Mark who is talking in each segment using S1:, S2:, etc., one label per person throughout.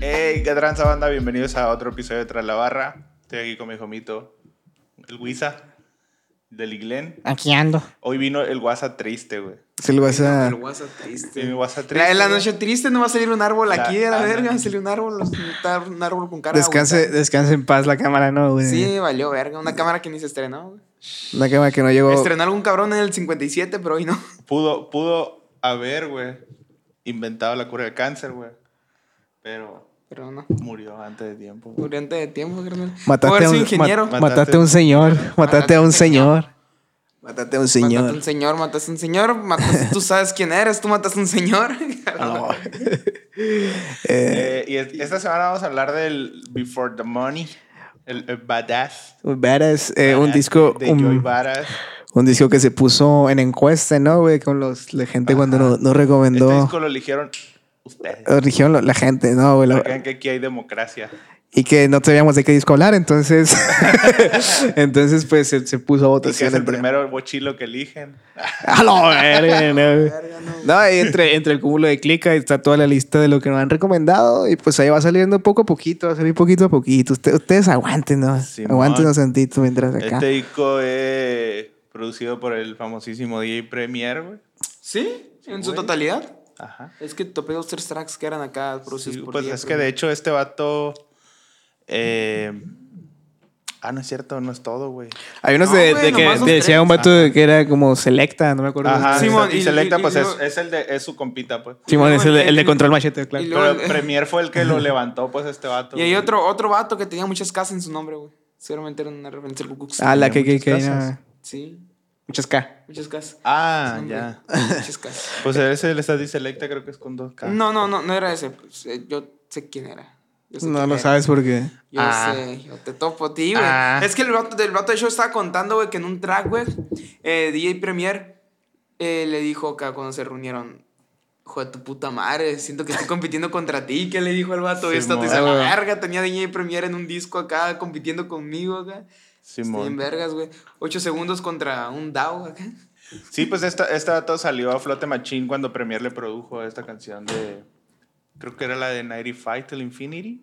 S1: ¿Qué tranza banda? Bienvenidos a otro episodio de Tras la Barra. Estoy aquí con mi jomito, el Guisa, del Iglen.
S2: Aquí ando.
S1: Hoy vino el Guasa triste, güey.
S3: Se lo vas a.
S4: El WhatsApp
S1: Sí,
S4: triste.
S1: mi Guasa
S4: La,
S1: triste.
S4: Eh, la noche triste no va a salir un árbol
S1: La-
S4: aquí de la
S1: ah,
S4: verga.
S1: no.
S4: Salió un árbol, un árbol con cara. de
S3: Descanse, descanse en paz la cámara, ¿no,
S4: agüita.
S3: güey?
S1: Eh.
S4: Sí, valió verga. Una cámara que ni se estrenó. güey.
S3: Una cámara que no
S1: Oh.
S3: llegó.
S4: Estrenó algún cabrón en el 57, pero hoy no.
S1: Pudo, pudo haber, güey, inventado la cura del cáncer, güey. Pero
S4: Pero no.
S1: murió antes de tiempo. güey.
S4: Durante de tiempo, carnal.
S3: Mataste
S4: Pudo haber
S3: a un
S4: sido ingeniero.
S3: mat- mataste a un señor. Mataste a un señor. Mataste a un
S4: Mataste a
S3: señor.
S4: un señor, mataste a un señor. Mataste, tú sabes quién eres, tú mataste a un señor.
S3: No.
S1: Eh, y es- esta semana vamos a hablar del Before the Money, el, el Badass.
S3: Un Badass, eh, un
S1: Badass
S3: disco.
S1: de Joy
S3: Un,
S1: Badass.
S3: un disco que se puso en encuesta, ¿no, güey? Con los, la gente cuando
S1: Ajá.
S3: nos no
S1: Este
S3: recomendó.
S1: disco lo eligieron ustedes.
S3: Lo dijeron lo- la gente, ¿no, güey? Lo-
S1: Para que vean que aquí hay democracia.
S3: y que no sabíamos de qué disco hablar, entonces. entonces, pues se, se puso a
S1: Y que
S3: votación.
S1: es el
S3: entre-
S1: primero bochilo que eligen.
S3: A la verga, no. No, y entre, entre el cúmulo de clica está toda la lista de lo que nos han recomendado y pues ahí va saliendo poco a poquito, va a salir poquito a poquito. Usted- ustedes aguanten, ¿no?
S1: Simón.
S3: Aguántenos tantito mientras acá.
S1: Este disco es producido por el famosísimo DJ Premier, güey.
S4: ¿Sí? ¿En su
S1: güey.
S4: totalidad?
S1: Ajá.
S4: Es que topé dos, tres tracks que eran acá producidos
S1: Sí,
S4: por
S1: pues
S4: Diego,
S1: es que
S4: güey.
S1: de hecho este vato... eh, ah, no es cierto, no es todo, güey.
S3: Hay unos
S4: No,
S3: de,
S4: güey,
S3: de que
S4: nomás los
S3: de- decía
S4: tres.
S3: un vato de que era como selecta, no me acuerdo.
S1: Ajá,
S3: Simón,
S4: Simón,
S1: y,
S4: y-
S1: Selecta
S4: y-
S1: pues
S4: y
S1: es,
S4: luego-
S1: es el de, es su compita, pues.
S3: Simón es el,
S4: Y luego
S3: el de
S4: el-
S3: control machete, claro.
S4: y luego-
S1: Pero
S4: el-
S1: Premier fue el que lo levantó, pues, este vato.
S4: Y hay
S1: güey.
S4: otro, otro vato que tenía muchas casas en su nombre, güey. Seguramente era una referencia al Ku Klux Klan.
S3: Ah, la que, que,
S1: Muchas
S3: que
S1: casas.
S3: no.
S4: Sí,
S3: Muchas K.
S4: muchas casas.
S1: Ah,
S4: Hombre,
S1: ya.
S4: Muchas casas.
S1: Pues ese el está Selecta creo que es con dos K.
S4: No, no, no, no era ese. pues, eh, yo sé quién era. Yo sé
S3: No
S4: quién
S3: lo
S4: era.
S3: sabes porque.
S4: Yo
S1: Ah.
S4: sé, yo te topo a ti, güey.
S1: Ah.
S4: Es que el vato, del vato de show estaba contando, güey, que en un track, güey, eh, DJ Premier eh, le dijo acá cuando se reunieron, hijo de tu puta madre, siento que estoy compitiendo contra ti, que le dijo el vato
S1: Sí,
S4: esto,
S1: mo-
S4: te dice, "A la
S3: Ah, güey.
S4: verga, tenía DJ Premier en un disco acá compitiendo conmigo acá. Estoy en
S1: Simón.
S4: vergas, güey. Ocho segundos contra un DAO acá.
S1: Sí, pues esta, este dato salió a flote machín cuando Premier le produjo esta canción de... Creo que era la de 95 till Infinity.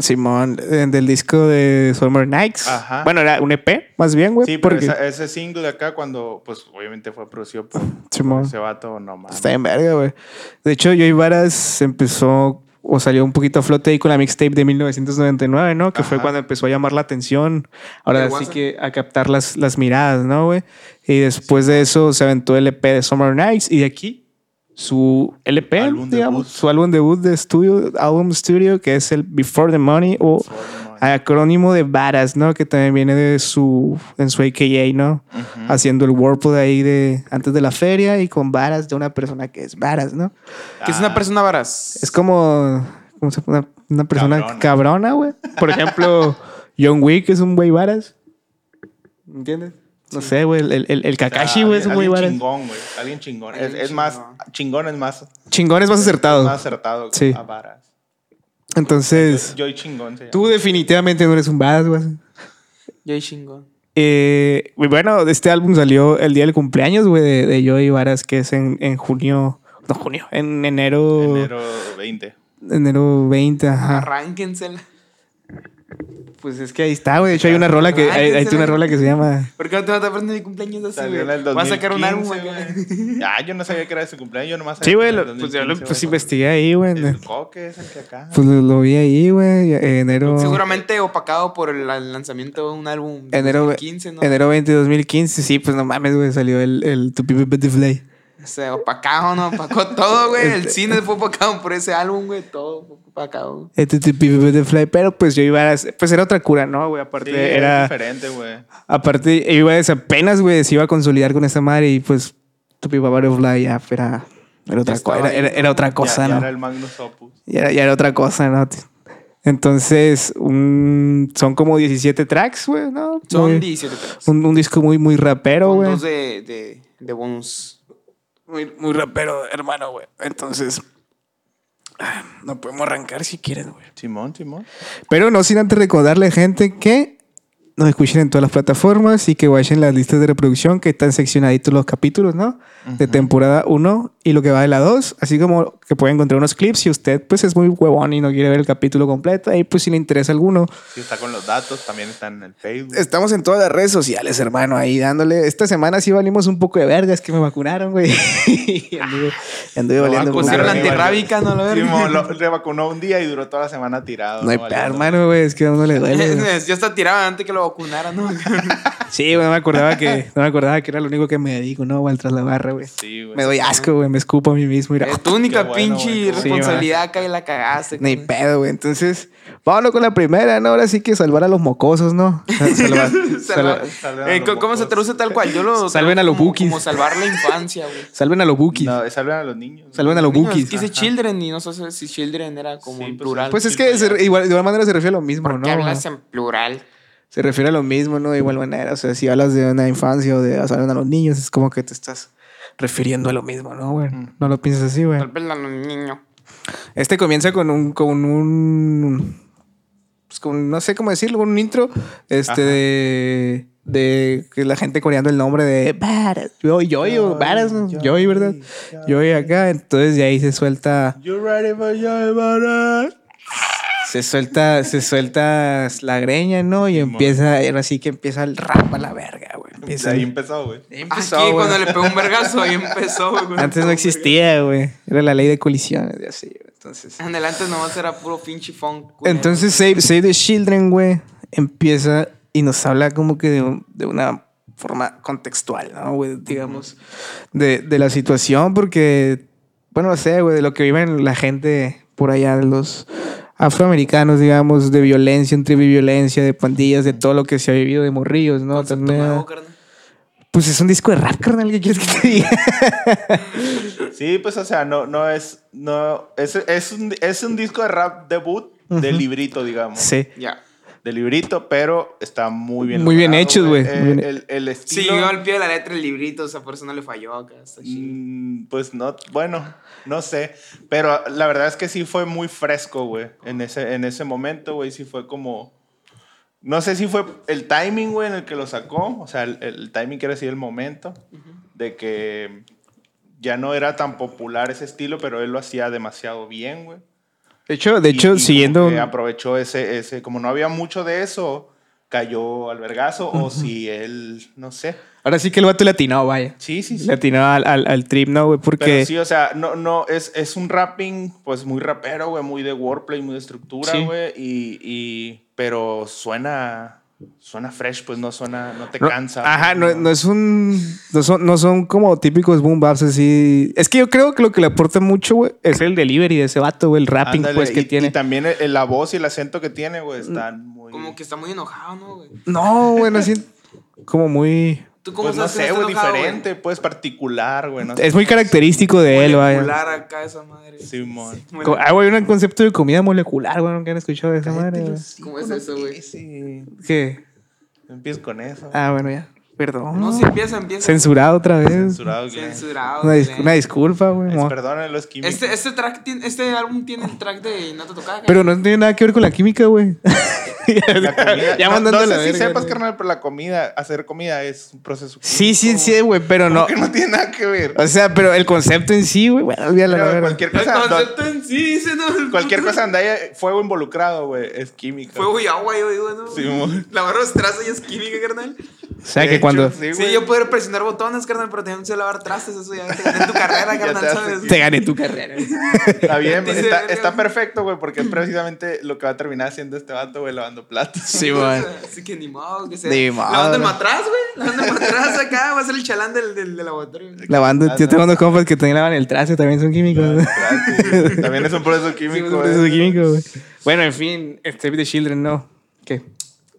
S3: Simón, eh, del disco de Summer Nights.
S1: Ajá.
S3: Bueno, era un EP, más bien, güey.
S1: Sí, pero
S3: porque
S1: esa- ese single de acá cuando, pues, obviamente fue producido por, por
S3: Simón.
S1: ese vato, no mames.
S3: Está en verga, güey. De hecho, Joey Varas empezó o salió un poquito a flote ahí con la mixtape de 1999, ¿no? Que fue
S1: Ajá.
S3: cuando empezó a llamar la atención. Ahora
S4: El
S3: sí
S4: WhatsApp.
S3: que a captar las, las miradas, ¿no, güey? Y después de eso se aventó el EP de Summer Nights y de aquí su LP,
S1: Álbum
S3: digamos,
S1: debut.
S3: su álbum debut de estudio, álbum studio, que es el Before the Money o acrónimo de Varas, ¿no? Que también viene de su, en su AKA, ¿no?
S1: Ujú.
S3: haciendo el Warpod ahí de antes de la feria y con varas de una persona que es varas, ¿no?
S4: Que es una
S1: Ah,
S4: persona varas.
S3: Es como, como se- una, una persona
S1: Cabrona.
S3: cabrona, güey. Por ejemplo, John Wick es un güey varas. ¿Entiendes? No sé, güey. El, el- el- el
S1: o sea,
S3: Kakashi, güey, es un güey
S1: alguien
S3: varas. Chingón.
S1: chingón, güey. Alguien chingón. Es,
S4: Alguien
S1: es más,
S4: chingón.
S1: chingón es más,
S3: es más acertado.
S1: más acertado que
S3: Sí.
S1: a varas.
S3: Entonces,
S1: Joy chingón se llama.
S3: tú definitivamente no eres un varas, güey.
S4: Yo y chingón.
S3: Eh, y bueno, este álbum salió el día del cumpleaños, güey, de, de Joey Varas, que es en, en junio. No, junio. En enero. Enero,
S1: Enero 20.
S3: enero 20, ajá.
S4: Arránquensela.
S3: Pues es que ahí está, güey. De hecho, hay una rola que, hay, hay una rola que se llama.
S4: ¿Por qué no te vas a aprender mi cumpleaños así,
S1: Salió
S4: güey?
S1: en el
S4: Vas a sacar un álbum
S1: 2015,
S4: acá.
S1: güey. Ah, yo no sabía que era de su cumpleaños, yo nomás
S3: Sí,
S1: sabía
S3: güey,
S1: que era
S3: lo-
S1: del
S3: pues yo lo
S1: 2015,
S3: pues,
S1: güey.
S3: investigué ahí, güey.
S1: El coque es el que acá.
S3: Pues lo, lo vi ahí, güey. eh, Enero.
S4: Seguramente opacado por el el lanzamiento de un álbum de
S3: Enero,
S4: 2015, ¿no?
S3: enero 20 de 2015. Sí, pues no mames, güey. Salió el, el To Be Butterfly.
S4: O sea, opacado, ¿no? Opacó todo, güey. El
S3: Este-
S4: cine fue opacado por ese álbum, güey. Todo fue opacado.
S3: Este To Be Butterfly. Pero pues yo iba a. Pues era otra cura, ¿no, güey? Aparte
S1: Sí,
S3: era.
S1: diferente, güey.
S3: Aparte, iba a apenas, güey, se iba a consolidar con esa madre y pues To Be Butterfly ya era. Era otra, co-
S4: estaba
S3: era,
S4: ahí,
S3: era- era otra cosa,
S1: ya, ya
S3: ¿no?
S1: era el Magnus Opus.
S3: Ya era, ya era otra cosa, ¿no? Entonces, un- son como 17 tracks, güey, ¿no?
S4: Son
S3: Muy-
S4: 17 tracks.
S3: un, un disco muy, muy rapero,
S4: Con
S3: güey.
S4: dos de, de, de bonus.
S3: Muy, muy rapero, hermano, güey. Entonces, ah, no podemos arrancar si quieren, güey.
S1: Simón, Simón.
S3: Pero no sin antes recordarle, gente, que nos escuchen en todas las plataformas y que vayan las listas de reproducción que están seccionaditos los capítulos, ¿no? De temporada 1 y lo que va de la 2, así como que puede encontrar unos clips si usted pues es muy huevón y no quiere ver el capítulo completo, ahí pues si le interesa alguno.
S1: Si está con los datos, también está en el Facebook.
S3: Estamos en todas las redes sociales, hermano, ahí dándole. Esta semana sí valimos un poco de vergas que me vacunaron, güey. y anduve, y anduve
S4: Lo
S3: valiendo pura
S4: vacunaron Pues la
S3: verga.
S4: antirrábica, no lo verga.
S1: Simón lo- le vacunó un día y duró toda la semana tirado.
S3: No hay
S1: Valiendo.
S3: pedo, hermano, güey, es que a uno le duele. güey.
S4: Yo hasta tiraba antes que lo vacunaran, ¿no?
S3: sí, güey, no me acordaba que no me acordaba que era lo único que me dedico, no, güey, tras la barra, güey.
S1: Sí, güey.
S3: Me doy asco, güey, me escupo a mí mismo, mira.
S4: Es tu única
S1: Qué bueno,
S4: pinche
S1: güey, qué bueno.
S4: responsabilidad acá y la cagaste.
S3: Ni
S4: cabrón.
S3: pedo, güey. Entonces, vámonos con la primera, ¿no? Ahora sí que salvar a los mocosos, ¿no? Sal- salvar-
S4: Salva-
S1: Salva-
S4: Eh, ¿Cómo cómo se traduce tal cual? Yo lo
S3: Salven a los
S4: como-
S3: bookies.
S4: Como salvar la infancia, güey.
S3: salven a los bookies.
S1: No, salven a los niños. güey.
S3: Salven a los
S4: Niños,
S3: bookies.
S4: Quise children y no sé si children era como
S1: Sí,
S4: en
S1: pues,
S4: plural.
S3: Pues es
S1: Sí,
S3: que
S1: pues,
S3: se-
S1: ya.
S3: igual, de igual manera se refiere a lo mismo,
S4: ¿Por
S3: ¿no?
S4: qué hablas en plural?
S3: Se refiere a lo mismo, ¿no? De igual manera. O sea, si hablas de una infancia o de salven a los niños, es como que te estás refiriendo a lo mismo, ¿no, güey?
S1: Mm.
S3: No lo piensas así, güey.
S4: Salven a los niños.
S3: Este comienza con un, con un, pues con, no sé cómo decirlo, con un intro,
S1: Ajá.
S3: este, de, de que la gente coreando el nombre de Baras, Joy, Joy, o Baras, ¿no? Joy, ¿verdad? Joy acá, entonces de ahí se suelta,
S1: You ready for your butter?
S3: se suelta, se suelta la greña, ¿no? Y empieza, ahora sí que empieza el rap a la verga, güey. Empieza
S1: Ahí
S3: el-
S1: empezó, güey.
S3: ahí
S4: Aquí
S3: empezó, güey.
S4: cuando le pegó un vergazo, ahí empezó, güey.
S3: Antes no existía, güey. Era la ley de colisiones, y así, güey. entonces.
S4: En adelante nomás era puro pinche funk. culero.
S3: Entonces, Save, Save the Children, güey, empieza y nos habla como que de, un- de una forma contextual, ¿no, güey? Digamos, de, de la situación, porque, bueno, no sé, güey, de lo que viven la gente por allá, de los afroamericanos, digamos, de violencia, entre violencia, de pandillas, de todo lo que se ha vivido de morrillos, ¿no? También-
S4: Nuevo, oh, carnal.
S3: pues es un disco de rap, carnal, ¿qué quieres que te diga?
S1: Sí, pues, o sea, no, no es. No, es, es, un, es un disco de rap debut de librito, digamos.
S3: sí.
S4: Ya.
S1: De librito, pero está muy bien.
S3: Muy bien
S1: logrado,
S3: hechos, güey. Muy
S1: El,
S3: bien-
S1: el, el
S4: Sí,
S1: estilo.
S4: yo al pie de la letra el librito, o sea, por eso no le falló acá. está chido.
S1: Mm, Pues no, bueno, no sé. Pero la verdad es que sí fue muy fresco, güey. En ese, en ese momento, güey, sí fue como. No sé si fue el timing, güey, en el que lo sacó. O sea, el, el timing quiere decir el momento. De que ya no era tan popular ese estilo, pero él lo hacía demasiado bien, güey.
S3: De hecho, de
S1: Y- y
S3: hecho
S1: como
S3: siguiendo...
S1: que aprovechó ese, ese. Como no había mucho de eso, cayó al vergazo. O si él, no sé.
S3: Ahora sí que el vato latino, vaya.
S1: Sí, sí, sí.
S3: Latino al, al, al trip, ¿no, güey? Porque...
S1: Pero sí, o sea, no, no, es, es un rapping, pues muy rapero, güey, muy de wordplay, muy de estructura,
S3: Sí.
S1: güey, y, y, pero suena, suena fresh, pues no suena, no te
S3: No,
S1: cansa.
S3: Ajá, no, no es un. No son, no son como típicos boom baps así. Es que yo creo que lo que le aporta mucho, güey, es el delivery de ese vato, güey, el rapping,
S1: Ándale,
S3: pues, que
S1: y,
S3: tiene. Mm,
S1: Y también el- la voz y el acento que tiene, güey, están muy...
S4: Como que está muy enojado, ¿no, güey?
S3: No, güey, no así. Como muy.
S4: ¿Tú cómo
S1: Pues no
S4: sabes que
S1: sé,
S4: está
S1: güey,
S4: enojado, güey?
S1: diferente, pues particular, güey. No sé.
S3: Es muy característico de él, vaya.
S4: Molecular acá esa madre.
S1: Simón.
S4: Mole-
S3: Co- Ah, güey, un concepto de comida molecular, güey, nunca han escuchado de esa madre. güey?
S4: ¿Cómo es eso, güey?
S1: Sí,
S3: ¿Qué?
S1: empiezo con eso.
S3: Ah, bueno, ya. Perdón.
S4: No, si empieza, empieza.
S3: Censurado otra vez.
S1: Censurado, güey.
S4: Censurado.
S3: Una, dis-
S4: güey.
S3: una disculpa, güey.
S1: Es-
S3: mo-
S1: Perdónenlo, es químico.
S4: Este, este track tiene, este álbum tiene el track de No te tocaba. cara.
S3: Pero no tiene nada que ver con la química, güey.
S1: La comida- no,
S3: ya
S1: no,
S3: mandándole
S1: sé
S3: la
S1: si
S3: verga,
S1: sepas,
S3: güey.
S1: carnal, pero la comida, hacer comida es un proceso.
S3: Sí, sí,
S1: químico,
S3: sí, güey, pero no.
S1: Que no tiene nada que ver.
S3: O sea, pero el concepto en sí, güey, bueno, olvídalo,
S1: Pero
S3: la verdad.
S1: cualquier
S4: el
S1: cosa, no-
S4: concepto en sí, se no.
S1: cualquier cosa anda ahí, fuego involucrado, güey, es química.
S4: Fuego y agua, yo digo, ¿no?
S1: Simón.
S4: Lavar los trastes y es química, carnal.
S3: O sea,
S1: De
S3: que
S1: hecho,
S3: cuando
S1: Sí,
S4: Sí,
S1: güey.
S4: yo poder presionar botones, carnal, pero también sé lavar trastes, eso ya te gané en tu carrera,
S1: Ya
S4: carnal,
S1: te hace
S4: ¿sabes?
S3: te gané tu carrera.
S1: Está bien,
S4: Dice,
S1: está,
S4: verga.
S1: está perfecto, güey, porque es precisamente lo que va a terminar haciendo este vato, güey, lavando platos.
S3: Sí,
S4: O sea,
S3: güey.
S4: Así que ni modo, que sea.
S3: Ni modo.
S4: Lavando el matraz, güey. Lavando el matraz acá, va a ser el chalán del, del, del laboratorio.
S3: Lavando,
S1: Ah,
S3: yo
S1: no.
S3: tengo unos compas que también lavan el trazo, también son químicos. ¿no?
S1: Ah, También es un proceso
S3: Sí,
S1: químico. eh.
S3: son
S1: güey.
S3: procesos químicos, güey. Bueno, en fin, Save the Children, no. ¿Qué?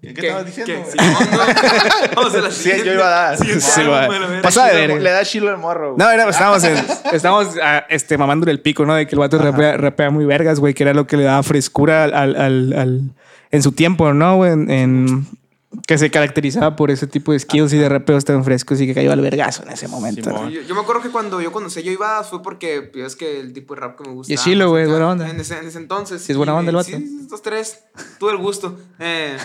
S1: ¿Qué, estabas diciendo?
S4: ¿Qué?
S1: güey?
S4: Sí, no, no. Vamos a la
S1: Sí,
S4: siguiente.
S1: yo iba a dar.
S4: Siguiente
S3: Sí,
S4: álbum,
S3: va.
S4: a la verga.
S3: Pasa de verga.
S1: Le da chilo al morro. güey.
S3: No, era, estábamos, en, estábamos ah, este, mamándole el pico, ¿no? De que el vato rapea, rapea muy vergas, güey, que era lo que le daba frescura al, al- al- al- en su tiempo, ¿no? güey? En, en- que se caracterizaba por ese tipo de skills y de rapeos tan frescos y que cayó al vergazo en ese momento. ¿no?
S1: Simón.
S4: Yo, yo me acuerdo que cuando yo conocí yo iba fue porque pues, es que el tipo de rap que me gusta.
S3: Y es chilo, güey, es buena onda.
S4: En ese, en ese entonces.
S3: Sí, es buena
S4: Y,
S3: onda el
S4: eh,
S3: vato.
S4: Sí, estos tres. Tuve el gusto. Eh,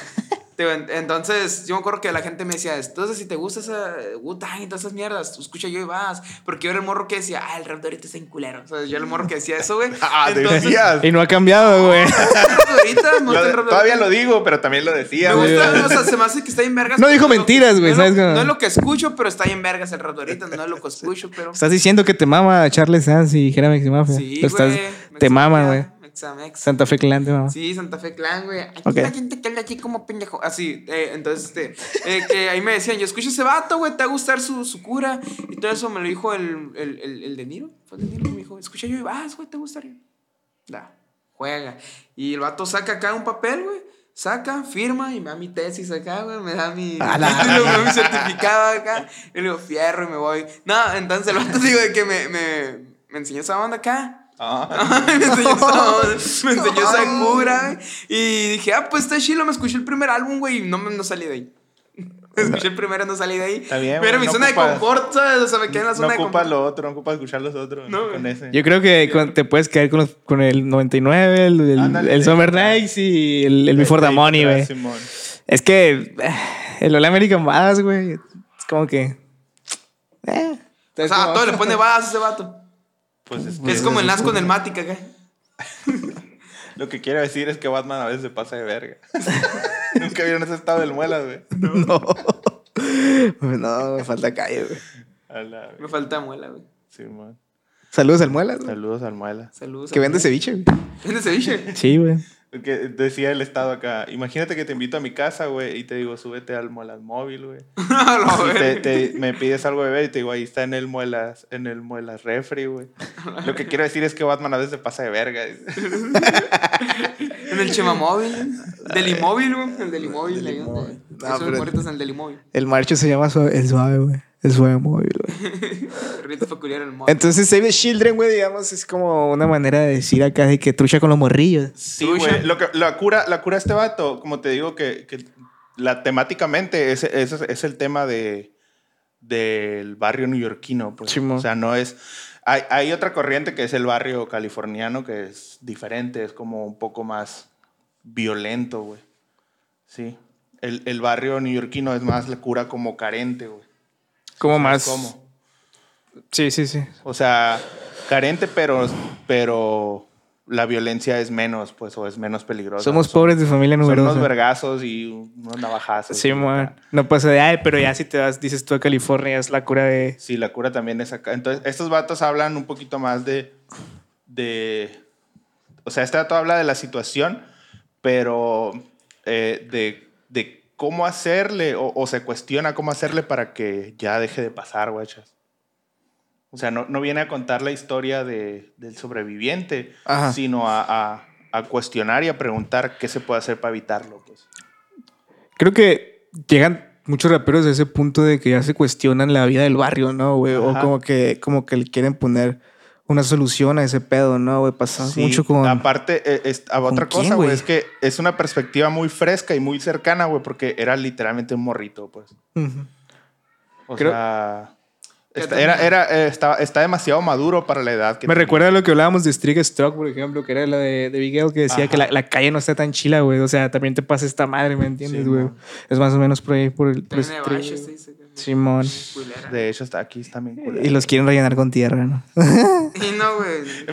S4: Te digo, en- Entonces, yo me acuerdo que la gente me decía, entonces si te gusta esa eh, Wu-Tang y todas esas mierdas, tú escucha yo y vas. Porque yo era el morro que decía, ah, el rap de ahorita está en culero. O sea, yo era el morro que decía eso, güey.
S1: Ah,
S4: Entonces,
S1: deberías.
S3: Y no ha cambiado, güey.
S4: ahorita me gusta el
S1: Lo-
S4: rap de
S1: todavía
S4: ahorita.
S1: lo digo, pero también lo
S4: Me
S1: decía, güey.
S4: gusta, o sea, se me hace que está bien vergas.
S3: No dijo
S4: pero-
S3: mentiras, güey,
S4: No,
S3: ¿sabes
S4: es lo-
S3: cómo?
S4: no es lo que escucho, pero está bien vergas el rap de ahorita. No es lo que escucho, pero.
S3: Estás diciendo que te mama a Charles Sanz y Jera Mafia.
S4: Sí,
S3: Lo estás-
S4: güey.
S3: Te
S4: Mexa,
S3: mama,
S4: ya,
S3: güey.
S4: Mexa, Mexa.
S3: Santa Fe Clan te mama.
S4: Sí, Santa Fe Clan, güey. Aquí
S3: Ok.
S4: la gente que habla aquí como pendejo. Así, eh, entonces, este, eh, que ahí me decían, yo escucho ese vato, güey, te va a gustar su, su cura. Y todo eso me lo dijo el, el, el, el de Niro. Fue el de Niro, me dijo, escucha yo y vas, güey, te gustaría. Da, juega. Y el vato saca acá un papel, güey. Saca, firma y me da mi tesis acá, güey. Me da mi
S3: A la-
S4: título, me da mi certificado acá. Y le digo, fierro y me voy. No, entonces el vato digo de que me, me, me enseñó esa banda acá.
S1: Ah,
S4: Ay, me enseñó esa, me enseñó esa cura, güey. Y dije, ah, pues está chilo, me escuché el primer álbum, güey, y no, me- no salí de ahí. Me escuché el primero, no salí de ahí.
S1: Está bien,
S4: Pero
S1: güey,
S4: mi
S1: no
S4: zona de
S1: ocupas-
S4: confort, ¿sabes? O sea, me quedé en la
S1: no
S4: zona de
S1: ocupa
S4: confort.
S1: lo otro, no ocupa escuchar los otros.
S4: No,
S1: con
S4: güey.
S1: ese.
S3: Yo creo que con- te puedes quedar con, los- con el 99, el, el-
S1: Ándale.
S3: el Summer Nights y el, el Before the
S1: Sí,
S3: Money,
S1: claro,
S3: güey.
S1: Simón.
S3: Es que eh, el Hola American Badass, güey, es como que... eh.
S4: O sea, a todo le pone vas a ese vato.
S1: Pues es,
S4: Que es
S1: que-
S4: como el Nas con el Matic acá.
S1: Lo que quiero decir es que Batman a veces se pasa de verga. Nunca vieron ese estado del muelas, güey.
S3: No. no, me falta calle, güey.
S1: A la-
S4: Me falta muela, güey.
S1: Simón.
S3: Saludos al Muelas, güey,
S1: Saludos al muelas.
S4: Saludos.
S3: que vende
S4: saludos.
S3: ceviche, güey.
S4: Vende ceviche.
S3: Sí, güey.
S1: Que decía el estado acá. Imagínate que te invito a mi casa, güey, y te digo, súbete al muelas móvil, güey.
S4: A la
S1: Y te,
S4: verga.
S1: te- me pides algo de beber y te digo, ahí está en el muelas, en el muelas refri, güey. Lo que quiero decir es que Batman a veces se pasa de verga. dice.
S4: En el Chema Móvil. Del Inmóvil, güey. El del Inmóvil.
S3: Del
S4: ahí
S3: Inmóvil.
S4: donde-
S3: No,
S4: Esos
S3: pero-
S4: morritos en el del Inmóvil.
S3: El marcho se llama suave- el suave, güey. El suave móvil, güey.
S4: Rito peculiar el móvil.
S3: Entonces, Save the Children, güey, digamos, es como una manera de decir acá de que trucha con los morrillos.
S1: Sí, güey. Lo que, la, cura, la cura este vato, como te digo, que, que la, temáticamente es, es, es el tema de, del barrio neoyorquino. Pues.
S3: Simón.
S1: O sea, no es... Hay, hay otra corriente que es el barrio californiano que es diferente, es como un poco más violento, güey. Sí. El, el barrio neoyorquino es más la cura como carente, güey.
S3: Como más.
S1: ¿Cómo?
S3: Sí, sí, sí.
S1: O sea, carente, pero, pero la violencia es menos, pues, o es menos peligrosa.
S3: Somos
S1: Son-
S3: pobres de familia
S1: Son unos
S3: numerosa.
S1: vergazos y unos navajazos.
S3: Sí, man. No pasa de, ay, pero ya si te vas, dices tú a California, es la cura de.
S1: Sí, la cura también es acá. Entonces, estos vatos hablan un poquito más de. de o sea, este dato habla de la situación, pero eh, de, de cómo hacerle, o, o se cuestiona cómo hacerle para que ya deje de pasar, guachas. O sea, no, no viene a contar la historia de- del sobreviviente,
S3: Ajá.
S1: sino a, a- a cuestionar y a preguntar qué se puede hacer para evitarlo. Pues.
S3: Creo que llegan muchos raperos a ese punto de que ya se cuestionan la vida del barrio, ¿no, güey? O
S1: Ajá.
S3: como que, como que le quieren poner una solución a ese pedo, ¿no, güey? Pasa
S1: Sí,
S3: mucho con.
S1: Aparte, eh, es- a otra
S3: quién,
S1: cosa, güey,
S3: güey?
S1: es que es una perspectiva muy fresca y muy cercana, güey, porque era literalmente un morrito, pues.
S3: Ujú.
S1: O
S3: Creo-
S1: sea, está,
S4: Ya
S1: era,
S4: tenía-
S1: era, eh, está, está demasiado maduro para la edad que
S3: Me
S1: tenía.
S3: recuerda a lo que hablábamos de Striga Struck, por ejemplo, que era la de, de Big L, que decía
S1: Ajá.
S3: que la, la calle no está tan chila, güey. O sea, también te pasa esta madre, ¿me entiendes,
S1: Sí,
S3: güey?
S1: man.
S3: es más o menos por ahí, por el. por
S4: Tiene este
S3: Striga.
S4: baches, se dice.
S3: Simón.
S4: Culera.
S1: De hecho, está aquí también. culero.
S3: Y los quieren rellenar con tierra, ¿no?
S4: Y no, güey.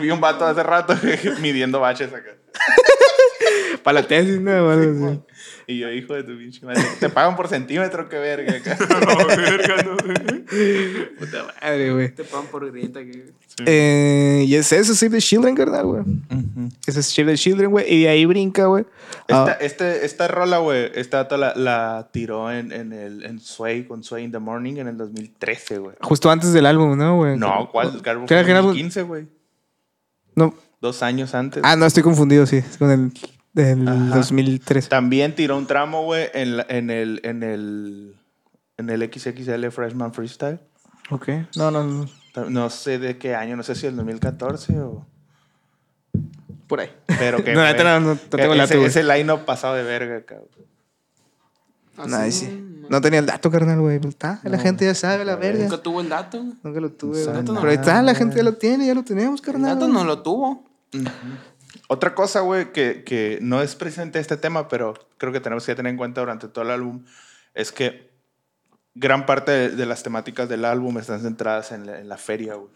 S1: Vi un vato hace rato midiendo baches acá.
S3: Para la tesis, ¿no? Bueno, sí.
S1: Y yo, hijo de tu pinche madre, te pagan por centímetro, qué verga. acá.
S3: Puta madre, güey.
S4: Te pagan por grieta que.
S3: Eh, y es eso, Save the Children, carnal, güey. Ese es Save the Children, güey. Y de ahí brinca, güey.
S1: Esta,
S3: Ah,
S1: este- esta rola, güey, esta dato la, la tiró en, en, el, en Sway, con Sway in the Morning en el 2013, güey.
S3: justo antes del álbum, ¿no, güey?
S1: No, ¿cuál? Carbon
S3: ¿Qué era
S1: fue
S3: que
S1: en
S3: era-
S1: 2015, güey.
S3: No.
S1: Dos años antes.
S3: Ah, no, estoy confundido, sí. Es con el del
S1: Ajá.
S3: 2003.
S1: También tiró un tramo, güey, en, la- en el en el en el XXL Freshman Freestyle.
S3: Ok. ¿eh? No, no, no.
S1: Ta- No sé de qué año, no sé si el 2014 o
S3: Por ahí.
S1: pero que
S3: No,
S1: fue-
S3: neta, no, no, no
S1: que
S3: tengo el dato,
S1: ese,
S3: güey.
S1: ese line-up pasado de verga, cabrón.
S4: Ah,
S3: Nah, sí. No tenía el dato, carnal, güey. Pues, Está, la gente ya sabe, la verga.
S4: Nunca tuvo el dato. güey.
S3: Nunca lo tuve,
S1: No
S3: güey.
S1: sabe
S3: Pero ahí está,
S1: nada,
S3: la gente ya lo tiene, ya lo tenemos,
S4: El
S3: carnal.
S4: dato
S3: güey.
S4: no lo tuvo.
S1: Otra cosa, güey, que, que no es presente este tema, pero creo que tenemos que tener en cuenta durante todo el álbum, es que gran parte de, de las temáticas del álbum están centradas en la, en la feria, güey.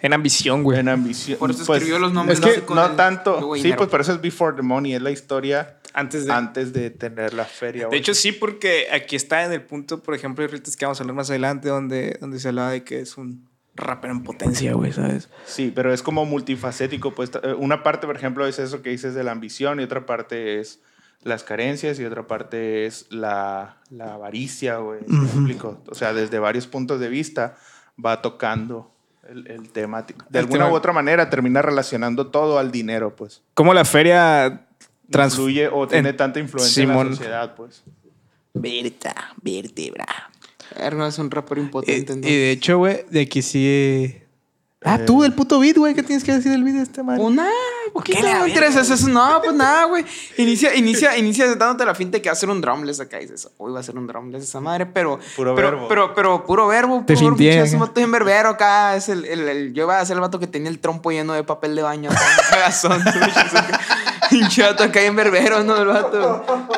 S3: En ambición, güey.
S1: En ambición.
S4: Por eso escribió los nombres,
S1: Es que
S4: ¿no? Con
S1: no
S4: el-
S1: tanto.
S4: luego
S1: Sí,
S4: dinero.
S1: pues por eso es Before the Money, es la historia
S3: Antes de.
S1: antes de tener la feria,
S3: De
S1: güey.
S3: hecho, sí, porque aquí está en el punto, por ejemplo, ahorita es que vamos a hablar más adelante, donde, donde se hablaba de que es un rapero en potencia, güey, ¿sabes?
S1: Sí, pero es como multifacético. Pues eh, una parte, por ejemplo, es eso que dices de la ambición y otra parte es las carencias y otra parte es la, la avaricia, güey. ¿me explico? O sea, desde varios puntos de vista va tocando el, el tema. De
S3: El
S1: alguna
S3: tema.
S1: u otra manera termina relacionando todo al dinero, pues.
S3: Como la feria trans- eh,
S1: Influye o tiene
S3: en-
S1: tanta influencia en
S3: Simón.
S1: la sociedad, pues.
S3: Verta, vértebra.
S4: Erno es un rapero
S3: Eh,
S4: impotente.
S3: Y
S4: entonces.
S3: de hecho, güey, de aquí sí. eh, Ah, tú, del puto beat, güey, ¿qué tienes que decir del beat de este esta madre?
S4: Pues nada, ¿por qué
S3: qué la
S4: no me
S3: verga,
S4: interesa eso? No, pues nada, güey. Inicia, inicia, inicia dándote la finta de que va a ser un drumless acá. Y dices, hoy va a ser un drumless esa madre, pero.
S1: Puro
S4: pero,
S1: verbo.
S4: Pero, pero, puro verbo.
S3: Te
S4: puro
S3: fintié,
S4: pinche
S3: acá.
S4: vato bien verbero acá. Es el, el, el- yo iba a ser el vato que tenía el trompo lleno de papel de baño. acá, un Cagazón. Pinche vato acá en verbero, ¿no? El vato.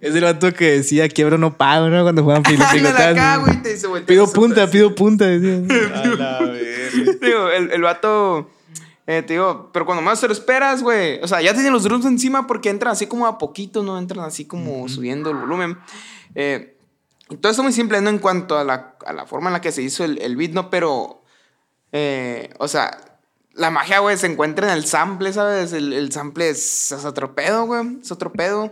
S3: Es el vato que decía quiebro no pago, ¿no? Cuando juegan
S4: Ándale acá,
S3: pilotas.
S4: güey. Te dice, voltea
S3: Pido
S4: su-
S3: punta, pido punta, decía.
S1: A la verga.
S4: Digo, el, el vato. eh, te digo, pero cuando más te lo esperas, güey. O sea, ya tienen los drums encima porque entran así como a poquito, no entran así como subiendo el volumen. Eh, y todo esto muy simple, ¿no? En cuanto a la, a la forma en la que se hizo el, el beat, ¿no? Pero. eh, o sea, la magia, güey, se encuentra en el sample, ¿sabes? El, el sample es, es otro pedo, güey. Es otro pedo.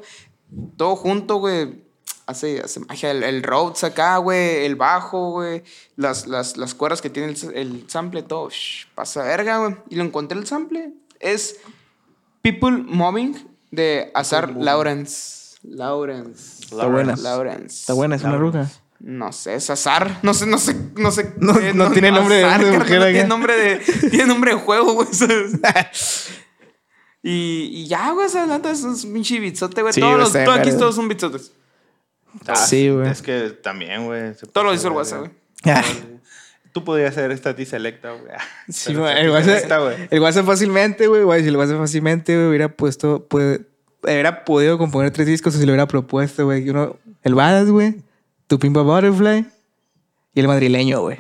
S4: Todo junto, güey. Hace, hace magia. El, el Rhodes acá, güey. El bajo, güey. Las, las, las cuerdas que tiene el, s- el sample, todo. shh, pasa verga, güey. Y lo encontré el sample. Es People Mobbing de Azar Lawrence. Lawrence.
S1: Está buena.
S4: Lawrence.
S3: Está buena, es una
S1: Claro.
S3: ruca.
S4: No sé, es azar. No sé, no sé, no sé.
S3: No-
S4: eh,
S3: no tiene nombre de
S4: azar,
S3: hombre o
S4: carnal,
S3: mujer
S4: no
S3: acá.
S4: Tiene nombre de, tiene nombre de juego, güey. ¿sabes? y, y ya, güey, se adelanta es un pinche bitzote, güey.
S3: Sí,
S4: todos
S3: güey,
S4: los
S3: está de
S4: todos aquí
S3: verga.
S4: todos son bitzotes.
S1: Ah,
S3: Sí, güey.
S1: Es que también, güey. se
S4: Todo
S1: pasa
S4: lo dice el
S1: de
S4: WhatsApp,
S1: verga.
S4: güey.
S3: Ah,
S1: Tú podrías ser esta selecta, güey.
S3: sí,
S1: Pero
S3: güey,
S1: estás
S3: el
S1: selecta,
S3: WhatsApp,
S1: güey.
S3: el WhatsApp fácilmente, güey, güey, si el WhatsApp fácilmente, güey, hubiera puesto, puede, hubiera podido componer tres discos si lo hubiera propuesto, güey. que Uno, el Badass, güey, tu Pimpa Butterfly y el madrileño, güey.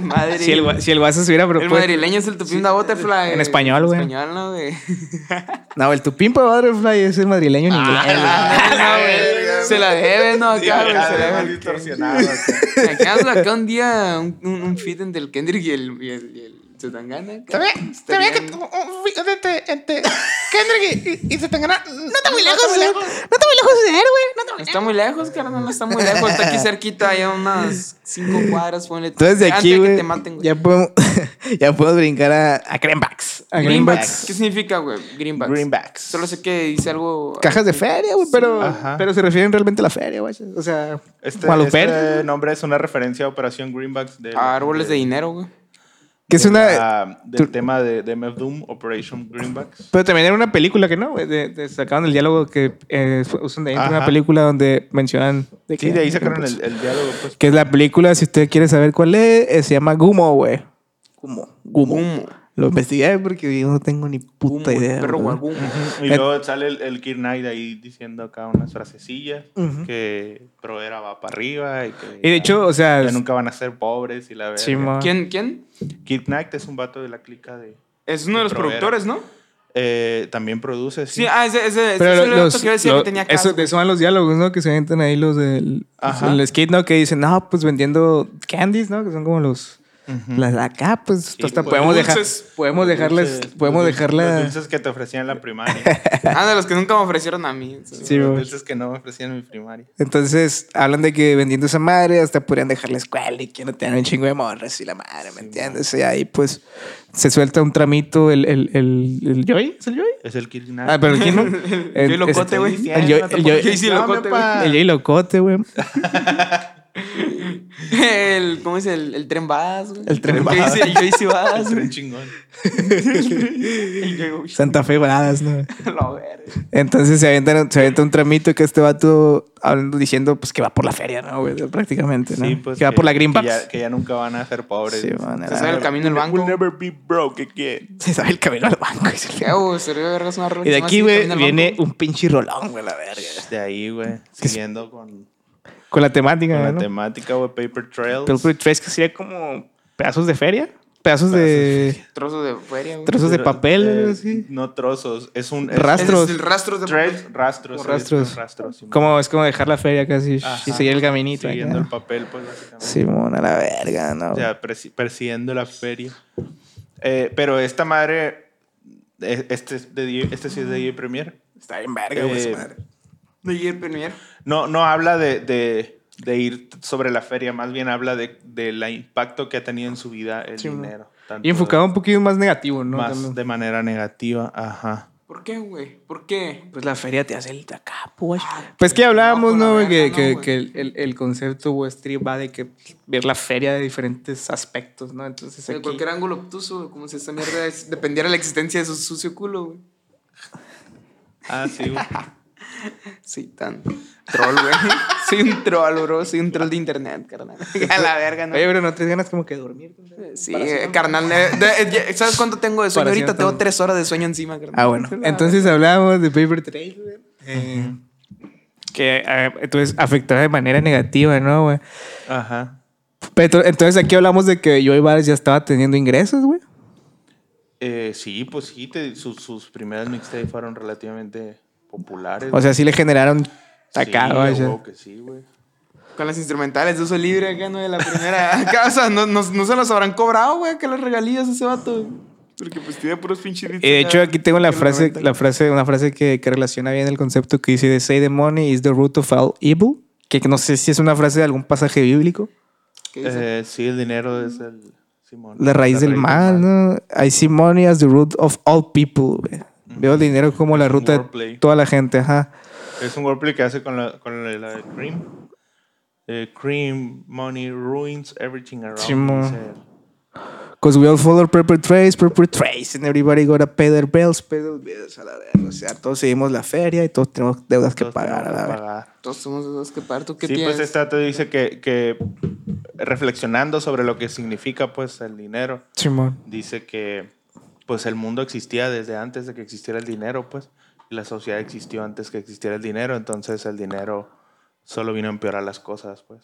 S4: Madre.
S3: Si el, gua- si el WhatsApp se hubiera
S4: el
S3: propuesto.
S4: madrileño es el tupín de Butterfly.
S3: en español, güey.
S4: En español, ¿no, güey?
S3: No, el tu Pimpa Butterfly es el madrileño en inglés. güey.
S4: Ah, no,
S1: verga,
S4: güey. Se la debe, ¿no?
S1: Sí,
S4: Acá, güey.
S1: acá,
S4: se la
S1: además
S4: debe.
S1: distorsionado, acá.
S4: Acá, acá un día un, un, un feed entre el Kendrick y el, y el, y el Zetangana, acá.
S2: Te ve, te ve que un- un- fíjate, te- te- este Kendrick y, y- y se te gana. No está muy lejos, eh. no está muy lejos de él, güey. No está muy lejos.
S4: Está muy lejos, carnal, no está muy lejos. Está aquí cerquita, hay unas cinco cuadras, ponle.
S3: Entonces de
S4: Antes
S3: aquí,
S4: de
S3: güey,
S4: que te maten, güey.
S3: ya podemos, ya podemos brincar a, a Greenbacks. A
S4: Greenbacks.
S3: Greenbacks.
S4: ¿Qué significa, güey? Greenbacks.
S1: Greenbacks.
S4: Solo sé que dice algo.
S3: Cajas de feria, güey, pero,
S1: Ajá.
S3: pero se refieren realmente a la feria, güey. O sea,
S1: Este,
S3: o a los
S1: este
S3: verdes, ¿no?
S1: nombre es una referencia a Operación Greenbacks de,
S4: a Ah, árboles de dinero, güey.
S3: Que es
S1: de
S3: una.
S1: la- del
S3: tú-
S1: tema de, de MF Doom, Operation Greenbacks.
S3: Pero también era una película que no, güey. de- de- sacaron el diálogo que eh, usan de intro,
S1: Ajá.
S3: una película donde mencionan. De
S1: Sí, de ahí sacaron el, el diálogo, pues.
S3: Que es la película, si usted quiere saber cuál es, eh, se llama Gumo, güey. Gumo. Gumo.
S4: Gumo.
S3: Lo investigué porque yo no tengo ni
S4: Gumo,
S3: puta
S4: el
S3: idea.
S4: Perro
S3: güey.
S4: guagú.
S1: Y
S3: Eh,
S1: luego sale el, el Kid Knight ahí diciendo acá unas frasecillas que Pro era va para arriba y que
S3: Y de hecho, o sea.
S1: ya nunca van a ser pobres y la verdad.
S3: sí, ma.
S4: ¿Quién? ¿Quién?
S1: Kid Knight es un vato de la clica de...
S4: Es uno de los
S1: Provera.
S4: productores, ¿no?
S1: eh, también produce, sí.
S4: Sí, ah, ese, ese, ese
S3: Pero
S4: es el
S3: los,
S4: otro que yo decía
S3: lo-
S4: que tenía
S3: eso,
S4: casa.
S3: de eso van los diálogos, ¿no? Que se inventan ahí los del
S1: Ajá.
S3: el skit, ¿no? Que dicen, no, pues vendiendo candies, ¿no? Que son como los... Las de acá, pues
S1: Sí,
S3: hasta
S1: pues,
S3: podemos dejar...
S4: dulces.
S3: Podemos dejarles...
S1: Dulces,
S3: podemos
S1: los dulces- Los
S3: dejarla...
S1: dulces que te ofrecían en la primaria.
S4: Ah, de los que nunca me ofrecieron a mí. eso.
S3: Sí,
S1: los
S3: güey.
S1: dulces que no me ofrecían en mi primaria.
S3: Entonces, hablan de que vendiendo esa madre hasta podrían dejar la escuela y que no tengan un chingo de morras y la madre, ¿me entiendes? Y ahí, pues, se suelta un tramito el... el, el, el Joy, ¿es el Joy?
S1: Es el Kid Knight.
S3: Ah, pero ¿quién no? El-
S4: Joy Locote,
S3: este-
S4: güey.
S3: El Joy- el Joy-
S4: Ah. Yo hice locote,
S3: el Jay Locote, güey.
S4: El, ¿Cómo dice? El, el tren Vas, güey.
S3: El tren
S4: Yo
S3: Vas.
S4: hice- Yo hice Vas,
S1: Tren
S4: güey.
S1: chingón.
S4: Y yo,
S3: Santa Fe voladas, ¿no?
S4: la verga.
S3: Entonces se avienta, se avienta un tramito que este vato hablando, diciendo pues que va por la feria, ¿no? güey? Prácticamente, ¿no?
S1: Sí, pues,
S3: que va por la
S1: que
S3: Greenbacks.
S1: ya, que ya nunca van a ser pobres.
S3: Sí, van a-
S1: Se
S3: Se
S4: sabe el camino del banco.
S1: We'll never be broke again.
S3: Se sabe el camino al banco. y se le-
S4: Ya, güey, se debe vergas una rola
S3: Y de
S4: que se llama
S3: aquí,
S4: así,
S3: güey,
S4: Camina al
S3: viene
S4: Banco.
S3: un pinche rolón, güey, la verga.
S1: De ahí, güey. Siguiendo con,
S3: Con la temática,
S1: con la
S3: ¿no? pues,
S1: temática, güey. Paper Trails.
S3: Pillsbury Trace, que sería como pedazos de feria, pedazos
S1: Pedazos de
S3: de
S4: Trozo de feria, güey.
S3: trozos de
S1: Pero,
S3: papel,
S1: eh,
S3: algo así.
S1: No trozos. Es un... es-
S4: Es
S3: Rastro. rastros.
S4: el rastro de
S1: Trails, rastros. sí,
S3: Como
S1: es un
S3: rastros.
S1: rastros, sí,
S3: Como es como dejar la feria casi
S1: Ajá.
S3: y seguir el caminito. ¿eh?
S1: Siguiendo
S3: acá.
S1: el papel, pues, básicamente.
S3: Simón, a la verga, no.
S1: O sea, persi- persiguiendo la feria. Eh, pero esta madre... eh, Este, es de, DJ este sí es de DJ Premier.
S3: Está bien verga, güey, esa
S1: Eh,
S3: madre.
S4: De ayer, Premier.
S1: No, no habla de, de- de ir sobre la feria, más bien habla de, del impacto que ha tenido en su vida el
S3: Sí, ¿no?
S1: dinero. tanto
S3: Y enfocado un poquito más negativo, ¿no?
S1: más
S3: También.
S1: de manera negativa, ajá.
S4: ¿Por qué, güey? ¿Por qué?
S3: Pues la feria te hace el tacapo, güey.
S2: Ah,
S3: Pues que hablábamos,
S4: No,
S3: ¿no?
S4: con la
S3: güey? Que,
S4: verga,
S3: que-
S4: no,
S3: que el, el- el concepto Wall Street va de que ver la feria de diferentes aspectos, ¿no? Entonces
S4: De
S3: Pues aquí...
S4: cualquier ángulo obtuso, güey, como si esta mierda es- dependiera de la existencia de su sucio culo, güey.
S1: Ah, sí, güey.
S4: Sí, tan troll, güey. soy un troll, bro. Soy un troll de internet, carnal. A la verga, no.
S3: Oye, pero no te ganas como que de dormir. compadre?
S4: Sí, eh, carnal. eh, de- eh, ya- ¿Sabes cuánto tengo de sueño?
S3: Para
S4: Ahorita
S3: siempre.
S4: tengo tres horas de sueño encima, carnal.
S3: Ah, bueno. Entonces hablábamos de Paper Trail, güey. Eh, que eh, entonces afectaba de manera negativa, ¿no, güey?
S1: Ajá.
S3: Pero entonces aquí hablamos de que Joey Varas ya estaba teniendo ingresos, güey.
S1: Eh, sí, pues sí, te- sus- sus primeras mixtapes fueron relativamente populares.
S3: O sea, sí le generaron acá,
S1: sí,
S3: vaya.
S1: güey, que sí, güey.
S4: Con las instrumentales de uso libre acá, ¿no? De la primera casa. No, no, no se los habrán cobrado, güey, que las regalías a ese vato. güey. Porque pues tiene puros pinches
S1: Eh,
S3: Y de hecho Eh, aquí tengo la frase,
S4: La
S3: la frase, una frase que, que relaciona bien el concepto que dice de say the money is the root of all evil, que no sé si es una frase de algún pasaje bíblico,
S1: Eh, sí, el dinero es el... Simón,
S3: la raíz del mal, ¿no? I see money as the root of all people. güey. Veo el dinero como la
S1: Es un
S3: ruta de
S1: wordplay.
S3: toda la gente, ajá.
S1: Es un wordplay que hace con la, con la, la de Cream. Eh, cream, money, ruins everything around.
S3: Simón.
S1: dice él.
S3: Cause we all follow perpetrates, perpetrates, and everybody gotta pay their bills, pay their bills, a la verga. O sea, todos seguimos la feria y todos tenemos deudas que
S1: Todos
S3: pagar, a
S1: tenemos
S3: la
S1: que
S3: verga.
S1: pagar.
S4: Todos somos dos que parto. ¿Qué
S1: Sí,
S4: tienes?
S1: pues esta te dice que, que reflexionando sobre lo que significa pues el dinero,
S3: Simón.
S1: dice que pues el mundo existía desde antes de que existiera el dinero, pues y la sociedad existió antes que existiera el dinero, entonces el dinero solo vino a empeorar las cosas, pues.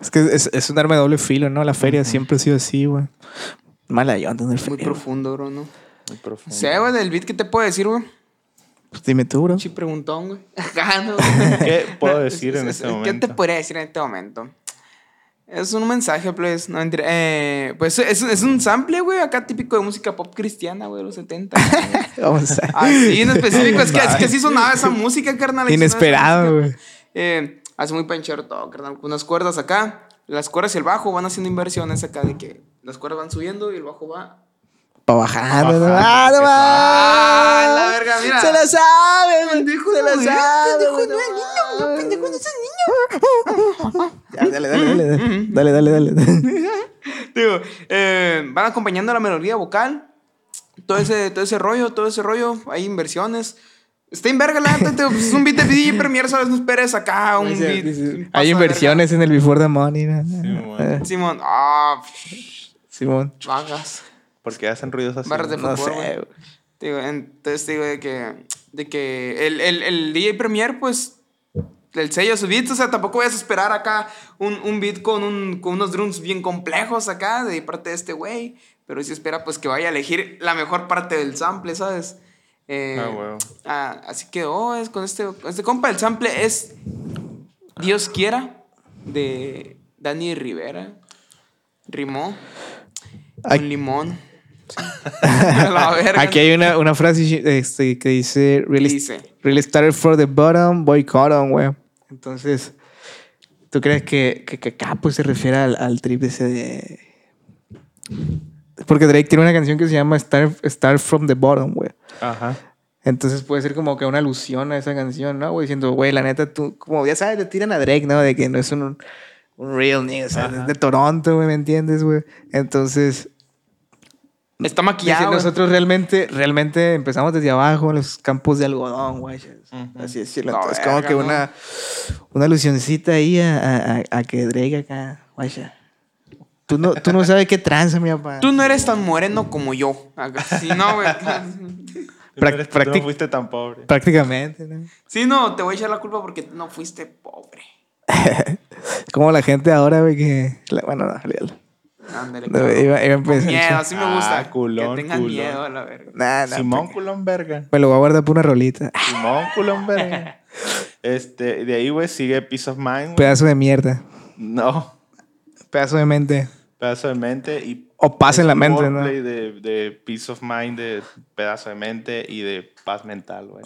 S3: Es que es, es un arma de doble filo, ¿no? La feria siempre ha sido así, güey. Mala yo ando en el
S4: Muy
S3: feria. güey.
S4: profundo, bro, ¿no?
S1: Muy profundo.
S4: Sí, güey, del beat, ¿qué te puedo decir, güey?
S3: Pues dime tú, bro.
S4: Chi preguntón, güey. Ajá, no.
S1: ¿Qué puedo
S4: No,
S1: decir
S4: es-
S1: en
S4: es-
S1: este
S4: ¿Qué
S1: momento?
S4: te podría decir en este momento? Es un mensaje, pues. No mentira. Eh, pues es, es un sample, güey, acá típico de música pop cristiana, güey, de los 70. güey.
S3: Vamos a...
S4: Así en específico. es, que, es que sí sonaba esa música, carnal. ahí sonaba esa
S3: Inesperado,
S4: música.
S3: güey.
S4: Eh, hace muy panchero todo, carnal. con Unas cuerdas acá. Las cuerdas y el bajo van haciendo inversiones acá de que las cuerdas van subiendo y el bajo va
S3: Para bajar, ¿no?
S1: Bajar,
S3: ¡Ah, no
S1: que-
S4: ¡Ah,
S3: mames!
S4: la verga, mira!
S3: ¡Se la sabe, güey!
S4: Pendejo,
S3: ¡Se
S4: no,
S3: la
S4: güey.
S3: sabe!
S4: Pendejo,
S3: güey,
S4: no, niño,
S3: mames.
S4: pendejo, no
S3: Ya, Dale, dale, dale, dale. Dale, dale, dale.
S4: Digo, eh, van acompañando la melodía vocal. Todo ese, todo ese rollo, todo ese rollo. Hay inversiones. Está en verga, la neta. te- pues, Es un beat de DJ Premier, ¿sabes? No esperes acá un
S3: Dice-
S4: beat. un
S3: dice,
S4: paso
S3: Hay
S4: de
S3: inversiones en el Before the Money. ¿no?
S1: Simón.
S3: Eh,
S4: verga. Simón, ah, pff,
S3: Simón.
S4: vagas.
S1: Porque hacen ruidos así.
S4: Barras de
S3: No
S4: fútbol,
S3: sé,
S4: güey.
S3: güey.
S4: Digo, entonces digo de que, de que el, el, el DJ Premier, pues, el sello de sus beats, o sea, tampoco vayas a esperar acá un, un beat con, un, con unos drums bien complejos acá de parte de este güey, pero sí espera pues que vaya a elegir la mejor parte del sample, ¿sabes? Eh,
S1: Ah, huevo.
S4: ah, así que, oh, es con este, con este compa, el sample es Dios quiera de Dani Rivera. Rimó.
S3: Ay.
S4: Un limón. A la verga.
S3: Aquí hay una, una frase este, que dice real,
S4: Dice.
S3: real started for the bottom, boy cotton, güey. Entonces, ¿tú crees que, que, que acá pues, se refiere al, al trip ese de... Porque Drake tiene una canción que se llama Start, Start from the bottom, güey.
S1: Ajá.
S3: Entonces puede ser como que una alusión a esa canción, ¿no? Güey, diciendo, güey, la neta, tú, como ya sabes, te tiran a Drake, ¿no? De que no es un, un real nigga, o sea, es de Toronto, güey, ¿me entiendes, güey? Entonces, Dice,
S4: Está maquillado. güey.
S3: nosotros realmente, realmente empezamos desde abajo en los campos de algodón, güey. Así es,
S4: No,
S3: es como
S4: verga,
S3: que
S4: no.
S3: una, una alusioncita ahí a, a- a- a que Drake acá, güey. Tú no, tú no sabes qué tranza, mi papá.
S4: Tú no eres tan moreno como yo. Si no, güey.
S1: Tú no eres- tú
S3: practic-
S1: no fuiste tan pobre.
S3: Prácticamente, ¿no?
S4: Si no, te voy a echar la culpa porque no fuiste pobre.
S3: Es como la gente ahora, güey, que... la- bueno, no, olvídalo.
S4: Ándale.
S3: No,
S4: cabrón.
S3: iba, iba a
S4: Con
S3: empezar-
S4: miedo, así me
S1: Ah,
S4: gusta.
S1: culón,
S4: que tengan
S1: culón.
S4: miedo a la verga.
S3: Nah, nah,
S1: Simón
S3: pa-
S1: Culón Verga.
S3: Me lo voy a guardar por una rolita.
S1: Simón Culón Verga. Este, de ahí, güey, sigue Peace of Mind, güey.
S3: Pedazo de mierda.
S1: No.
S3: Pedazo de mente.
S1: Pedazo de mente y.
S3: O paz en la mente, ¿no?
S1: Wordplay De, de Peace of Mind, de pedazo de mente y de paz mental, güey.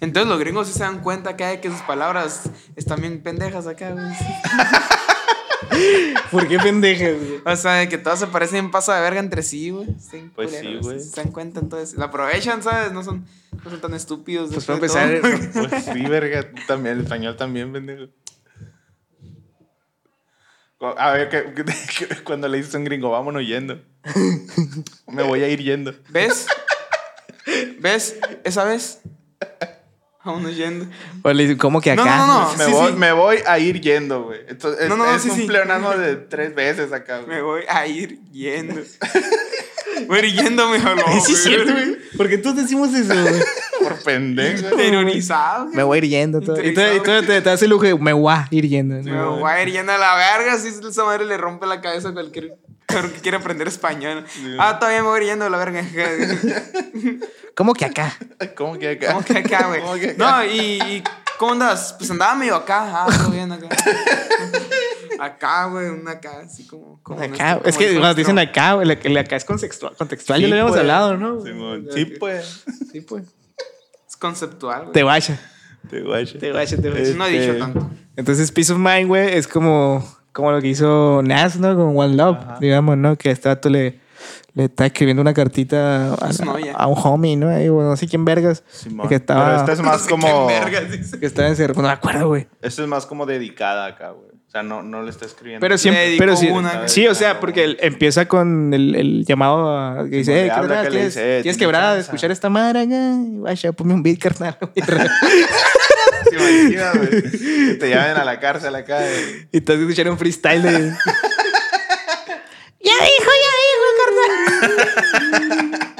S4: Entonces los gringos sí se dan cuenta acá de que sus palabras están bien pendejas acá, güey.
S3: ¿Por qué pendejas, güey?
S4: O sea, de que todas se parecen pasa de verga entre sí, güey. Están
S1: Pues sí,
S4: culeros,
S1: güey.
S4: Se dan cuenta entonces. La aprovechan, ¿sabes? No son, no son tan estúpidos.
S3: Pues para
S4: después de
S3: empezar,
S1: Pues sí, verga. También, el español también, pendejo. Cu- A ver, que, que- cuando le dices a un gringo, vámonos yendo. Me voy a ir yendo.
S4: todo. ¿Ves? ¿Ves? Esa vez. Aún no yendo.
S3: O le dicen, ¿cómo que
S4: No,
S3: acá?
S4: no, no, no.
S1: Me,
S4: Sí,
S1: voy,
S4: sí.
S1: me voy a ir yendo, güey. Entonces,
S4: No, no,
S1: es
S4: no,
S1: es
S4: sí,
S1: un
S4: sí.
S1: pleonasmo de tres veces acá, güey.
S4: Me voy a ir yendo. Voy a ir yendo, me habló.
S3: Sí, es cierto, güey. ¿Por qué todos decimos eso, güey?
S1: Por pendejo.
S4: Terrorizado.
S3: Me voy a ir yendo. todo. Y tú,
S4: Interesado.
S3: y tú te, te das el lujo de me voy a ir yendo. ¿no?
S4: Me voy a ir yendo a la verga. Si esa madre le rompe la cabeza a cualquier cabrón que quiere aprender español. Ah, todavía me voy a ir yendo a la verga.
S3: ¿Cómo que acá?
S1: ¿Cómo que acá?
S4: ¿Cómo que acá, güey?
S1: ¿Cómo que acá?
S4: No, y, y ¿cómo andas? Pues andaba medio acá, ah, todo bien acá. Acá, güey, una acá, así como. como
S3: Acá.
S4: nuestro-
S3: es
S4: como
S3: que
S4: el
S3: cuando dicen
S4: nuestro.
S3: acá, güey, la- la acá es contextual. contextual
S1: Sí,
S3: ya lo habíamos
S1: pues.
S3: hablado, ¿no?
S1: Simón, sí, pues.
S3: Sí, pues.
S4: Es conceptual, güey.
S3: Te vaya.
S1: Te guacho.
S3: Te vaya, te vaya.
S4: No he dicho
S1: Este,
S4: tanto.
S3: Entonces, Peace of Mind, güey, es como, como lo que hizo Nas, ¿no? Con One Love, digamos, ¿no? Que a este vato le, le está escribiendo una cartita a,
S4: A su novia.
S3: a un homie, ¿no? Ahí, güey, no sé quién vergas.
S1: Simón.
S3: Que estaba,
S1: Pero esta es
S4: No
S1: más
S4: sé
S1: como.
S4: qué vergas dice.
S3: que estaba encerrado. No me acuerdo, güey.
S1: Esta es más como dedicada acá, güey. O sea, no, no le está escribiendo.
S3: Pero siempre,
S4: dedicó
S3: pero sí,
S4: una.
S3: sí, o sea, porque él empieza con el, el llamado a, que dice,
S1: le
S3: eh, ¿qué
S1: habla,
S3: onda?
S1: que le
S3: ¿Tienes,
S1: dice, eh,
S3: tienes
S1: tienes
S3: quebrada de
S1: chance".
S3: escuchar esta madre acá? Guacha, ponme un beat, carnal.
S1: ¿Te imaginas, güey? Que Te lleven a la cárcel acá. güey.
S3: y estás escuchando un freestyle de...
S2: Ya dijo, ya dijo, carnal.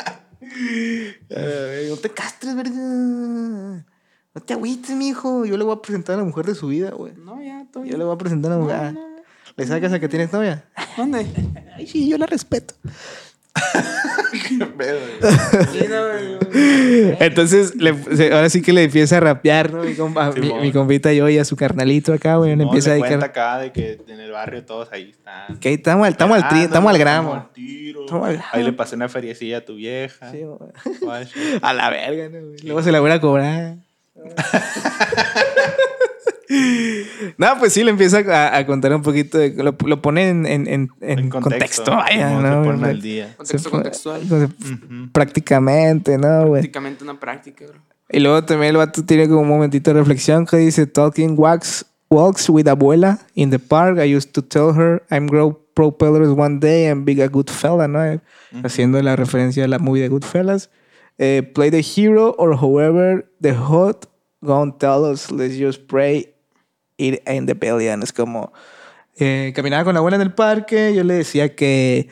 S3: "Ay, no te castres, verga. No te agüites, mijo. Yo le voy a presentar a la mujer de su vida, güey.
S4: No, ya, todo
S3: Yo
S4: bien.
S3: le voy a presentar a la mujer. Ah, ¿Le sacas a que tienes novia?
S4: ¿Dónde?
S3: Ay, sí, yo la respeto.
S1: Qué pedo, güey.
S4: Sí, no, güey.
S3: Entonces, le- se- ahora sí que le empieza a rapear, ¿no? Mi, compa, mi-
S1: Simón.
S3: mi compita yo y a su carnalito acá, güey. le
S1: No,
S3: empieza a
S1: le cuenta
S3: dedicar...
S1: acá de que en el barrio todos ahí están.
S3: Que ahí estamos al, estamos al, tri-
S1: Esperándolo,
S3: estamos al
S1: estamos
S3: gramo.
S1: al tiro.
S3: Estamos al gramo.
S1: Ahí le pasé una feriecilla a tu vieja.
S3: Sí, güey.
S1: Guacho.
S3: a la verga, ¿no? güey? Luego se la voy a cobrar. no, pues sí, le empieza a, a contar un poquito, de- lo, lo pone en, en- en- en
S1: En
S3: contexto, vaya,
S1: Simón,
S3: ¿no?
S1: Se ponen al día.
S4: Contexto
S3: fue-
S4: contextual.
S3: entonces, Prácticamente, ¿no, güey?
S4: Prácticamente una práctica, bro.
S3: Y luego también el vato tiene como un momentito de reflexión que dice, Talking walks, walks with abuela in the park. I used to tell her I'm grow propellers one day and be a good fella, ¿no? Haciendo la referencia a la movie de Goodfellas. Eh, play the hero or whoever the hot gone tell us, let's just pray it ain't the billion. Es como, eh, caminaba con la abuela en el parque, yo le decía que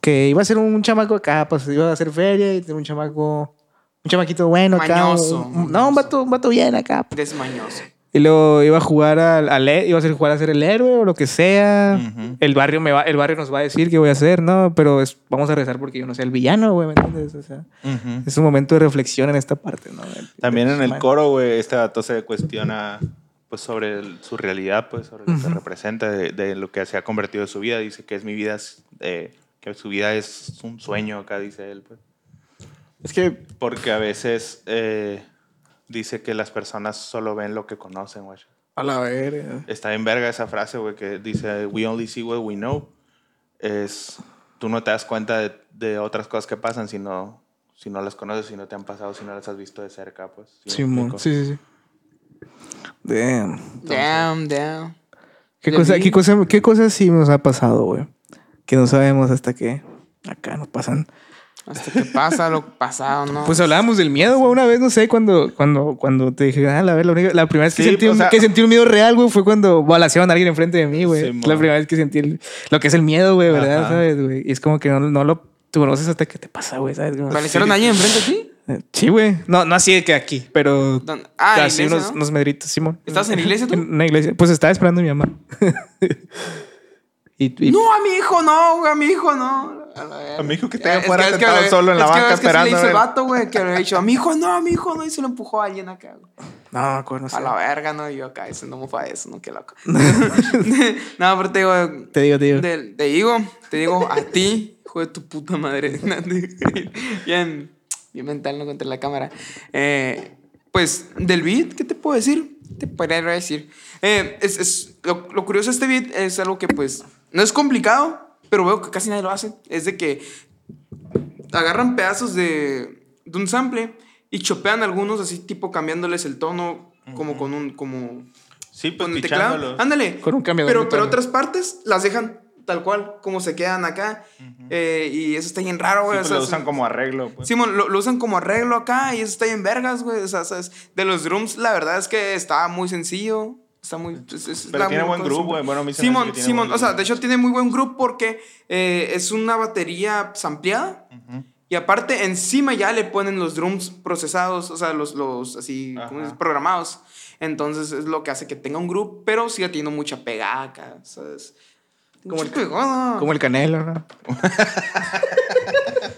S3: que iba a ser un chamaco acá, pues iba a hacer feria y tenía un chamaco, un chamaquito bueno acá.
S4: Mañoso,
S3: un- un- no, un vato, un vato bien acá. pues.
S4: Desmañoso.
S3: Y luego iba a jugar al, al he- iba a ser jugar a ser el héroe o lo que sea. El barrio me va, el barrio nos va a decir qué voy a hacer, ¿no? Pero es- vamos a rezar porque yo no sé el villano, güey, ¿me entiendes? O sea,
S1: Ujú.
S3: es un momento de reflexión en esta parte, ¿no?
S1: También en el
S3: Bueno.
S1: coro, güey, este dato se cuestiona pues sobre el- su realidad, pues sobre lo que representa, de, de lo que se ha convertido en su vida. Dice que es mi vida, es, eh, que su vida es un sueño, acá dice él, pues.
S3: Es que
S1: Porque a veces eh, dice que las personas solo ven lo que conocen, güey.
S3: a la eh. verga.
S1: Está en verga esa frase, güey, que dice, we only see what we know. Es, tú no te das cuenta de, de otras cosas que pasan, sino Si no las conoces, si no te han pasado, si no las has visto de cerca, pues. ¿sí me
S3: Simón.
S1: explico?
S3: Sí, sí, sí. Damn.
S4: Damn, damn.
S3: ¿Qué
S4: Le
S3: cosa,
S4: vi.
S3: qué, cosa, ¿Qué cosas sí nos ha pasado, güey? Que no sabemos hasta que acá nos pasan.
S4: Hasta que pasa lo pasado, ¿no?
S3: Pues hablábamos del miedo, güey. Una vez, no sé, cuando, cuando, cuando te dije, ah, la, ver, la, única- la primera vez que,
S1: Sí, pues,
S3: sentí,
S1: o
S3: un,
S1: sea-
S3: que sentí un miedo real, güey, fue cuando balacearon a alguien enfrente de mí, güey.
S1: Simón.
S3: la primera vez que sentí el- lo que es el miedo, güey, ¿verdad?
S1: Ajá.
S3: ¿Sabes, güey? Y es como que no, no lo tú conoces hasta que te pasa, güey, ¿sabes? Como-
S4: ¿Aparecieron allí enfrente de ti?
S3: Eh, Sí, güey. No, no así de que aquí, pero.
S4: ¿Dónde? Ah, en
S3: así
S4: iglesia,
S3: unos,
S4: ¿no?
S3: unos medritos, Simón.
S4: ¿Estabas en la iglesia tú?
S3: En una iglesia. Pues estaba esperando a mi mamá. y, y-
S4: No, a mi hijo no, güey, a mi hijo no. A, la verga.
S1: A mi hijo que te haya
S4: Es
S1: fuera
S4: es
S1: sentado
S4: le-
S1: solo en la
S4: es que-
S1: banca
S4: es que se le hizo el
S1: esperando,
S4: vato, güey, que le había dicho, a mi hijo no, a mi hijo no, y se lo empujó a alguien acá, güey.
S3: No, me acuerdo, no sé.
S4: A la verga, no, y yo acá, ese no mofa eso, no, qué loco. no, pero te digo,
S3: Te digo, te digo.
S4: Del- te digo, te digo a ti, hijo de tu puta madre. bien, bien mental, no contra la cámara. Eh, pues, del beat, ¿qué te puedo decir? ¿Qué te podría decir? Eh, es, es- lo, lo curioso de este beat es algo que, pues, no es complicado, pero veo que casi nadie lo hace. Es de que agarran pedazos de, de un sample y chopean algunos así, tipo cambiándoles el tono, como con un. Como,
S1: Sí, pues
S4: con el teclado.
S1: pichándolo.
S4: Ándale.
S3: Con un cambiador de
S4: Pero, pero
S3: tono.
S4: otras partes las dejan tal cual, como se quedan acá. Eh, y eso está bien raro,
S1: Sí,
S4: güey.
S1: pues
S4: o sea,
S1: lo usan
S4: se-
S1: como arreglo, pues.
S4: Simón, lo, lo usan como arreglo acá y eso está bien vergas, güey. O sea, sabes, de los drums, la verdad es que está muy sencillo. Está muy. es- es-
S1: Pero
S4: la-
S1: tiene buen
S4: con-
S1: groove, güey. Bueno, a mí se me hace
S4: Simón,
S1: que tiene
S4: Simón.
S1: buen
S4: O sea,
S1: groove.
S4: de hecho tiene muy buen groove porque eh, es una batería sampleada. Y aparte, encima ya le ponen los drums procesados, o sea, los, los así ¿cómo se dice?
S1: Ajá.
S4: programados. Entonces es lo que hace que tenga un groove, pero sigue teniendo mucha pegada acá, ¿sabes?
S3: Como el-
S4: Mucha pegada.
S3: Como el canelo, ¿no?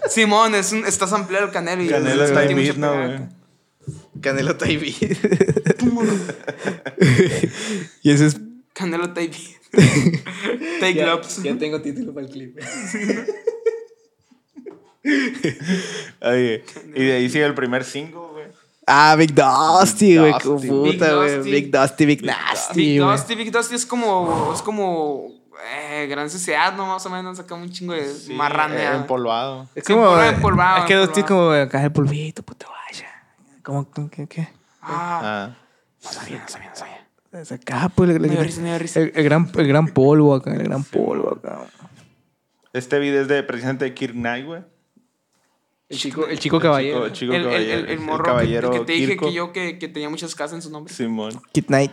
S4: Simón, es un, está ampliado el canelo. Y
S1: Canelo está
S4: tiene
S1: en beat,
S4: mucha
S1: ¿no,
S4: pegada
S1: güey?
S4: acá.
S3: Canelo Taibi. y ese es.
S4: Canelo Tape. Take Lops.
S3: tengo título para el clip.
S4: ah.
S1: Oye, y de ahí sigue el primer single, güey.
S3: Ah, Big Dusty, güey.
S1: Dusty.
S3: qué Puta,
S4: Big
S3: güey.
S4: Dusty.
S3: Big Dusty, Big
S4: Big
S3: Nasty, güey.
S4: Dusty, Big Dusty es como. Es como. eh, gran sociedad, ¿no? Más o menos. Acá un chingo de
S1: Sí, eh,
S4: marraneada.
S1: Empolvado.
S3: Es
S4: Sí,
S3: como. eh,
S4: empolvado, empolvado,
S3: es que Dusty es
S4: empolvado.
S3: como acá el polvito, puta vaya. Como, como que, que.
S4: Ah,
S1: Ah.
S4: no sabía, no sabía, no sabía.
S3: Es acá, pues. el- el-
S4: Me dio risa, me dio risa.
S3: el- el gran, el gran polvo acá, el gran polvo acá.
S1: Este video es de precisamente de Kirk Knight, güey.
S3: El chico, el chico caballero.
S1: el chico
S4: el, el,
S1: caballero.
S4: el, el morro que-
S1: caballero
S4: el que te dije
S1: Kirko.
S4: que yo que, que tenía muchas casas en su nombre.
S1: Simón.
S3: Kid Knight.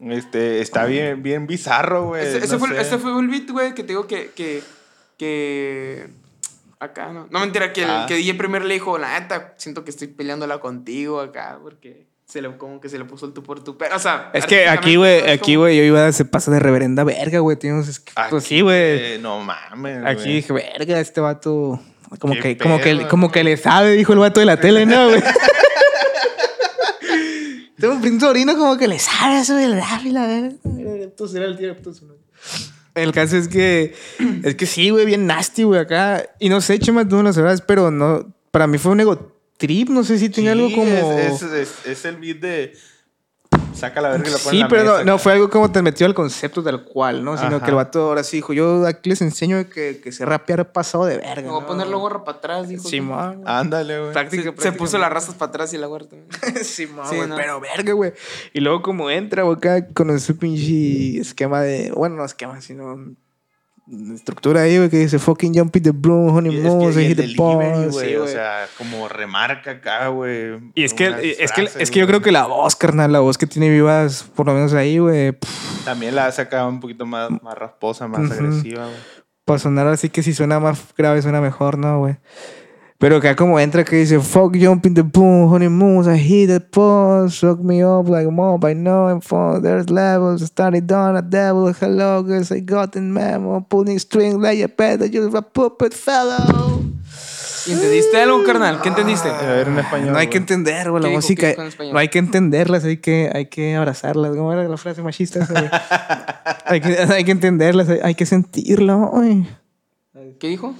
S1: Este, está bien, bien bizarro, güey.
S4: ese, ese
S1: no
S4: fue, el-
S1: sé.
S4: ese fue el beat, güey, que te digo que. que, que acá, no. No mentira, que, el-
S1: Ah.
S4: que DJ primero le dijo, la neta, siento que estoy peleándola contigo acá, porque se le, como que se le puso el tú por tú. Pero, o sea.
S3: Es que aquí, güey,
S4: artísticamente, es
S3: aquí,
S4: como-
S3: güey, yo iba a se pasa de reverenda verga, güey. Teníamos
S1: Aquí,
S3: pues sí, güey.
S1: eh, No mames,
S3: Aquí
S1: güey.
S3: dije, verga, este vato. Como
S1: Qué
S3: que, como que,
S1: pedo,
S3: como que le sabe, dijo el vato de la tele, ¿no, güey? Tengo un primo sobrino como que le sabe eso del rap y la verga. era el tío El caso es que, es que sí, güey, bien nasty, güey, acá. Y no sé, Chema, tú no lo sabrás, pero no, para mí fue un ego trip, no sé si tenía algo
S1: Sí,
S3: como...
S1: Es, es- es- es el beat de. Saca la verga y la pone
S3: Sí,
S1: en la
S3: pero no-
S1: mesa,
S3: no, fue algo como te metió al concepto tal cual, ¿no? Sino
S1: Ajá.
S3: que el vato ahora sí dijo, yo aquí les enseño que, que se rapear pasado de verga.
S4: Me voy a
S3: ¿no? pues
S4: poner la gorra para atrás, dijo.
S3: Simón.
S1: Ándale, güey.
S3: Práctica,
S4: Se, se
S3: práctica.
S4: puso las rastas para atrás y la gorra también.
S3: Simón,
S4: Sí,
S3: güey,
S4: no.
S3: pero verga, güey. Y luego como entra, güey, acá con su pinche esquema de... Bueno, no esquema, sino... Estructura ahí, güey, que dice fucking jump in the broom, honey
S1: Y es
S3: moon,
S1: que- y
S3: I
S1: el
S3: hit the
S1: delivery,
S3: ball",
S1: güey,
S3: sí,
S1: o
S3: güey.
S1: sea, como remarca acá, güey.
S3: Y es que,
S1: unas
S3: es, que,
S1: frases,
S3: es que yo creo
S1: güey.
S3: que la voz, carnal, la voz que tiene vivas, por lo menos ahí, güey, pff,
S1: También la saca un poquito más, más rasposa, más
S3: Ujú.
S1: agresiva, güey.
S3: para sonar así que si suena más grave suena mejor, ¿no, güey? Pero acá como entra que dice Fuck jumping the boom, honey moons, I hit the pause, suck me up like a mob, I know I'm full, there's levels, started on a devil, hello girls, I got in memo, pulling string like a pedal, you're a puppet fellow.
S4: ¿Y entendiste algo, carnal? ¿Qué entendiste?
S1: A ver, en español.
S3: No hay
S1: güey.
S3: que entender, güey, la
S4: ¿Qué dijo? ¿Qué
S3: música,
S4: dijo en español?
S3: no hay que entenderlas, hay que, hay que abrazarlas, ¿cómo era la frase machista? esa, güey? hay, que, hay que entenderlas, hay, hay que sentirlo, güey.
S4: ¿Qué dijo?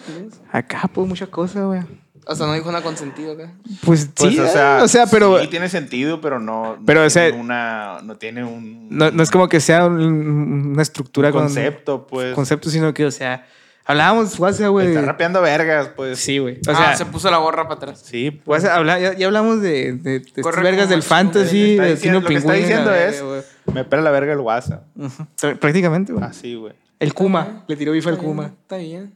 S3: Acá, pues, muchas cosas, güey.
S4: O sea, no dijo nada consentido acá.
S3: Pues,
S1: Pues,
S3: sí, o sea, pero
S1: Sí, tiene sentido, pero no. no
S3: Pero, o
S1: tiene
S3: sea,
S1: Una, no tiene un.
S3: no, no es como que sea un- una estructura con-
S1: concepto, pues.
S3: concepto, sino que, o sea, Hablábamos, WhatsApp, güey.
S1: Está rapeando vergas, pues.
S3: Sí, güey. O
S4: O
S3: sea,
S4: Ah, se puso la gorra para atrás.
S1: Sí, pues.
S3: WhatsApp, habla- ya, ya hablamos de, de, de estas
S4: Corre
S3: vergas
S4: como
S3: del
S4: macho,
S3: fantasy,
S1: Está
S3: de
S1: diciendo-
S3: Tino
S1: lo que está
S3: Pingüino,
S1: diciendo
S3: la
S1: es,
S3: verga, güey.
S1: me pela la verga el WhatsApp.
S3: Ujú. Prácticamente, güey.
S1: Así, güey.
S3: El Kuma. Le tiró bifa al Kuma.
S4: Está bien.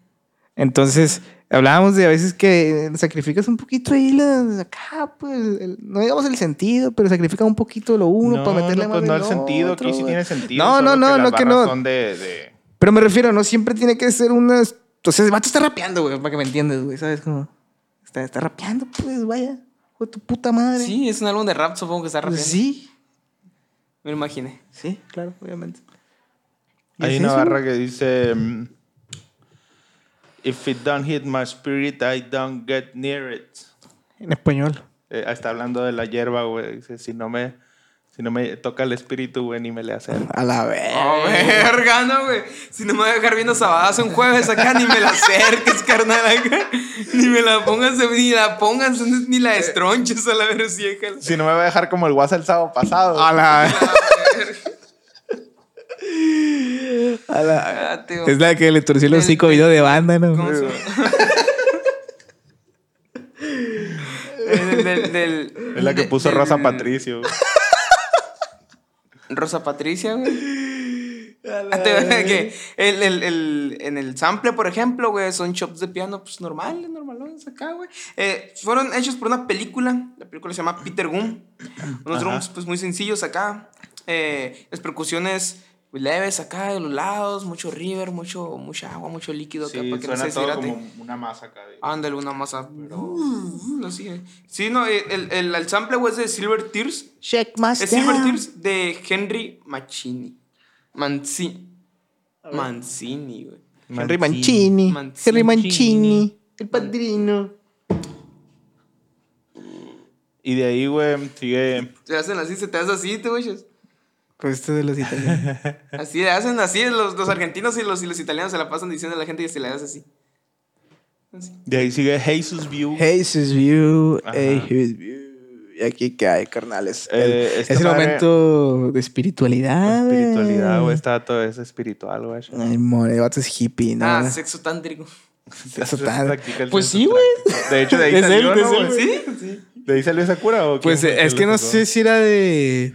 S3: Entonces, hablábamos de a veces que sacrificas un poquito ahí las- acá, pues, el- no digamos el sentido, pero sacrifica un poquito lo uno
S1: no,
S3: para meterle
S1: no,
S3: más
S1: pues no
S3: del
S1: el sentido,
S3: otro,
S1: aquí sí
S3: güey.
S1: tiene sentido.
S3: No, no,
S1: solo
S3: no,
S1: que
S3: no
S1: las
S3: que
S1: barras
S3: no.
S1: Son de, de-
S3: Pero me refiero, no siempre tiene que ser unas. Entonces, el vato está rapeando, güey, para que me entiendas, güey, ¿sabes? Como, está, está rapeando, pues, vaya, hijo de tu puta madre.
S4: Sí, es un álbum de rap, supongo que está
S3: Pues,
S4: rapeando.
S3: sí,
S4: Me lo imaginé.
S3: sí, claro, obviamente. ¿Y
S1: Hay
S3: es
S1: una
S3: eso,
S1: barra
S3: güey?
S1: que dice... mm, If it don't hit my spirit, I don't get near it.
S3: En español.
S1: Eh, está hablando de la hierba, güey. Dice, si no me... Si no me toca el espíritu, güey, ni me le hace.
S3: A la vez.
S4: Oh, verga, no, güey. Si no me voy a dejar viendo sabadas un jueves acá, ni me la acerques, carnal, acá. Ni me la pongas, ni la pongas, ni la estronches a la verga, sí, déjala.
S1: Si no me va a dejar como el WhatsApp el sábado pasado.
S3: A la, a la
S4: Ah, tío.
S3: Es la que le torció el hocico video de banda, ¿no?
S4: ¿Cómo se llama? Del- del- del-
S1: Es la que puso
S4: del-
S1: Rosa Patricio. güey.
S4: Rosa Patricia, güey. Ah, te- que el, el, el- en el sample, por ejemplo, güey, son chops de piano, pues normales, normalones acá, güey. Eh, fueron hechos por una película, la película se llama Peter Goom. Unos drums, pues muy sencillos acá. Eh, las percusiones pues, leves acá de los lados, mucho river, mucho, mucha agua, mucho líquido acá
S1: Sí,
S4: para que no
S1: suena
S4: se
S1: todo
S4: deshidrate.
S1: como una masa acá. güey.
S3: Ah,
S4: Ándale, una masa. Así es. Sí, no, eh, el, el, el sample, güey, es de Silver Tears.
S2: Check my
S4: Es Silver Tears de Henry Mancini. Mancini. Mancini, güey.
S3: Henry Mancini.
S4: Mancini.
S3: Henry Mancini. El padrino.
S1: Y de ahí, güey, sigue...
S4: Te hacen así, se te hace así, te güeyes.
S3: Pues esto de los italianos.
S4: Así le hacen así, los, los argentinos y los, y los italianos se la pasan diciendo a la gente que se le hace así.
S1: De ahí sigue Jesus View.
S3: Jesus View.
S1: Ajá.
S3: hey, Jesus View. Y aquí que hay, carnales. El-
S1: Eh,
S3: es
S1: esta
S3: el
S1: madre-
S3: momento de espiritualidad. güey.
S1: Espiritualidad, güey. Está todo eso espiritual, güey.
S3: Ay, more, el vato es hippie, ¿no?
S4: Ah, sexo tántrico.
S3: Eso está-
S1: Practica el
S3: Pues
S1: sexo
S3: sí, güey.
S1: tántrico. De hecho, de ahí
S3: Es
S1: salió,
S3: él,
S1: ¿no,
S3: es él,
S1: güey?
S4: ¿Sí? Sí.
S1: ¿De ahí salió esa cura o
S3: Pues
S1: quién fue
S3: eh, es que
S1: lo
S3: no
S1: sacó?
S3: sé si era de.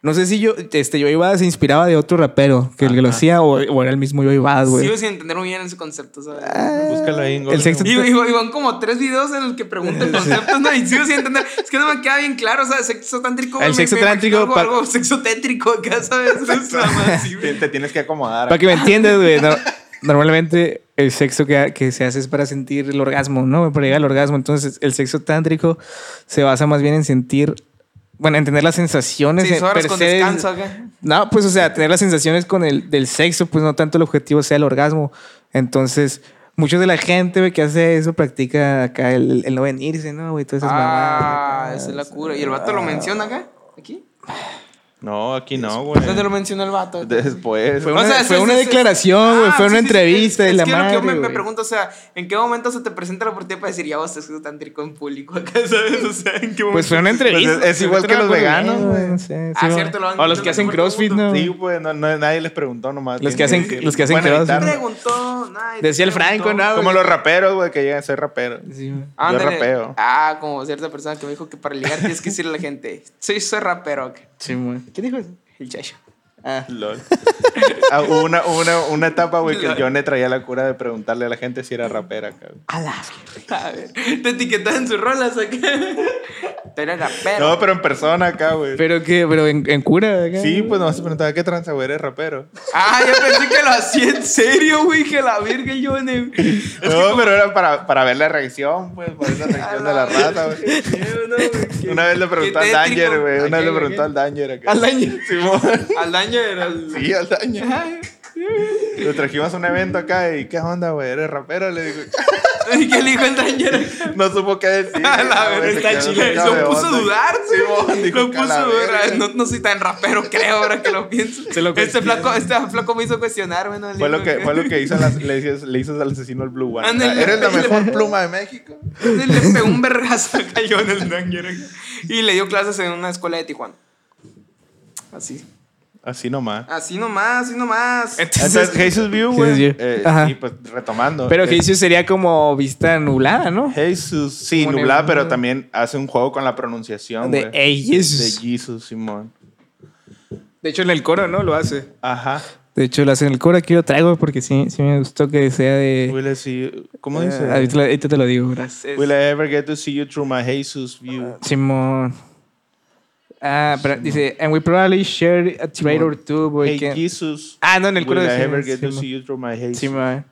S3: No sé si yo, este, yo iba, se inspiraba de otro rapero que el que lo
S1: Ajá.
S3: hacía o, o era el mismo yo iba, Ah, güey. Ah,
S4: Sigo sin entender muy bien ese concepto, ¿sabes?
S1: Búscalo ahí en Google.
S3: El sexto
S4: Y, y- y van como tres videos en los que preguntan conceptos, ¿no? Y sigo sin entender. Es que no me queda bien claro, o sea, sexo tántrico.
S3: El
S4: me-
S3: sexo
S4: me imagino
S3: tántrico
S4: Algo,
S3: pa-
S4: algo sexo tétrico acá, ¿sabes? Es una mamá así,
S1: Te,
S4: güey.
S1: te tienes que acomodar.
S3: Para que me entiendas, güey. no- normalmente el sexo que, que se hace es para sentir el orgasmo, ¿no? Para llegar al orgasmo. Entonces, el sexo tántrico se basa más bien en sentir, bueno, en tener las sensaciones.
S4: Seis
S3: eh,
S4: horas
S3: per
S4: con
S3: se.
S4: descanso acá.
S3: No, pues, o sea, tener las sensaciones con el del sexo, pues no tanto el objetivo sea el orgasmo. Entonces, mucha de la gente güey, que hace eso practica acá el, el no venirse, ¿no? Güey, todas esas
S4: Ah,
S3: mamadas, Ah.
S4: esa es la cura. ¿Y el vato lo menciona acá? ¿Aquí?
S1: No, aquí no,
S3: Pues,
S1: güey.
S4: ¿Dónde lo menciona el vato?
S1: Después.
S3: Fue
S4: O
S3: una,
S4: sea,
S3: fue
S4: sí,
S3: una
S4: sí, sí.
S3: declaración, güey,
S4: Ah,
S3: fue
S4: sí,
S3: una
S4: sí, sí.
S3: entrevista
S4: Es-
S3: de la
S4: es que lo que yo me,
S3: madre,
S4: me
S3: güey.
S4: pregunto, o sea, ¿en qué momento se te presenta la oportunidad para decir, ya vos estás tántrico en público acá, ¿sabes? O sea, ¿en qué momento?
S3: Pues fue una entrevista.
S1: Pues es- es igual que los veganos, güey.
S3: No sé,
S4: Ah,
S3: sí,
S4: cierto, lo
S3: güey.
S4: han-
S3: O los que hacen crossfit, ¿no?
S1: Sí, güey. No, no- nadie les preguntó nomás.
S3: Los que
S1: Tienen
S3: hacen-
S1: decir.
S3: los que hacen
S1: Pueden
S3: crossfit.
S1: evitarlo.
S4: preguntó? Nadie
S3: Decía el
S4: preguntó.
S3: Franco, ¿no?
S1: Como los raperos, güey, que llegan a ser raperos.
S3: Sí, güey.
S4: Ándale.
S1: rapeo.
S4: Ah, como cierta persona que me dijo que para ligar tienes que decirle a la gente, sí, soy rapero.
S3: Sí, güey. ¿Qué dijo eso?
S4: El chacho.
S1: Lol. Ah, hubo una, hubo una, una etapa, güey, que el John le traía la cura de preguntarle a la gente si era rapera, cabrón.
S4: A ver, te etiquetaban sus rolas acá. Tú eres rapero.
S1: No, pero en persona acá, güey.
S3: Pero que, pero en, en cura. acá.
S1: Sí, pues nomás se preguntaba, ¿qué tranza, güey? ¿Eres rapero?
S4: Ah, yo pensé que lo hacía en serio, güey, que la verga yo en el...
S1: No, pero era para, para ver la reacción, pues, para ver la reacción de la
S4: Ah,
S1: raza, güey. Una vez le preguntó al Danger, güey. Una vez le preguntó al Danger acá.
S3: Al daño.
S1: Simón.
S4: Al Danger, al...
S1: Sí, al Danger. Lo trajimos a un evento acá y, ¿qué onda, güey? ¿Eres rapero? Le digo,
S4: ¿Y qué le dijo el Danger?
S1: no supo qué decir.
S4: A la
S1: güey,
S4: verga,
S1: se
S4: está
S1: quedó
S4: chile.
S1: sacado de
S4: Lo puso a
S1: onda.
S4: dudar,
S1: Simón,
S4: güey.
S1: dijo,
S4: Lo puso
S1: "Cala
S4: a dudar.
S1: verga".
S4: No, no soy tan rapero, creo, ahora que lo pienso.
S3: Se lo
S4: este,
S3: cuestiona.
S4: flaco, este flaco me hizo cuestionarme, ¿no? Le
S1: Fue lo
S4: dijo
S1: que, fue lo que hizo las- le, hizo- le hizo al asesino al Blue One.
S4: Ándale.
S1: Eres la mejor pluma de México.
S4: Le pegó un vergazo cayó en el Danger. Y le dio clases en una escuela de Tijuana. Así.
S1: Así nomás.
S3: Ah.
S4: Así nomás, así nomás.
S1: Entonces, Jesus View,
S3: Jesus
S1: güey.
S3: View.
S1: eh,
S3: Ajá.
S1: sí, pues retomando.
S3: Pero
S1: eh,
S3: Jesus sería como vista nublada, ¿no?
S1: Jesus, sí,
S3: Como
S1: nublada,
S3: neblina.
S1: pero también hace un juego con la pronunciación,
S3: De
S1: güey.
S3: "Hey, Jesus".
S1: De Jesus, Simón.
S3: De hecho, en el coro, ¿no? Lo hace.
S1: Ajá.
S3: De hecho, lo hace en el coro. Aquí lo traigo porque sí, sí me gustó que sea de...
S1: Will I see you- ¿Cómo dice?
S3: Eh, ahorita, ahorita te lo digo, gracias. Eh,
S1: Will I ever get to see you through my Jesus view?
S3: Simón. Ah, pero dice, and we probably shared a trade or two, boy.
S1: Hey
S3: can-"
S1: Jesus.
S3: Ah, no, en el
S1: Will
S3: coro
S1: I
S3: de
S1: ever get to
S3: Simón.
S1: see you through my Jesus?
S3: Simón.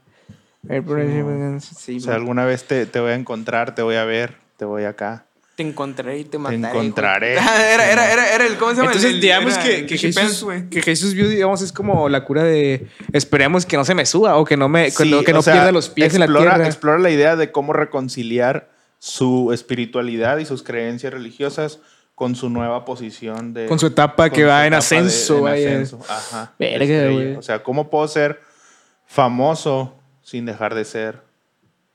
S3: Ay, por ahí, Simón.
S4: Sí,
S1: O sea, alguna vez te, te voy a encontrar, te voy a ver, te voy acá.
S4: Te encontraré y te mataré. hijo de-
S1: encontraré.
S4: era, era, era, era el. ¿Cómo se llama? El-
S3: Entonces,
S4: el-
S3: digamos
S4: era
S3: que,
S4: el
S3: que,
S4: Chipens,
S3: Jesús,
S4: güey.
S3: que Jesús View, digamos, es como la cura de esperemos que no se me suba o que no, me, que
S1: Sí,
S3: no, Eh, que
S1: o
S3: no
S1: sea,
S3: pierda los pies en la
S1: explora-
S3: tierra.
S1: Explora la idea de cómo reconciliar su espiritualidad y sus creencias religiosas con su nueva posición de...
S3: Con su etapa que
S1: con
S3: va
S1: su
S3: en
S1: etapa
S3: ascenso,
S1: de- en
S3: vaya.
S1: ascenso, Ajá.
S3: Verga,
S1: Estrella.
S3: güey.
S1: O sea, ¿cómo puedo ser famoso sin dejar de ser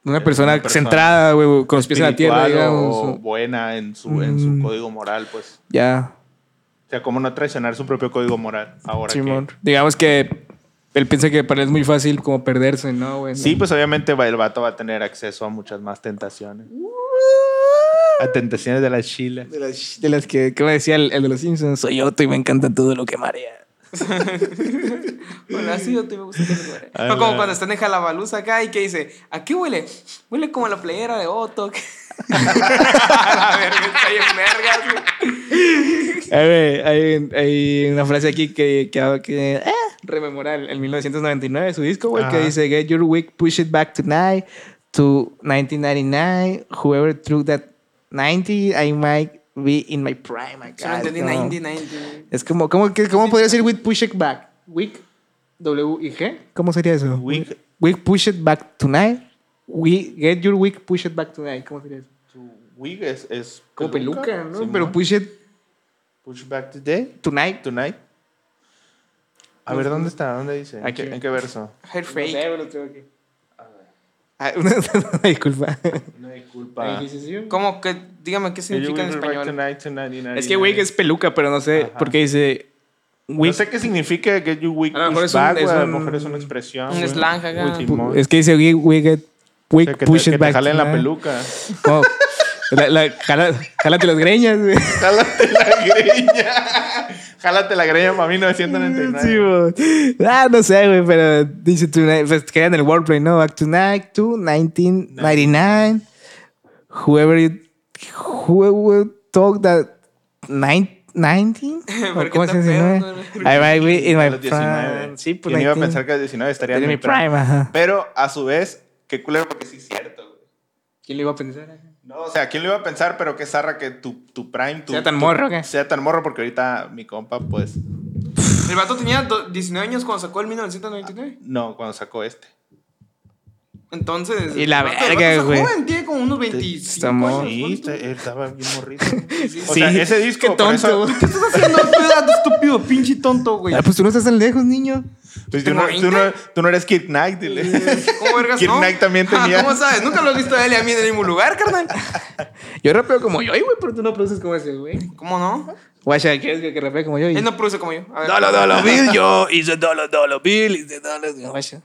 S3: Una persona,
S1: Una persona
S3: centrada, güey, con los pies en la tierra,
S1: espiritual
S3: digamos.
S1: o
S3: o-
S1: buena en su, en su
S3: Mm.
S1: código moral, pues.
S3: Ya,
S1: O sea, cómo no traicionar su propio código moral ahora
S3: Simón.
S1: que...
S3: Digamos que él piensa que para él es muy fácil como perderse, ¿no, güey?
S1: Sí, pues obviamente va- el vato va a tener acceso a muchas más tentaciones. A tentaciones de la chila.
S3: De las, de las que, ¿qué me decía el, el de los Simpsons? Soy Otto y me encanta todo lo que marea.
S4: Bueno, así yo te me gusta que me muere.
S1: A
S3: Ah,
S4: O como
S1: la-
S4: cuando están en Jalabaluz acá y que dice, ¿a qué huele? Huele como a la playera de Otto. a la verga, está bien vergas, güey.
S3: A ver, hay, hay una frase aquí que, que, hago que eh, rememora el, el 1999, su disco, güey, que
S1: Ajá.
S3: dice, Get your week, push it back tonight to 1999. Whoever threw that 90, I might be in my prime. acá.
S4: Yo
S3: Es
S4: no entendí
S3: como-
S4: 9090, güey.
S3: Es como, ¿cómo, que- cómo podría ser with push it back? Week, W y G. ¿Cómo sería eso?
S1: Week.
S3: Week push it back tonight. We get your week, push it back tonight. ¿Cómo sería eso?
S1: Tu wig es, es
S3: Como peluca, ¿no?
S1: Simón.
S3: Pero push it
S1: push back today,
S3: tonight.
S1: tonight. A ver, ¿dónde está? ¿Dónde dice? ¿En
S3: Aquí.
S1: qué, en qué verso?
S4: Hair fake.
S3: Ah, una, una disculpa.
S1: No disculpa.
S4: ¿Cómo que? Dígame qué significa en español.
S3: Es que wig es peluca, pero no sé
S1: Ajá.
S3: por qué dice
S1: No
S3: wig.
S1: sé qué significa get your wig
S3: A lo mejor
S1: push
S3: es un-
S1: back,
S3: es
S1: güey, a lo
S3: un-
S1: mejor es una expresión.
S4: un
S1: güey.
S4: slang acá.
S1: Uy, Simón.
S3: Es que dice wig, wig, get-
S1: O
S3: wig
S1: sea, que
S3: push
S1: te,
S3: it
S1: que te
S3: back.
S1: jalen la
S3: tonight.
S1: peluca.
S3: Oh, la, la, jala- jálate las greñas, güey.
S1: Jálate la greña. Jálate la greña para 1999.
S3: Sí, bo. ah, no sé, güey, pero dice tonight, pues queda en el wordplay, ¿no? Back tonight to 1999. Whoever, you- whoever talk that nine- 19? ¿O
S4: ¿Por qué
S3: ¿Cómo se Ah.
S4: tan
S3: dice?
S4: pedo,
S3: ¿no?
S4: güey?
S3: Ahí va, güey, in
S1: A
S3: my
S1: los 19.
S3: prime. Sí, pues
S1: ¿Quién iba a
S3: 19.
S1: pensar que a los 19 estaría
S3: Estaría
S1: en mi prime?
S3: ajá.
S1: Pero a su vez, qué culero porque sí es cierto, güey.
S3: ¿Quién le iba a pensar?
S1: No, o sea, ¿quién lo iba a pensar? Pero qué zarra que tu, tu prime tu,
S3: Sea tan
S1: tu-
S3: morro, eh. ¿qué?
S1: sea tan morro, porque ahorita mi compa, pues,
S4: El vato tenía do- 19 años cuando sacó el 1999.
S1: no, cuando sacó este.
S4: Entonces.
S3: Y la
S4: el vato- el vato
S3: verga,
S4: está
S3: güey.
S4: joven, tiene como unos 25
S3: Está eh,
S4: años.
S3: morro.
S1: Sí,
S4: ¿cuánto?
S1: está- él estaba bien morrito. O
S3: Sí,
S1: sea, ese disco,
S3: qué
S1: por
S3: tonto.
S1: eso-
S4: ¿Qué estás haciendo, pedazo estúpido, pinche tonto, güey?
S3: Ah, pues tú no estás tan lejos, niño.
S1: pues, tú, no,
S4: ¿Tengo
S1: tú,
S4: 20?
S1: no- tú no eres Kid Knight, dile.
S4: ¿Cómo vergas
S1: Kid
S4: no?
S1: Knight también
S4: Ah,
S1: tenía.
S4: ¿Cómo sabes? Nunca lo he visto a él y a mí en el mismo lugar, carnal.
S3: Yo rapeo como yo, güey, pero tú no produces como ese, güey.
S4: ¿Cómo no?
S3: Guacha, ¿quieres que que rapee como yo? Y...
S4: Él no produce como yo. A ver,
S3: Dolo, dolo, Bill, yo hice dolo, dolo, Bill, hice dolo, dolo. Guacha.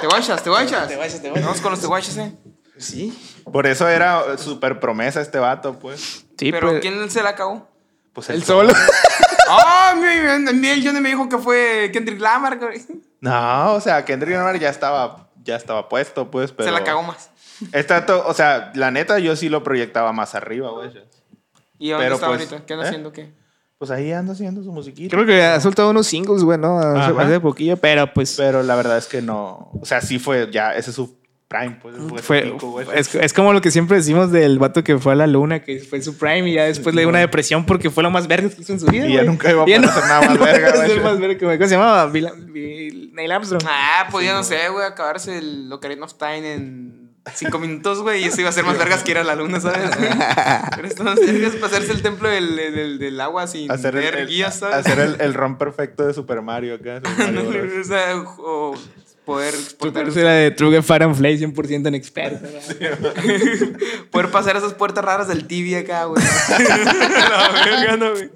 S4: te guachas, te guachas.
S3: Te guachas, te guachas.
S4: Vamos con los te guachas, eh.
S3: Sí.
S1: Por eso era súper promesa este vato, pues.
S3: Sí,
S4: Pero
S3: pues,
S4: ¿quién se la cagó?
S1: Pues
S3: El solo.
S4: ¡Ah! mi, mi, mi- el Johnny me dijo que fue Kendrick Lamar, güey.
S1: No, o sea, Kendrick Lamar ya estaba, ya estaba puesto, pues, pero...
S4: Se la cagó más.
S1: Este vato, o sea, la neta, yo sí lo proyectaba más arriba, güey.
S4: ¿Y dónde
S1: Pero
S4: está
S1: pues,
S4: ahorita? ¿Qué anda
S1: ¿eh?
S4: haciendo? ¿Qué?
S1: Pues ahí anda haciendo su musiquita.
S3: Creo que ha soltado unos singles, güey, ¿no? Hace,
S1: Ajá.
S3: hace poquillo, pero pues.
S1: Pero la verdad es que no. O sea, sí fue ya. Ese es su prime, pues. Fue, su
S3: fue,
S1: pico, güey.
S3: es, es como lo que siempre decimos del vato que fue a la luna, que fue su prime y ya después le dio una depresión porque fue lo más verga que hizo en su vida.
S1: Y ya
S3: güey.
S1: nunca iba a
S3: Y ya
S1: poder hacer nada más
S3: nunca
S1: verga,
S3: iba a
S1: güey.
S3: hacer más verga, güey. ¿Cómo se llamaba? Bill- Bill- Neil Armstrong.
S4: Ah, pues ya no sé, güey, acabarse el Ocarina of Time en cinco minutos, güey, y eso iba a ser más vergas que ir a la luna, ¿sabes? Pero esto no vergas para hacerse el templo del, del, del agua sin
S1: hacer el,
S4: ver
S1: el-
S4: guías, ¿sabes?
S1: hacer el, el ron perfecto de Super Mario acá. Super Mario Bros.
S4: o sea, o poder,
S3: Tu
S4: exportar-
S3: tercera de True Get Fire and Flame 100% en experto.
S4: poder pasar esas puertas raras del tibia acá, güey. La verga, no, güey.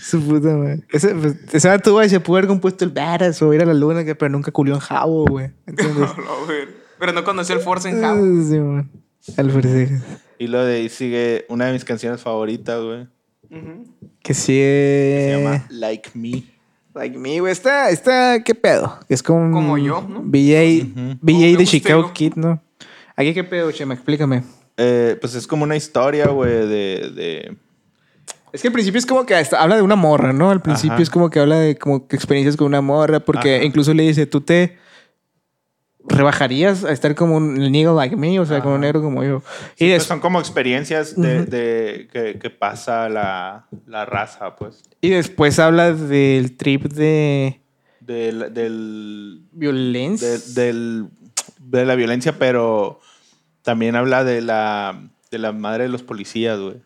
S3: Su puta madre. Ese, pues, ese vato, güey, se pudo haber compuesto el Varas o ir a la luna, que- pero nunca culió en Jabo, güey. ¿Entiendes?
S4: No, güey. Pero no conoció el Force en Java.
S3: Sí, man. Alfred Cejas.
S1: Y lo de ahí sigue una de mis canciones favoritas, güey.
S3: Que sí.
S1: Se
S3: eh,
S1: llama Like Me.
S3: Like me, güey. Está, está, ¿qué pedo? Es como.
S4: Como yo, ¿no?
S3: BJ,
S4: Como me
S3: BJ de
S4: gusta
S3: Chicago
S4: yo.
S3: Kid, ¿no? Aquí, ¿qué pedo, Chema? Explícame.
S1: Eh, pues es como una historia, güey, de, de...
S3: Es que al principio es como que hasta habla de una morra, ¿no? Al principio
S1: Ajá.
S3: es como que habla de como que experiencias con una morra, porque
S1: Ajá.
S3: incluso le dice, tú te rebajarías a estar como un negro like me, o sea, como un negro como yo. y
S1: pues
S3: des-
S1: son como experiencias de, de- que, que pasa la, la raza, pues.
S3: y después habla del trip de
S1: Del, del,
S3: violencia.
S1: de, del- de la violencia, pero también habla de la, de la madre de los policías, güey.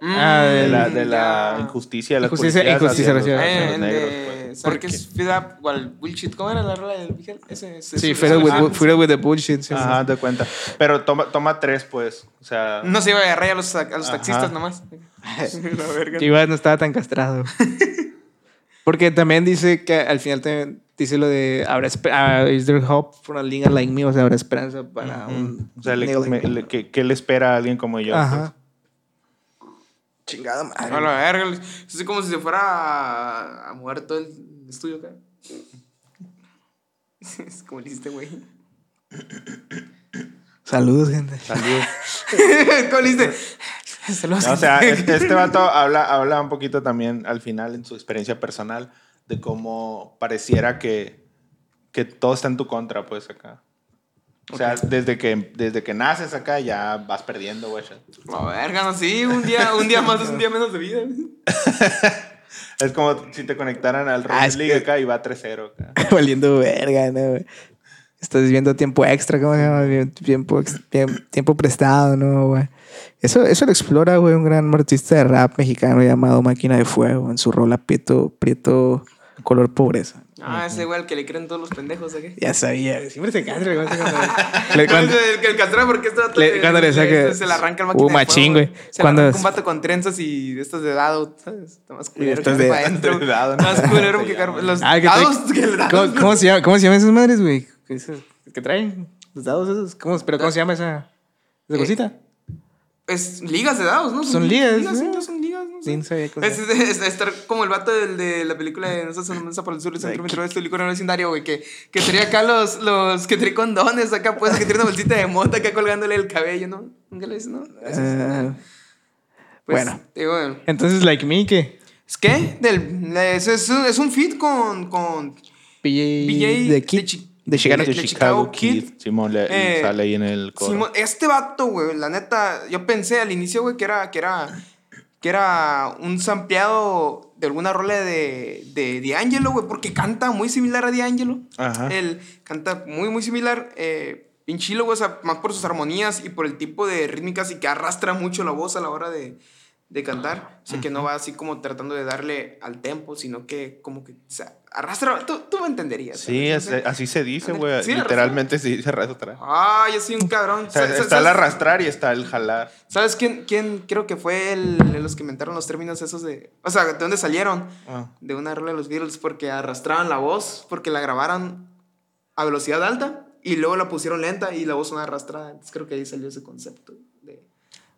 S3: Ah,
S1: De la,
S4: Mm,
S1: de la
S4: ya.
S1: injusticia de los
S3: Injusticia-
S1: policías.
S3: injusticia
S1: hacia los-
S3: racial.
S1: hacia
S4: Eh,
S1: los
S4: el
S1: negros,
S4: de-
S1: pues.
S4: ¿Sabes qué es Feed Up? Well, Bullshit. ¿Cómo era la rola del Miguel? Ese, ese-
S3: Sí,
S4: ese-
S3: Fed Up with,
S4: ah,
S3: Fed Up with the bullshit. sí,
S1: Ajá, te cuenta. Pero toma, toma tres, pues. O sea,
S4: No se iba a agarrar a los, a los
S1: Ajá.
S4: taxistas nomás. la verga.
S3: Que igual no estaba tan castrado. Porque también dice que al final también dice lo de habrá espe- ah, is there hope for a liga like me, o sea, habrá esperanza para un
S1: o sea le-
S3: nigga like
S1: me-
S3: me.
S1: le- ¿qué, qué le espera a alguien como yo? pues?
S3: Ajá.
S4: Chingada madre. A la verga. Es así como si se fuera a, a mover todo el estudio acá. Es como le hiciste, güey.
S3: Saludos, gente.
S1: pues. Saludos.
S4: ¿Cómo le hiciste? Saludos.
S1: No, o sea, este, este vato habla, habla un poquito también al final en su experiencia personal de cómo pareciera que, que todo está en tu contra, pues, acá. O sea, desde, que, desde que naces acá ya vas perdiendo, güey.
S4: La verga, no, sí. Un día, un día más es un día menos de vida. güey.
S1: Es como si te conectaran al
S4: Ah,
S1: Rocket
S3: es que-
S1: League acá y va 3-0 acá.
S3: Valiendo verga, ¿no? güey? Estás viendo tiempo extra, ¿cómo se llama? Bien- Tiempo, ex- bien- tiempo prestado, ¿no, güey? Eso, eso lo explora, güey, un gran artista de rap mexicano llamado Máquina de Fuego en su rola Prieto, Prieto Color Pobreza.
S4: Ah, ese güey al que le creen todos los pendejos, ¿a qué?
S3: Ya sabía, siempre se cansa. güey, se cansa.
S4: Le,
S3: Le- cuando-
S4: el, el castrado porque este esto
S3: Le- cuando le saque-
S4: este, se le arranca el máquina
S3: Uh,
S4: de
S3: machín,
S4: fuego,
S3: güey.
S4: Se
S3: Cuando-
S4: le arranca un vato con trenzas y de estas de dado, ¿sabes? Está más culero
S3: estas
S4: que
S3: de-
S4: para adentro.
S1: de dado, ¿no?
S4: Más culero
S1: Se
S4: que
S1: llama.
S4: car- los
S3: Ah, que trae-
S4: dados que le dan.
S3: ¿Cómo, cómo se llama, ¿Cómo se llaman esas madres, güey? ¿Qué esos- ¿Qué traen? ¿Los dados esos? ¿Cómo, ¿Pero cómo se llama esa, esa
S4: Eh,
S3: cosita?
S4: Es ligas de dados, ¿no?
S3: Son ligas,
S4: sí,
S3: ¿eh?
S4: son ligas, ¿no?
S3: Sí, pues, no sabía cómo
S4: Es, es- es estar como el vato del, de la película de No se mesa por el sur, el centro metro del licor en el vecindario, güey, que, que tenía acá los, los que trae condones acá, pues, que tiene una bolsita de mota acá colgándole el cabello, ¿no? Nunca le dices, ¿no? Eso es-
S3: Ah,
S4: pues,
S3: bueno.
S4: Digo,
S3: entonces, like me, ¿qué?
S4: ¿Es qué? Del, es, es, un- es un fit con. con
S3: PJ,
S4: BJ
S3: de, Kid-
S4: de Chi-
S3: de Chicago.
S1: De
S4: de
S1: Chicago
S4: Chicago
S1: Kid.
S4: Kid.
S1: Simón le,
S4: Eh,
S1: sale ahí en el coro.
S4: Simón, este vato, güey, la neta, yo pensé al inicio, güey, que era, que era, que era un sampleado de alguna rola de, de D'Angelo, güey, porque canta muy similar a D'Angelo.
S1: Ajá.
S4: Él canta muy, muy similar. Eh, Pinchilo, güey, o sea, más por sus armonías y por el tipo de rítmicas y que arrastra mucho la voz a la hora de, de cantar. O sea, que no va así como tratando de darle al tempo, sino que como que o sea, arrastra. Tú, tú me entenderías.
S1: Sí,
S4: ¿sabes?
S1: es-
S4: No sé.
S1: así se dice,
S4: Ándale.
S1: güey.
S4: Sí,
S1: Literalmente se dice arrastrar.
S4: Ah, yo soy un cabrón.
S1: O sea,
S4: Sa- sa-
S1: está el
S4: ¿sabes-
S1: arrastrar y está el jalar.
S4: ¿Sabes quién, quién creo que fue el, de los que inventaron los términos esos de... O sea, ¿de dónde salieron?
S1: Ah.
S4: De una rola de los Beatles porque arrastraban la voz, porque la grabaron a velocidad alta y luego la pusieron lenta y la voz sonaba arrastrada. Entonces creo que ahí salió ese concepto de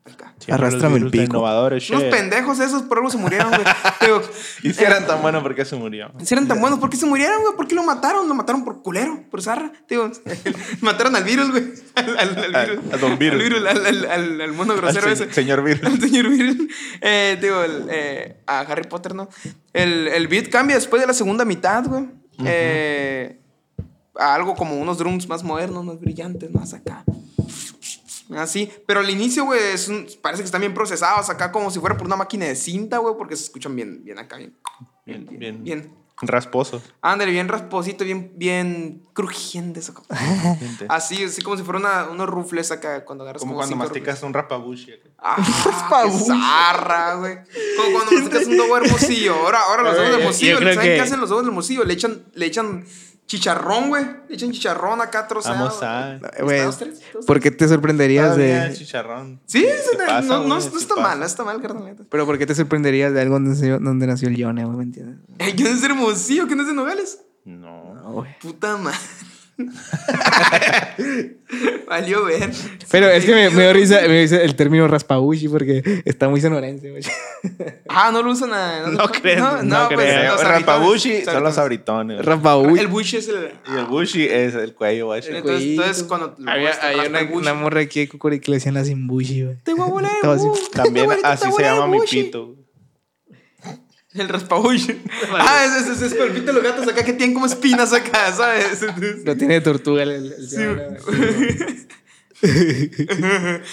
S4: acá.
S1: Siempre los
S3: Arrástrame el
S1: virus de
S3: pico.
S1: Innovadores,
S4: Unos
S1: shit.
S4: pendejos esos, por algo se murieron, güey. Digo, eh,
S1: Y si eran tan buenos, ¿por qué se murió?
S4: si eran tan buenos, ¿por qué se murieron, güey? ¿Por qué lo mataron? Lo mataron por culero, por zarra. Digo, mataron al virus, güey. Al, al- al virus.
S1: Ah, A- a don virus.
S4: Al al, al- al- al mono
S1: Al
S4: grosero
S1: se-
S4: ese.
S1: señor virus.
S4: Al señor Viril. Eh, digo, el, eh, a Harry Potter, ¿no? El, el beat cambia después de la segunda mitad, güey. Eh, a algo como unos drums más modernos, más brillantes, más acá. Así. Pero al inicio, güey, es un- parece que están bien procesados acá, como si fuera por una máquina de cinta, güey, porque se escuchan bien, bien acá, bien.
S1: Bien, bien.
S4: Bien. bien.
S1: Rasposo.
S4: Ándale, bien rasposito, bien, bien crujiente eso.
S1: gente.
S4: Así, así como si fuera una- unos rufles acá cuando agarras
S1: Ah, Como cuando
S4: cinco
S1: masticas un rapabushi. acá.
S4: Ah, qué zarra, güey. Como cuando me sacas un dogo hermosillo. Ahora, ahora los
S3: Yo-
S4: dogos de
S3: Eh, yo- yo
S4: hermosillo.
S3: creo
S4: ¿Saben
S3: que-
S4: qué hacen los dogos de hermosillo? Le echan, le echan Chicharrón, güey. Le echan chicharrón acá trozado.
S1: Vamos a.
S4: ¿Está
S3: Güey,
S4: dos, tres? ¿Dos,
S3: ¿Por qué te sorprenderías
S1: Todavía
S3: de.?
S1: chicharrón.
S4: Sí,
S1: Se
S4: no,
S1: pasa,
S4: no,
S1: güey,
S4: no,
S1: se
S4: no está
S1: pasa.
S4: mal, no está mal, carnal.
S3: Pero ¿por qué te sorprenderías de algo donde nació, donde nació el Leone, güey? ¿Me entiendes?
S4: ¿Quién es hermosillo? ¿Quién es de Nogales?
S1: No.
S3: No, güey.
S4: Puta madre. Valió ver.
S3: Pero es que me, me dio risa, me dio risa el término raspabushi porque está muy sonorense, güey.
S4: Ah, no lo usan a.
S1: No creo. No, creo.
S4: pues, los
S1: Rapabushi
S4: sabritones,
S1: son los
S4: sabritones.
S1: abritones.
S3: Raspabushi.
S4: El bush es el.
S1: Y el bushi es el cuello, güey.
S3: El
S4: Entonces,
S3: cuellito.
S4: entonces cuando lo
S3: Había,
S4: muestran,
S3: había
S4: raspa
S3: una,
S4: el bush.
S3: una morra aquí de Cocori que le decían la Simbushi, güey.
S4: Te voy a volar el
S3: Todo así.
S4: bush, te
S1: También
S4: voy a- te
S1: así
S4: voy a
S1: se
S4: volar el
S1: llama mi
S4: bush.
S1: pito.
S4: El raspabushi. ah, ese es, es, es por el pito de los gatos acá que tienen como espinas acá, ¿sabes? Entonces-
S3: Lo tiene de tortuga el, el- el
S4: Sí.
S3: Leone,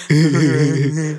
S3: güey.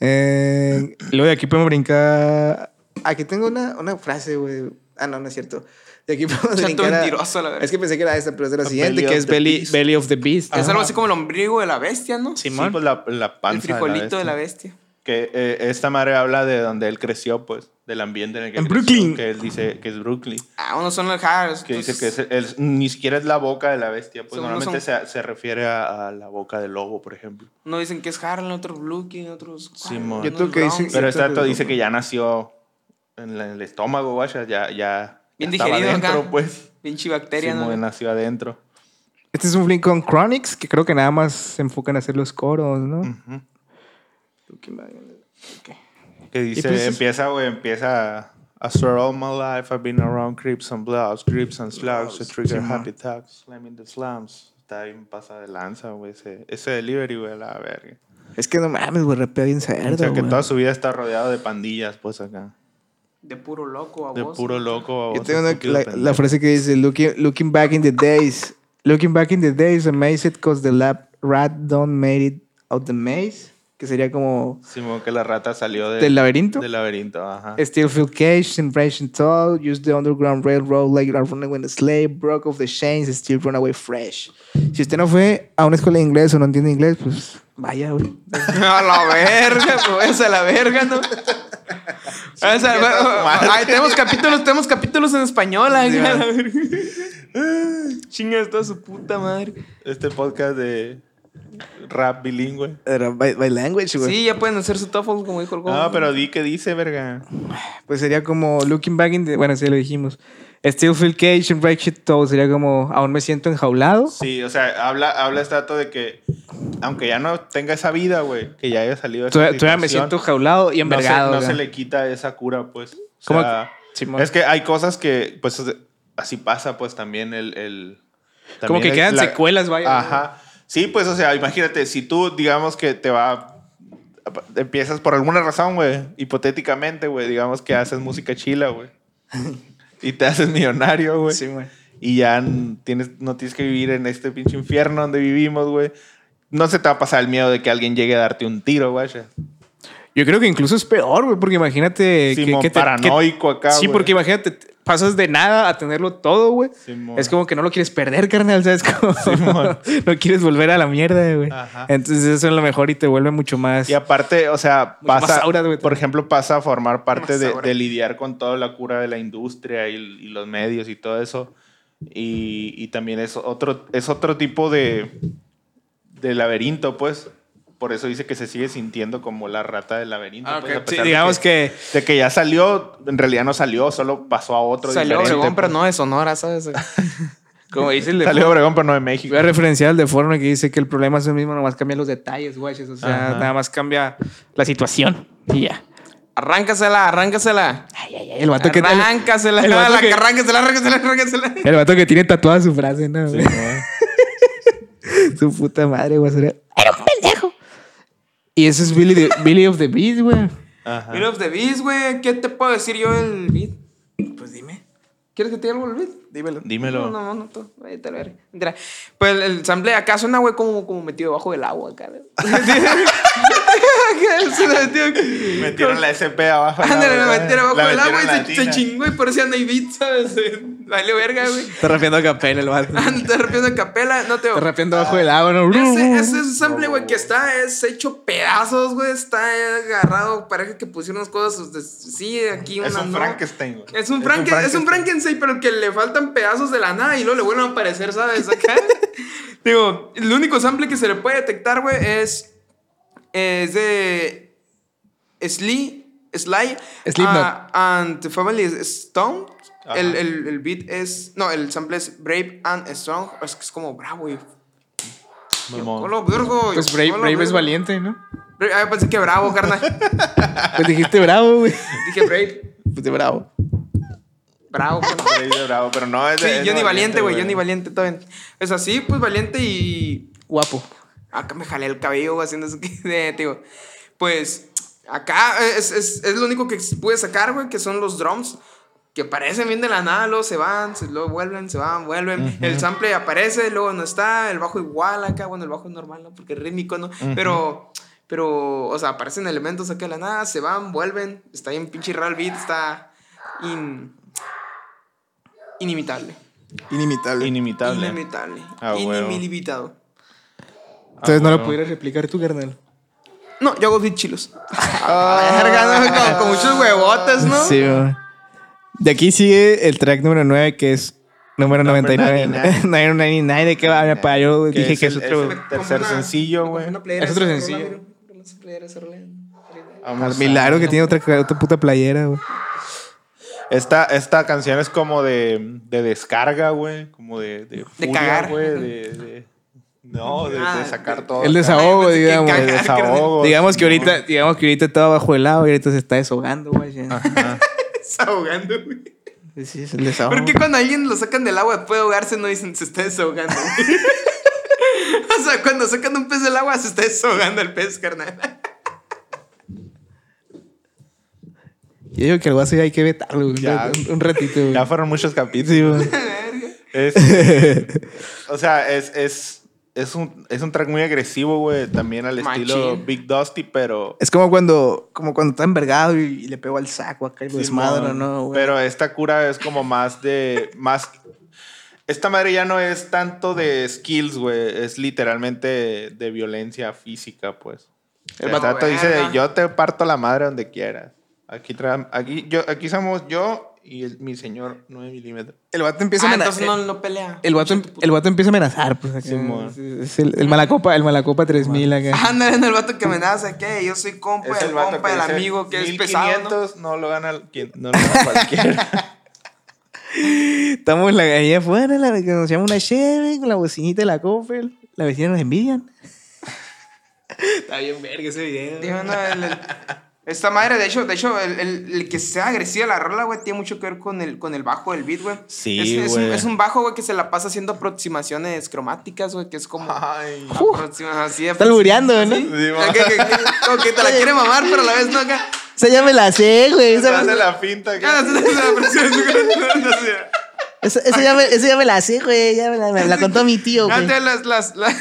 S3: Eh, luego de aquí podemos brincar. Aquí tengo una, una frase, güey. Ah, no, no es cierto. De aquí podemos
S4: Chato
S3: brincar. a-
S4: mentiroso, la verdad.
S3: Es que pensé que era esta, pero es de la
S1: A
S3: siguiente,
S1: Belly
S3: que
S1: of
S3: es
S1: the
S3: belly,
S1: Beast.
S3: belly of the Beast.
S4: Es
S3: Ajá.
S4: algo así como el ombligo de la bestia, ¿no?
S1: Sí,
S3: Simón.
S1: pues la, la panza.
S4: el frijolito de la bestia.
S1: Que eh, esta madre habla de donde él creció, pues, del ambiente en el que
S3: En
S1: creció,
S3: Brooklyn.
S1: Que él dice que es Brooklyn.
S4: Ah, unos son los jaros.
S1: Que dice
S4: otros-
S1: que es el- el- ni siquiera es la boca de la bestia, pues
S4: Son- no
S1: normalmente se, se refiere a, a la boca del lobo, por ejemplo.
S4: No dicen que es Harlan, otros Blukin, otros.
S1: Simón.
S3: Yo creo que
S4: Browns.
S3: dicen-
S1: Pero
S3: Cierto,
S1: este dato
S3: pero-
S1: dice que ya nació en, la- en el estómago, guacha, ya, ya,
S4: Bien
S1: ya estaba
S4: digerido acá.
S1: adentro, pues.
S4: Pinche bacteria,
S1: Simón
S4: ¿no?
S1: nació adentro.
S3: Este es un link con Chronics, que creo que nada más se enfocan a hacer los coros, ¿no?
S1: Ujú. Que dice,
S3: pues es-
S1: empieza, güey, empieza. I swear all my life I've been around creeps and blobs, creeps and slugs, to trigger happy talks, slamming the slams. Está bien pasa de lanza, güey, ese, ese delivery, güey, la verga.
S3: Es que no mames, güey, rapea bien cerdo,
S1: O sea, que
S3: güey.
S1: toda su vida está rodeado de pandillas, pues acá.
S4: De puro loco a
S1: De
S4: vos.
S1: puro loco.
S3: Yo
S1: baboso,
S3: tengo una,
S1: estúpido,
S3: la,
S1: pendejo.
S3: la frase que dice, looking, looking back in the days, looking back in the days, amazed cause the lab rat don't made it out the maze, que sería como
S1: Simón, que la rata salió de-
S3: del laberinto.
S1: del laberinto, ajá.
S3: Still feel caged and raging tall, use the underground railroad like a runaway slave, broke off the chains, still run away fresh. Si usted no fue a una escuela de inglés o no entiende inglés, pues vaya, güey.
S4: a la verga, pues váyanse a la verga, ¿no? Váyanse a la verga. Ay, tenemos capítulos, tenemos capítulos en español, ay, a la verga. Chingas toda su puta madre.
S1: Este podcast de rap bilingüe.
S3: Era by, by language, güey.
S4: Sí, ya pueden hacer su TOEFL como dijo el Gogo.
S1: No, pero di que dice, verga.
S3: Pues sería como looking back in the... Bueno, sí, ya lo dijimos. Still feel caged and raging tall sería como aún me siento enjaulado.
S1: Sí, o sea, habla, habla este dato de que, aunque ya no tenga esa vida, güey, que ya haya salido de esa
S3: Todavía, todavía me
S1: situación,
S3: siento jaulado y
S1: no se,
S3: envergado.
S1: no
S3: güey.
S1: se le quita esa cura, pues. O
S3: ¿Cómo?
S1: sea,
S3: Simón.
S1: es que hay cosas que, pues, así pasa, pues, también el... el-
S3: Como
S1: también
S3: que
S1: el-
S3: quedan
S1: la-
S3: secuelas, vaya.
S1: Ajá. Sí, pues, o sea, imagínate, si tú, digamos que te va... Empiezas por alguna razón, güey, hipotéticamente, güey, digamos que haces música chila, güey. Y te haces millonario, güey.
S3: Sí, güey.
S1: Y ya n- tienes, no tienes que vivir en este pinche infierno donde vivimos, güey. No se te va a pasar el miedo de que alguien llegue a darte un tiro, güey.
S3: Yo creo que incluso es peor, güey, porque imagínate. que-
S1: Simón,
S3: que, te-
S1: paranoico
S3: que-
S1: acá,
S3: sí,
S1: güey.
S3: porque imagínate, te- pasas de nada a tenerlo todo, güey.
S1: Simón.
S3: Es como que no lo quieres perder, carnal, ¿sabes? Como,
S1: Simón.
S3: no quieres volver a la mierda, güey.
S1: Ajá.
S3: Entonces, eso es lo mejor y te vuelve mucho más.
S1: Y aparte, o sea,
S3: Mucho más
S1: pasa,
S3: aura, güey,
S1: por
S3: también.
S1: ejemplo, pasa a formar parte
S4: Más
S1: de,
S4: aura.
S1: de lidiar con toda la cura de la industria y, y los medios y todo eso. Y, y también es otro, es otro tipo de, de laberinto, pues. Por eso dice que se sigue sintiendo como la rata del laberinto.
S4: Ah,
S1: pues,
S4: ok.
S1: a
S3: Sí,
S1: pesar de
S3: digamos que.
S1: De que ya salió, en realidad no salió, solo pasó a otro.
S4: Salió
S1: diferente,
S4: Obregón, pero
S1: pues.
S4: no de Sonora, ¿sabes?
S3: Como dice el de
S1: Salió
S3: Forma-
S1: Obregón, pero no de México.
S3: Voy a referenciar al de Forma que dice que el problema es el mismo, nomás cambia los detalles, güey. O sea,
S1: Ajá.
S3: nada más cambia la situación y ya.
S4: Arráncasela, arráncasela.
S3: Ay, ay, ay, el vato que.
S4: Arráncasela,
S3: el vato
S4: la
S3: que-
S4: que arráncasela, arráncasela, arráncasela.
S3: El vato que tiene tatuada su frase, ¿no?
S1: Sí,
S3: güey?
S1: no.
S3: Su puta madre, güey. Era, era un pendejo. Y eso es Billy, the- Billy of the Beast, güey.
S1: Ajá.
S4: Bill of the Beast, pues, güey. ¿Qué te puedo decir yo del beat? Pues dime. ¿Quieres que te diga algo del beat? Dímelo.
S1: Dímelo.
S4: No, no, no, no. tú, ahí te lo haré. Mentira. Pues el, el sample acá suena, güey, como, como metido debajo del agua, acá. Acá suena metido aquí.
S1: Metieron la SP abajo. del
S4: Ándale,
S1: agua,
S4: me metieron
S1: la
S4: abajo del agua
S1: metieron
S4: y se,
S1: latina.
S4: se chingó y por eso ya no hay beat, ¿sabes? Vale, verga, güey.
S3: Está rapeando a capela el vato.
S4: Te rapeando en capela, no te.
S3: Está rapeando bajo el agua, ¿no?
S4: Ese, ese sample, güey, que está es hecho pedazos, güey. Está agarrado. Parece que pusieron unas cosas. de- sí, aquí una.
S1: Es un
S4: no.
S1: Frankenstein, güey.
S4: Es un, Franken- es un Frankenstein, pero que le faltan pedazos de la nada y luego le vuelven a aparecer, ¿sabes? Acá. Digo, el único sample que se le puede detectar, güey, es. Es de. Sly. Sly.
S3: Slipknot.
S4: ah, and the Family Stone.
S1: Ajá.
S4: El, el, el beat es. No, el sample es Brave and Strong. Es que es como bravo y.
S1: Mamón.
S4: Hola, vergo.
S3: Pues Brave,
S4: hola,
S3: Brave es
S4: vergo.
S3: valiente, ¿no?
S4: Brave- Ah, pensé que bravo, carnal.
S3: Pues dijiste bravo, güey.
S4: Dije Brave.
S3: Pues de bravo.
S4: Bravo, carnal.
S1: Por ahí de bravo, pero no es
S4: Sí,
S1: de. es de
S4: Johnny Valiente, güey, Johnny Valiente, todo bien. Es así, pues Valiente y.
S3: Guapo.
S4: Acá me jalé el cabello güey, haciendo eso que. de- te digo, Pues acá es, es- es lo único que pude sacar, güey, que son los drums. Que aparecen bien de la nada, luego se van, se, luego vuelven, se van, vuelven. El sample aparece, luego no está. El bajo igual acá, bueno, el bajo es normal, ¿no? Porque es rítmico, ¿no? Pero. Pero, o sea, aparecen elementos acá de la nada, se van, vuelven. Está bien pinche raro el beat, está in- inimitable.
S3: Inimitable.
S1: Inimitable.
S4: Inimitable.
S1: Ah, huevo.
S4: Inimitable.
S3: Entonces
S1: Ah,
S3: no lo
S1: bueno.
S3: pudieras replicar tú, carnal.
S4: No, yo hago beat chilos.
S1: Ah.
S4: Verga, ¿no? Con- con muchos huevotes, ¿no?
S3: Sí, güey. De aquí sigue el track número 9, que es número 99.
S1: 99.
S3: 999, ¿de qué va? Pa, Yo
S1: Que
S3: dije que
S1: es
S3: es
S1: el-
S3: otro.
S1: es el- Tercer sencillo, güey.
S3: Es otro sencillo.
S1: Vamos a-
S3: Milagro que tiene otra, otra puta playera, güey.
S1: Esta, esta canción es como de, de descarga, güey. Como de. De, furia,
S4: cagar.
S1: güey, de- de- no, de, de
S4: Ah,
S1: sacar
S4: de-
S1: todo.
S3: El
S1: acá.
S3: desahogo,
S4: Ay, pensé que
S3: digamos.
S1: El
S4: cagar,
S1: desahogo.
S3: Digamos que ahorita, digamos que ahorita estaba bajo el agua y ahorita se está desahogando, güey.
S1: Ajá.
S4: Desahogando, güey.
S3: Sí, es el desahogo.
S4: ¿Por qué cuando alguien lo sacan del agua puede ahogarse no dicen se está desahogando? güey"? o sea, cuando sacan un pez del agua se está desahogando el pez, carnal.
S3: Yo digo que el guaso ya hay que vetarlo, güey.
S1: Ya.
S3: Un, un ratito, güey.
S1: Ya fueron muchos capítulos.
S3: Sí, güey.
S1: Es- o sea, es, es, es, un, es un track muy agresivo, güey. También al estilo
S4: Machín.
S1: Big Dusty, pero.
S3: Es como cuando, como cuando está envergado y, y le pego al saco acá y lo desmadro,
S1: Simón.
S3: ¿no? güey?
S1: Pero esta cura es como más de. más. Esta madre ya no es tanto de skills, güey. Es literalmente de violencia física, pues. El
S4: vato
S1: vato dice de,
S4: verga.
S1: yo te parto la madre donde quieras. Aquí, tra- aquí, yo, aquí somos yo y el- mi señor 9 milímetros.
S3: el vato empieza
S4: Ah,
S3: a
S4: entonces
S3: amenazar.
S4: no, no pelea.
S3: el, vato, em- el vato empieza a amenazar, pues. acá.
S1: Simón.
S3: Es- es el, el Malacopa, el Malacopa 3000 acá.
S4: Ándale, en el vato que amenaza, ¿qué? Yo soy compa, el, compa, el amigo que es pesado. ¿no?
S1: ¿no? lo gana, quien- no lo gana cualquiera.
S3: Estamos la, ahí afuera, la, que nos llama una cheve con la bocinita de la Coppel. La vecina nos envidian. está bien verga ese video.
S4: Digo, no, el- el- esta madre, de hecho, de hecho el, el- el que sea agresiva la rola, güey, tiene mucho que ver con el, con el bajo del beat, güey.
S1: Sí,
S4: es, es un,
S1: güey.
S4: es un bajo, güey, que se la pasa haciendo aproximaciones cromáticas, güey, que es como.
S1: Ay.
S4: aproxima- así de
S3: Está albureando, ¿no?
S4: así.
S1: Sí,
S4: Ah, que- que- que- como que te la quiere mamar, pero a la vez no acá.
S3: O sea, ya me la sé, güey.
S1: Se
S3: Esa,
S1: hace la finta. que-
S4: Ah, no, se- se la presiona, güey, no sé.
S3: esa- esa ya, me, esa ya me la sé, güey. Ya me la, me la contó mi tío, güey.
S4: Antes las- las- las-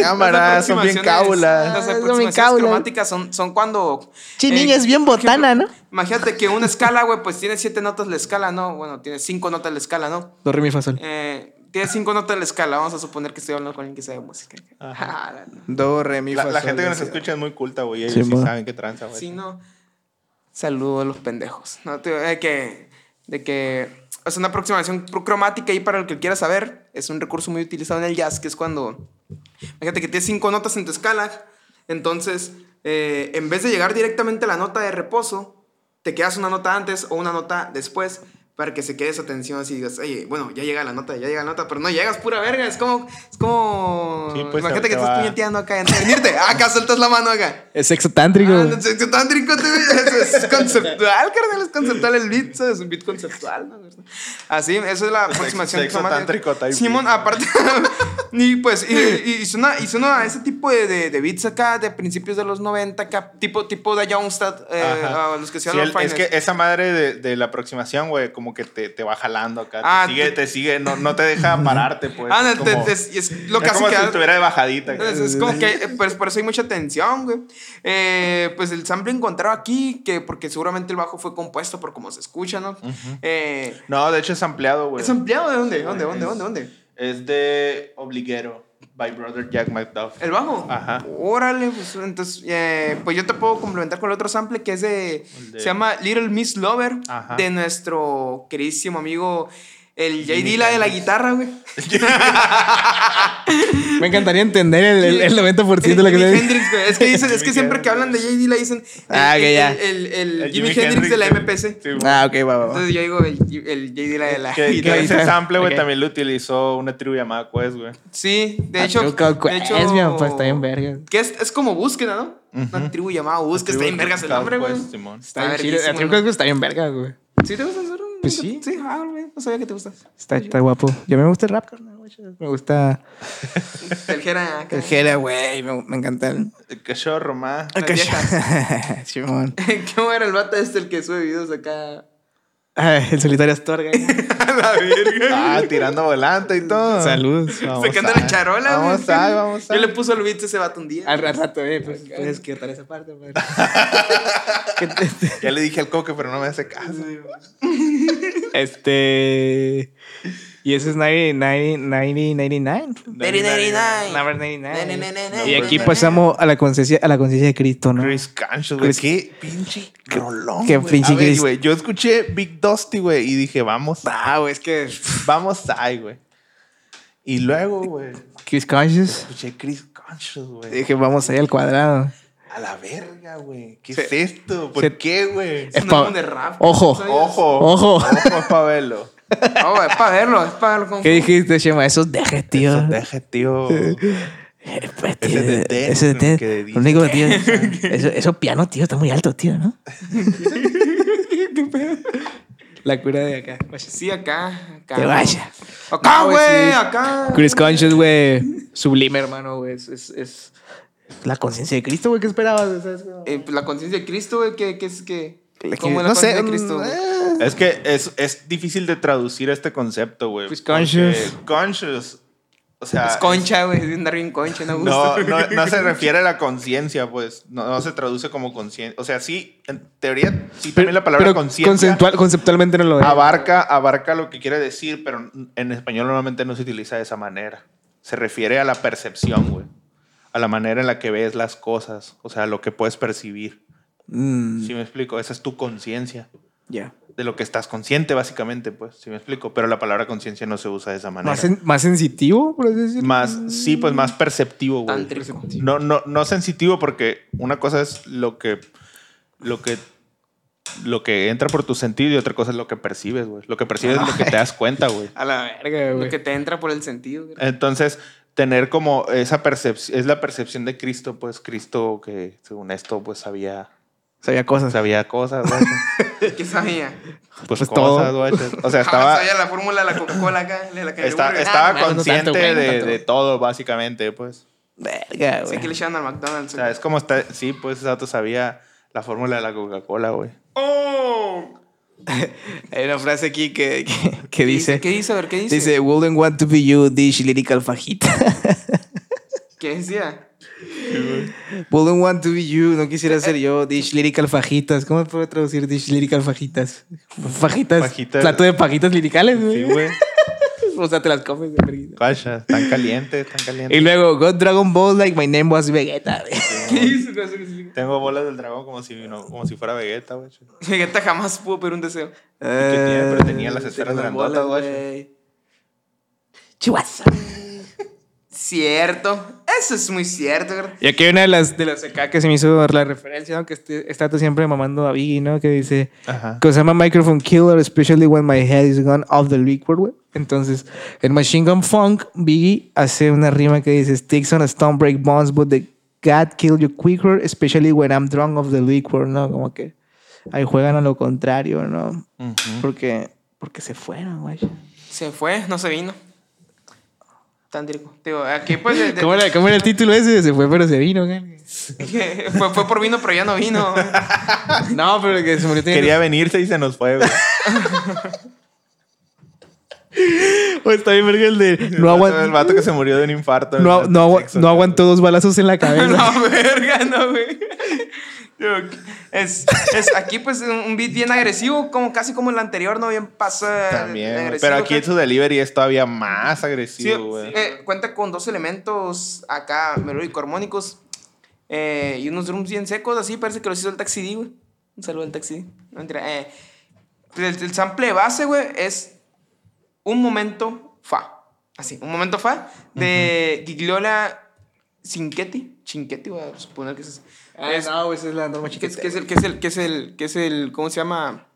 S1: Cámaras, son bien cábulas.
S3: Ah,
S4: Las
S3: son bien
S4: aproximaciones
S3: cábulas.
S4: cromáticas son, son cuando.
S3: Che,
S4: eh,
S3: niña, es bien
S4: por ejemplo,
S3: botana, ¿no?
S4: Imagínate que una escala, güey, pues tiene siete notas la escala, ¿no? Bueno, tiene cinco notas la escala, ¿no?
S3: Do, re, mi, fa, sol.
S4: Eh, tiene cinco notas la escala. Vamos a suponer que estoy hablando con alguien que sabe música. Ah, no.
S3: Do, re, mi,
S1: La,
S3: fa,
S1: la
S3: sol,
S1: gente que nos
S3: ese.
S1: escucha es muy culta, güey. Ellos
S3: Sí,
S1: sí,
S3: mo.
S1: saben qué tranza, güey.
S4: Si no, saludo a los pendejos. No, te- de que, de que es una aproximación pro- cromática y para el que quiera saber, es un recurso muy utilizado en el jazz, que es cuando, fíjate que tienes cinco notas en tu escala, entonces, eh, en vez de llegar directamente a la nota de reposo, te quedas una nota antes o una nota después para que se quede esa tensión así y digas, oye, bueno, ya llega la nota, ya llega la nota, pero no llegas, pura verga, es como, es como,
S1: Sí, pues,
S4: imagínate que
S1: te
S4: estás
S1: va-
S4: puñeteando acá, antes de venirte, "Ah, acá sueltas la mano acá.
S3: Es sexo tántrico.
S4: Ah,
S3: güey.
S4: no, sexo tántrico, te- es, es conceptual, carnal, es conceptual el beat, ¿sabes? Es un beat conceptual, ¿no? Así, esa es la aproximación.
S1: sexo
S4: cromática.
S1: tántrico type
S4: Simón,
S1: beat.
S4: aparte, y pues, y, y- y suena, y suena a ese tipo de, de, de beats acá, de principios de los 90, acá, tipo, tipo de Youngstad, eh,
S1: Ajá.
S4: a los que se
S1: Sí,
S4: llaman
S1: el- es que esa madre de, de la aproximación, güey, como que te, te va jalando acá.
S4: Ah,
S1: te sigue,
S4: tú-
S1: te sigue, no, no te deja pararte, pues.
S4: Ah,
S1: es
S4: no, te-
S1: como-
S4: te- es lo que
S1: es
S4: hace
S1: como
S4: que.
S1: si estuviera de bajadita. acá.
S4: Es, es como que, eh, pues por eso hay mucha tensión, güey. Eh, pues el sample encontrado aquí, que porque seguramente el bajo fue compuesto por cómo se escucha, ¿no? Eh,
S1: No, de hecho es ampliado, güey.
S4: ¿Es ampliado de dónde?
S1: Sí,
S4: ¿Dónde?
S1: güey,
S4: ¿Dónde?
S1: es-
S4: ¿Dónde? ¿Dónde?
S1: Es de Obliguero, by brother Jack McDuff.
S4: ¿El bajo?
S1: Ajá.
S4: Órale, pues entonces, eh, pues yo te puedo complementar con el otro sample que es de,
S1: El de-
S4: se llama Little Miss Lover,
S1: Ajá.
S4: de nuestro queridísimo amigo, el J
S1: Jimi
S4: Dilla de la
S1: Hendrix.
S4: guitarra, güey.
S3: Me encantaría entender el, el, el 90% de lo que
S4: Jimi
S3: te
S4: Hendrix, güey. Es que, dicen, es que
S1: Jimi
S4: siempre que
S1: Hendrix.
S4: hablan de J Dilla dicen el,
S3: Ah,
S4: el-
S3: que ya.
S4: el, el- el
S1: El
S4: Jimi
S1: Jimi
S4: Hendrix de la MPC.
S1: Sí, güey.
S3: Ah, ok, va, va, va.
S4: Entonces yo digo el, el J Dilla de la
S1: que, que
S4: guitarra.
S1: ese sample, güey,
S3: Ah, Ok.
S1: también lo utilizó una tribu llamada Quest, güey.
S4: Sí, de
S3: Ah,
S4: hecho.
S3: yo creo que
S4: de
S3: es,
S4: hecho,
S3: mi papá, está bien verga.
S4: Que es, es como búsqueda, ¿no? Una tribu llamada búsqueda. Está bien vergas el
S1: Tribu
S4: nombre, güey.
S1: Quest,
S3: pues,
S1: Simón.
S3: Está bien chido.
S4: verguísima,
S3: A ti
S4: ¿no?
S3: creo que está bien verga, güey.
S4: ¿Sí te gusta el zorro?
S3: Pues sí.
S4: Sí, ah, güey. No sabía que te gustas.
S3: Está, está guapo. Yo me gusta el rap, carnal, güey. Me gusta
S4: El Jera. acá.
S3: el Jera, güey. Me, me encanta el...
S1: El cachorro, ma.
S4: Las viejas.
S3: Simón.
S4: ¿Cómo era el vato este el que sube videos acá?
S3: Ah, el solitario Astorga.
S4: A la verga.
S1: Ah, tirando volante y todo.
S3: Saludos.
S1: Vamos
S4: Sacando
S1: a-
S4: la charola, güey.
S1: Vamos a, vamos a.
S4: Yo le puso el beat a ese vato un día.
S3: Al ra- rato, eh. Pues, puedes quitar esa parte, pues. güey. Que te-
S1: Ya le dije al coque, pero no me hace caso.
S3: este... Y ese es 90, 90, 99.
S4: Very, very nice.
S3: Number
S4: Ne, ne, ne,
S3: 99. Y
S4: ne,
S1: ne,
S3: aquí
S1: ne,
S3: pasamos a la conciencia, a la conciencia de Cristo, ¿no?
S1: Chris Cancho, güey.
S3: Chris-
S1: Qué pinche rolón.
S3: qué
S1: güey.
S3: pinche
S1: A ver,
S3: Chris-
S1: güey. Yo escuché Big Dusty, güey, y dije, vamos,
S3: Ah, güey, es que
S1: vamos ahí, güey. Y luego, güey,
S3: Chris Conscious.
S1: escuché Chris Conscious, güey.
S3: Dije, vamos ahí al cuadrado.
S1: A la verga, güey. ¿Qué
S3: Se-
S1: es esto? ¿Por
S3: se-
S1: qué, güey?
S4: Es
S3: Es
S4: un
S3: pa-
S4: álbum de rap.
S3: Ojo.
S4: ¿sabes?
S1: Ojo.
S3: Ojo.
S1: Ojo, Pavelo.
S4: No, güey, es para verlo, es para verlo. con-
S3: ¿Qué dijiste, Shema? Esos dejes, tío.
S1: Eso te deje, tío.
S3: Eh, pues,
S1: Ese
S3: tío,
S1: es de Ted,
S3: Ese es de
S1: que de
S3: Ted. Lo único, tío. Eso, eso piano, tío, está muy alto, tío, ¿no? La cura de acá.
S4: Sí, acá. acá
S3: Que vaya.
S4: Acá,
S3: No, güey,
S4: güey,
S3: sí.
S4: acá.
S3: Chris Conscious, güey. Sublime, hermano, güey. Es, es, es la conciencia de Cristo, güey. ¿Qué esperabas? O sea, es como-
S4: Eh, pues, la conciencia de Cristo, güey, que, que es que. mm,
S3: La que-
S4: ¿Cómo es la
S3: no sé,
S4: conciencia de Cristo? güey?
S3: eh,
S1: Es que es, es difícil de traducir este concepto, güey.
S3: Pues conscious.
S1: porque Conscious. O sea.
S4: Es concha, güey, es andar bien concha, no
S1: No,
S4: gusto.
S1: no, no se refiere a la conciencia, pues. No, no se traduce como conciencia. O sea, sí, en teoría, sí también la palabra
S3: pero
S1: conciencia Ah,
S3: conceptual- conceptualmente no lo es.
S1: abarca, abarca lo que quiere decir, pero en español normalmente no se utiliza de esa manera. Se refiere a la percepción, güey. A la manera en la que ves las cosas. O sea, lo que puedes percibir.
S3: Mm,
S1: Si me explico, esa es tu conciencia.
S3: ya.
S1: de lo que estás consciente, básicamente, pues, si me explico. Pero la palabra conciencia no se usa de esa manera.
S3: Más,
S1: Más,
S3: sen- más sensitivo, por así decirlo.
S1: sí, pues más perceptivo, güey.
S4: Tántrico.
S1: No, no, no sensitivo, porque una cosa es lo que, lo que, lo que entra por tu sentido y otra cosa es lo que percibes, güey. Lo que percibes es lo que te das cuenta, güey.
S3: A la verga,
S4: Lo
S3: güey.
S4: que te entra por el sentido. güey.
S1: Entonces, tener como esa percepción, es la percepción de Cristo, pues, Cristo que según esto, pues, sabía,
S3: Sabía cosas.
S1: sabía cosas, güey.
S4: ¿Qué sabía?
S1: Pues,
S3: Pues,
S1: cosas,
S3: todo.
S1: güey. O sea,
S4: Jamás
S1: estaba...
S4: sabía la fórmula de la Coca-Cola acá, de la que le
S1: Está-
S4: aburre.
S1: estaba
S3: no, no tanto,
S1: consciente
S3: güey, no
S1: de, de
S3: tanto, güey.
S1: todo, básicamente, pues.
S3: Verga,
S4: Ah, sé
S3: güey.
S4: que le echaban al McDonald's.
S1: O sea,
S4: güey.
S1: es como está. Sí, pues ese dato sabía la fórmula de la Coca-Cola, güey.
S4: ¡Oh!
S3: Hay una frase aquí que, que, que
S4: ¿Qué
S3: dice,
S4: ¿Qué dice? A ver, ¿qué dice?
S3: dice, wouldn't want to be you, dish lyrical fajita.
S4: ¿Qué decía?
S3: wouldn't want to be you, no quisiera ser yo, dish lyrical fajitas. ¿Cómo puedo traducir dish lyrical fajitas? Fajitas,
S1: Fajitas.
S3: plato de fajitas liricales,
S1: Sí,
S3: güey.
S1: güey.
S3: o sea, te las comes, güey. verguita.
S1: Guacha, están calientes, están
S3: Y
S1: calientes.
S3: luego, got Dragon Ball like my name was Vegeta, güey.
S4: ¿Qué dice? No sé qué significa.
S1: Tengo bolas del dragón como si, no- como si fuera Vegeta, güey.
S3: Eh,
S4: Vegeta jamás pudo pedir un deseo.
S1: tenía- pero tenía las esferas
S3: tenía
S1: grandotas,
S3: bolas,
S1: guacho.
S3: güey. Chihuahua.
S4: Cierto. Eso es muy cierto, güey.
S3: Y aquí hay una de las, de las acá que se me hizo la referencia, ¿no? que este, está tú siempre mamando a Biggie, ¿no? Que dice,
S1: Ajá.
S3: Because I'm a microphone killer, especially when my head is gone off the liquid, güey. Entonces, en Machine Gun Funk, Biggie hace una rima que dice: Sticks on a stone break bones, but the God kill you quicker, especially when I'm drunk off the liquor, ¿no? Como que ahí juegan a lo contrario, ¿no? Porque porque se fueron, güey.
S4: Se fue, no se vino. Tántrico. Digo, aquí pues... de- de-
S3: ¿Cómo era, cómo era el título ese? Se fue, pero se vino, güey.
S4: fue, fue por vino, pero ya no vino.
S3: No, pero el que se murió tenía
S1: Quería venirse y se nos fue, güey.
S3: O está bien, verga, el de. No,
S1: El vato-
S3: aguan-
S1: El vato que se murió de un infarto.
S3: no, a-
S1: ¿verdad?
S3: no, agua-
S1: Sexo.
S3: no aguantó dos balazos en la cabeza.
S4: No, verga, no, güey. Yo, Es, es aquí, pues, un- un beat bien agresivo, como casi como el anterior, ¿no? Bien pasa.
S1: También, güey.
S4: agresivo,
S1: Pero aquí
S4: acá.
S1: su delivery es todavía más
S4: Sí,
S1: agresivo, güey.
S4: eh, cuenta con dos elementos acá, melódico armónicos eh, y unos drums bien secos, así parece que los hizo el Taxi D, güey. Un saludo al Taxi D. No, mentira. eh, el, el sample de base, güey, es un momento fa. Así, un momento fa de Gigliola Cinquetti. Cinquetti, voy a suponer que es. es-
S3: Ah, no, esa es la norma
S4: que es, que es el, que es el, que es el, que es el, ¿cómo se llama?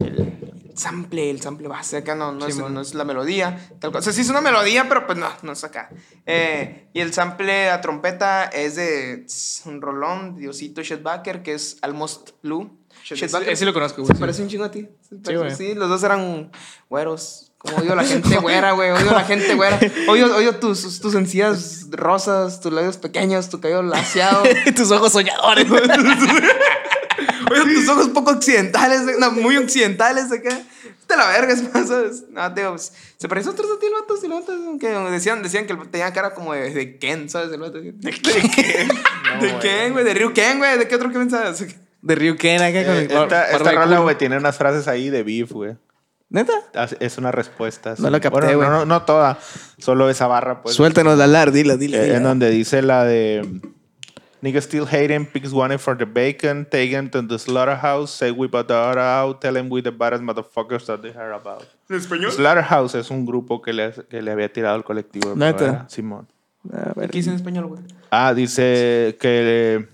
S4: El sample, el sample base, acá no, no, es,
S3: Simón.
S4: no es la melodía, tal cosa. O sea, sí es una melodía, pero pues no, no es acá. Eh, y el sample a trompeta es de tss, un rolón, Diosito Shedbacker, que es Almost Blue. Shedbacker.
S3: Ese lo conozco,
S4: Se
S3: güey.
S4: parece
S3: sí.
S4: un chingo a ti. Se
S3: Sí,
S4: parece-
S3: güey.
S4: Sí, los dos eran güeros. Como odio a la gente güera, güey. Odio a la gente güera. Odio, odio tus, tus- tus encías rosas, tus labios pequeños, tu cabello laseado.
S3: Tus ojos soñadores, güey.
S4: Oye, tus ojos poco occidentales, eh, no, muy occidentales acá. Te la verga, es más, ¿sabes? No, te digo, pues, se parece a otros a ti el vato, si el vato, que decían, decían que tenía cara como de, de Ken, ¿sabes? El vato, así, ¿De Ken? ¿De Ken, güey? ¿De Ryu Ken, güey? ¿De qué otro Ken sabes?
S3: De Ryu Ken acá con
S1: Eh,
S3: el par-
S1: esta
S3: par
S1: esta
S3: de
S1: rola,
S3: culo.
S1: güey, tiene unas frases ahí de beef, güey.
S3: ¿Neta?
S1: As- Es una respuesta.
S3: No la capté,
S1: Bueno,
S3: güey.
S1: no, no, no toda. Solo esa barra, pues.
S3: Suéltanos la lar, dila, dila.
S1: Eh,
S3: dila.
S1: en donde dice la de Niggas still hating, pigs wanting for the bacon, take 'em to the slaughterhouse, say we bought the order out, tell 'em we the baddest motherfuckers that they heard about.
S4: ¿En español?
S1: Slaughterhouse es un grupo que le, que le había tirado al colectivo. de
S3: Neta.
S1: Primavera, Simón.
S3: A ver.
S4: ¿Qué dice en español, güey?
S1: Ah, dice que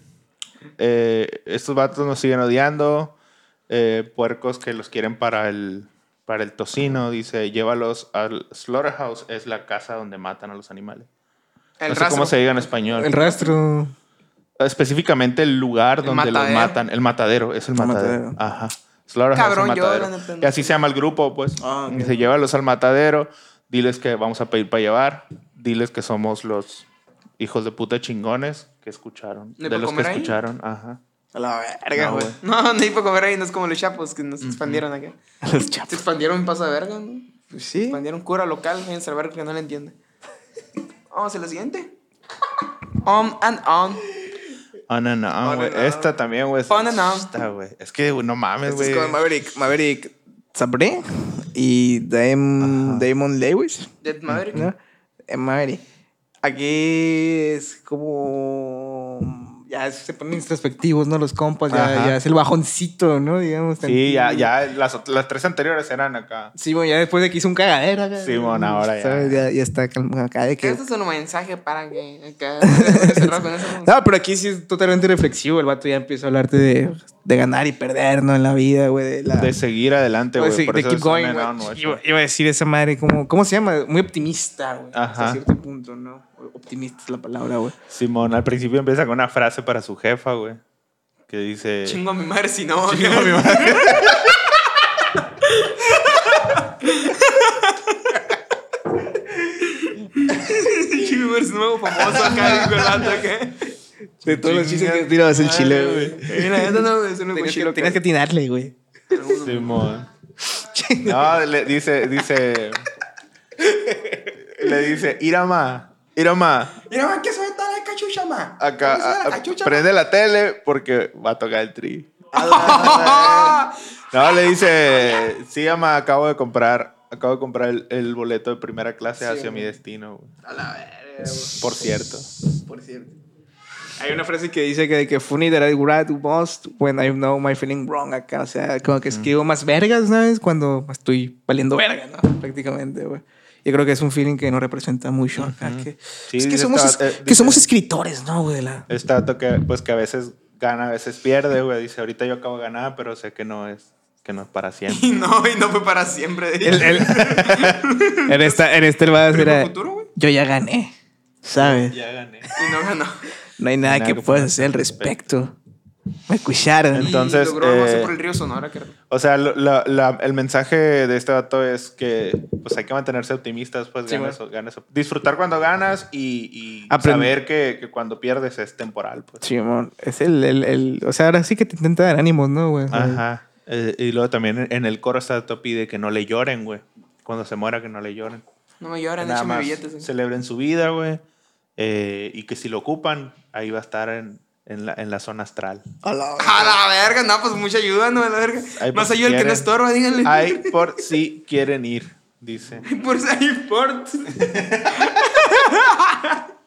S1: eh, estos vatos nos siguen odiando, eh, puercos que los quieren para el, para el tocino, dice, llévalos al slaughterhouse, es la casa donde matan a los animales.
S4: El
S1: no sé
S4: rastro.
S1: cómo se diga en español.
S3: El rastro.
S1: Específicamente el lugar donde los
S4: matadero.
S1: matan. El matadero, es el
S3: El
S1: matadero.
S3: matadero.
S1: Ajá. Slaughterhouse, el
S4: Cabrón, yo,
S1: matadero.
S4: la neta, no
S1: Y así se llama el grupo, pues.
S3: Ah, ok.
S1: Y se llévalos al matadero, diles que vamos a pedir para llevar, diles que somos los hijos de puta chingones que escucharon.
S4: ¿De
S1: De, los que
S4: Pocomeray?
S1: escucharon, ajá.
S3: A la verga,
S1: No, güey.
S4: No, no hay poco ver ahí, no es como los chapos que nos expandieron acá.
S3: Los chapas.
S4: Se expandieron en pasa verga, ¿no?
S1: Pues
S3: Sí.
S4: Expandieron cura local, en a ver que no la entiende. Vamos a la siguiente. On and on.
S1: Ah, no, no,
S4: On
S1: güey.
S4: and on.
S1: Esta también, güey.
S4: On and on.
S1: esta, güey. Es que güey, no mames,
S3: Este
S1: güey.
S3: es con Maverick. Maverick Sabré y Dam-
S1: Ajá.
S3: Damon Lewis.
S4: Dead Maverick.
S3: ¿no? Eh, Maverick. Aquí es como. Ya se ponen introspectivos, ¿no? Los compas. Ya,
S1: Ajá.
S3: ya es el bajoncito, ¿no? Digamos.
S1: Sí, ya,
S3: tantito.
S1: ya las, ot- las tres anteriores eran acá.
S3: Sí, bueno, ya después de que hizo un cagadero. acá,
S1: Sí, bueno, ahora ya.
S3: ¿sabes? Ya, ya está calmo acá de que.
S4: Este es un mensaje para que acá, cerrar con eso.
S3: No, pero aquí sí es totalmente reflexivo. El vato ya empieza a hablarte de, de ganar y perder, ¿no? En la vida, güey. De, la,
S1: De seguir adelante,
S3: Pues
S1: güey.
S3: sí,
S1: por
S3: de
S1: eso
S3: keep
S1: es on
S3: going,
S1: and
S3: güey.
S1: on, güey.
S3: Iba, iba a decir esa madre como... ¿Cómo se llama? Muy optimista, güey. Hasta
S1: Ajá.
S3: cierto punto, ¿no? Optimista es la palabra, güey.
S1: Simón, al principio empieza con una frase para su jefa, güey. Que dice.
S4: Chingo a mi madre si no.
S1: Chingo a mi madre.
S4: Chingo a mi madre si no me hago famoso acá, güey, rato acá.
S3: De todos los chistes que
S1: Chinga
S3: tirabas el
S1: madre,
S3: chile, güey.
S4: Y la neta no, es un
S3: Tenías que-
S4: mochilo
S3: Tenías que tirarle, güey.
S1: Simón. No, le dice, dice. le dice, Irama, Irama,
S4: Mira, va, que suelta la cachucha, ma.
S1: acá.
S4: Que suelta
S1: a-
S4: la cachucha, ma.
S1: prende la tele porque va a tocar el tri.
S4: Ah,
S1: No, le dice, sí, ama, acabo de comprar. Acabo de comprar el, el boleto de primera clase hacia mi destino, güey.
S4: A la verga, güey,
S1: Por cierto.
S4: por cierto.
S3: Hay una frase que dice que, que funny that I write most when I know my feeling wrong acá. O sea, como que escribo más vergas, ¿sabes? Cuando estoy valiendo verga, ¿no? Prácticamente, güey. Yo creo que es un feeling que no representa mucho acá. que,
S1: Sí,
S3: es que,
S1: dice
S3: somos,
S1: esta-
S3: es-
S1: eh,
S3: que somos
S1: dice-
S3: escritores, ¿no, güey? De la-
S1: Este dato que, pues que a veces gana, a veces pierde, güey. Dice, ahorita yo acabo de ganar, pero sé que no es, que no es para siempre.
S4: Y no, y no fue para siempre. de hecho.
S3: El- el- en, esta, en este el vato
S4: Pero en
S3: era,
S4: el futuro, güey.
S3: yo ya gané, ¿sabes?
S1: ya gané.
S4: Y no ganó.
S3: No hay nada
S1: nada
S3: que
S1: que
S3: puedas
S1: puedas
S3: hacer al respecto. Me escucharon.
S4: Y
S1: Entonces,
S4: logró avanzar
S1: eh,
S4: por el río Sonora, carnal.
S1: O sea, lo- la- la- el mensaje de este dato es que pues hay que mantenerse optimistas, pues
S3: Sí,
S1: ganas
S3: güey.
S1: o- ganas o- disfrutar cuando ganas y, y
S3: Aprend-
S1: saber que, que cuando pierdes es temporal, pues.
S3: Simón, es el, el, el- O sea, ahora sí que te intenta dar ánimos, ¿no, güey?
S1: Ajá. Eh, y luego también en el coro está dato pide que no le lloren, güey. Cuando se muera que no le lloren.
S4: No me lloran,
S1: Nada
S4: échame
S1: más
S4: billetes. eh.
S1: celebren su vida, güey. Eh, y que si lo ocupan, ahí va a estar en, en la, en la zona astral.
S4: A la verga, no, pues mucha ayuda, no, a la verga.
S1: Ahí
S4: Más
S1: por si
S4: ayuda el que no
S1: quieren.
S4: estorba, díganle.
S1: Ahí por si quieren ir, dice.
S4: Por ahí, por.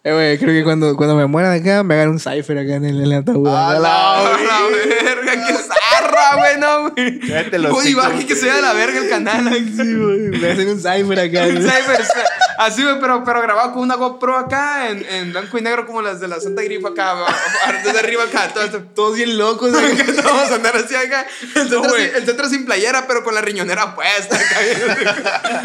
S3: Eh, güey, creo que cuando, cuando me muera de acá, me hagan un cipher acá en el, en el ataúd.
S1: ¡A
S4: A
S1: la
S4: la verga, qué zarra, güey, no, güey.
S1: Cállate los
S4: Cody
S1: hocico,
S4: Baji, que se vea la verga el canal.
S3: Sí, güey, me hacen un cipher acá.
S4: Un cyber, sí. Así, güey, pero, pero grabado con una GoPro acá en, en blanco y negro, como las de la Santa Grifa acá, va, va, desde arriba acá, todo esto.
S3: Todos bien locos. güey.
S4: Acá Vamos a andar así acá. El centro,
S3: güey.
S4: sin, el centro sin playera, pero con la riñonera puesta. acá.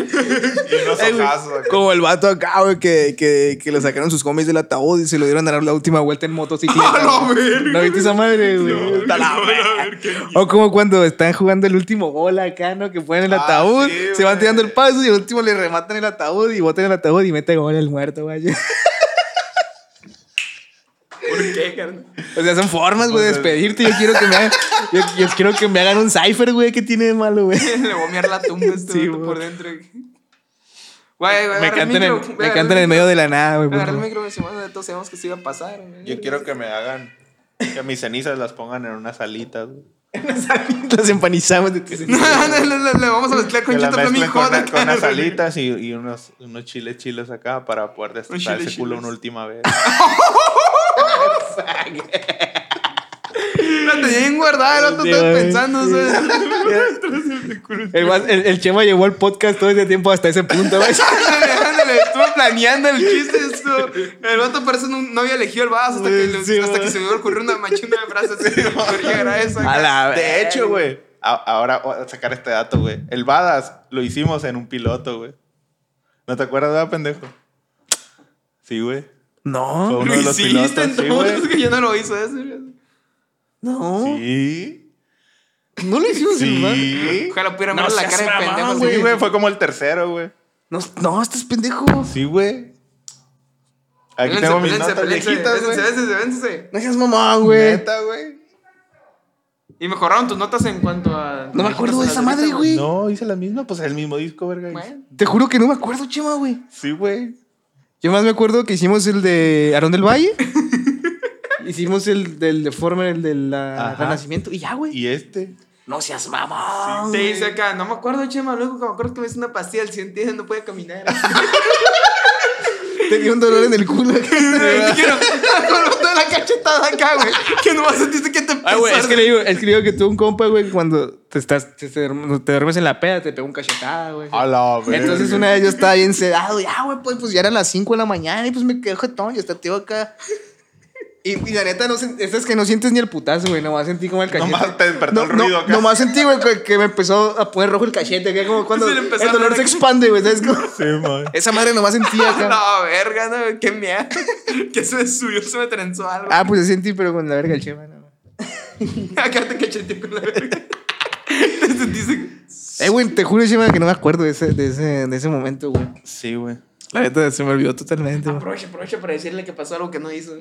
S1: Y unos
S3: Eh, güey,
S1: ojazos acá.
S3: Como el vato acá, güey, que, que, que lo sacaron sus homies del ataúd y se lo dieron a dar la última vuelta en motocicleta.
S4: ¡A la
S3: güey.
S4: verga!
S3: ¿No viste esa madre, güey? Está la verga. o como cuando están jugando el último gol acá, ¿no? Que ponen el
S1: Ah,
S3: ataúd,
S1: sí,
S3: se
S1: güey.
S3: van tirando el paso y al último le rematan el ataúd y botan el ataúd y mete gol el muerto, güey.
S4: ¿Por qué, carnal?
S3: O sea, son formas, güey, de
S1: O sea-
S3: despedirte. Yo quiero que me hagan, yo, yo quiero que me hagan un cipher, güey. ¿Qué tiene de malo, güey?
S4: Le voy a mirar la tumba a este
S3: Sí,
S4: vato por
S3: güey.
S4: dentro. Güey, güey, agarra
S3: Me
S4: el
S3: cantan en,
S4: micro,
S3: me
S4: güey,
S3: cantan en el medio de la nada, güey. por
S4: Agarra el
S3: favor.
S4: micro, güey, Simón, de todos sabemos que se iba a pasar. güey.
S1: Yo quiero que me hagan. Que mis cenizas las pongan en unas alitas. güey.
S3: Las empanizamos. de tus-
S4: No, no, no, no, le vamos a mezclar con
S1: Que la
S4: Cheto Flaming
S1: mezclen con,
S4: Hot.
S1: una- con
S4: acá,
S1: unas
S4: güey.
S1: alitas y, y unos, unos chiles chiles acá para poder destapar
S4: chile
S1: ese culo
S4: chiles.
S1: una última vez.
S4: La tenía bien guardada, el otro
S3: Sí,
S4: estaba
S3: güey.
S4: pensando. ¿sabes?
S3: El, vas- el, el Chema llevó al podcast todo ese tiempo hasta ese punto, güey.
S4: Ándale, estuvo planeando el chiste. estuvo- El vato parece no, no había elegido el vaso hasta que, le-
S3: Sí,
S4: hasta que
S3: güey.
S4: se me ocurrió una machina de frases así. por llegar a eso.
S1: Ah,
S3: A la
S1: De hecho, güey. a- Ahora voy a sacar este dato, güey. El Badass lo hicimos en un piloto, güey. ¿No te acuerdas, verdad, pendejo? Sí, güey. Fue
S3: No,
S1: uno
S4: Lo
S1: de los
S4: hiciste
S1: pilotos, sí,
S4: entonces,
S1: güey.
S4: que yo no lo hice. ¿sabes?
S3: no.
S1: Sí.
S3: No lo hicimos sin más.
S1: Sí.
S4: Ojalá pudiera
S3: No
S4: ver la
S3: seas
S4: cara de
S3: mamón,
S4: pendejo.
S1: Sí,
S4: así.
S1: güey. Fue como el tercero, güey.
S3: No, no, estás pendejo.
S1: Sí, güey. Aquí
S4: Pélense,
S1: tengo mis
S4: pélense,
S1: notas
S4: pélense,
S1: viejitas,
S4: pélense,
S1: güey.
S4: pélense, pélense.
S3: No seas mamá, güey.
S1: Neta, güey.
S4: Y mejoraron tus notas en cuanto a.
S3: No me acuerdo de esa madre, güey.
S1: No, hice la misma, pues es el mismo disco, verga.
S4: Bueno.
S3: Te juro que no me acuerdo, Chema, güey.
S1: Sí, güey.
S3: Yo más me acuerdo que hicimos el de Aarón del Valle. hicimos el del deforme, el del
S1: Ajá.
S3: Renacimiento. Y ya, güey.
S1: Y este.
S3: No seas mamá.
S4: Te dice acá, no me acuerdo, Chema, luego que me acuerdo que me hice una pastilla al siguiente día no podía caminar.
S3: Tenía un dolor en el culo.
S4: Quiero con toda la cachetada acá, güey. Que nomás sentiste que te
S1: Ah,
S3: Ay, Ah, güey, es
S4: pesaron.
S3: que le digo, es que le digo que tú un compa, güey, cuando te estás, te, te duerm- te duermes en la peda, te pega un cachetada, güey.
S1: A Ah, la verga.
S3: Entonces una vez yo estaba bien sedado, ya, güey, pues, pues ya eran las 5 de la mañana y pues me quedé jetón y hasta tío acá. Y, y la neta, no, sen- esta es que no sientes ni el putazo, güey, nomás sentí como el cachete.
S1: Nomás te despertó el ruido acá.
S3: Nomás sentí, güey, que, que me empezó a poner rojo el cachete, que como cuando
S4: Se le
S3: el
S4: empezó a
S3: dolor
S4: arder
S3: se
S4: acá.
S3: expande, güey, ¿sabes? Como-
S1: Sí, man.
S3: Esa madre nomás sentí
S4: A
S3: acá.
S4: la verga, no, qué mierda. Que se me subió, se me trenzó algo.
S3: Ah, pues yo sentí, pero con la verga el chema, no.
S4: Acá te cacheteé con la verga. Te sentiste.
S3: Eh, güey, te juro, chema, que no me acuerdo de ese, de ese, de ese momento, güey.
S1: Sí, güey.
S3: La neta se me olvidó totalmente, güey.
S4: Aprovecha, aprovecha para decirle que pasó algo que no hizo.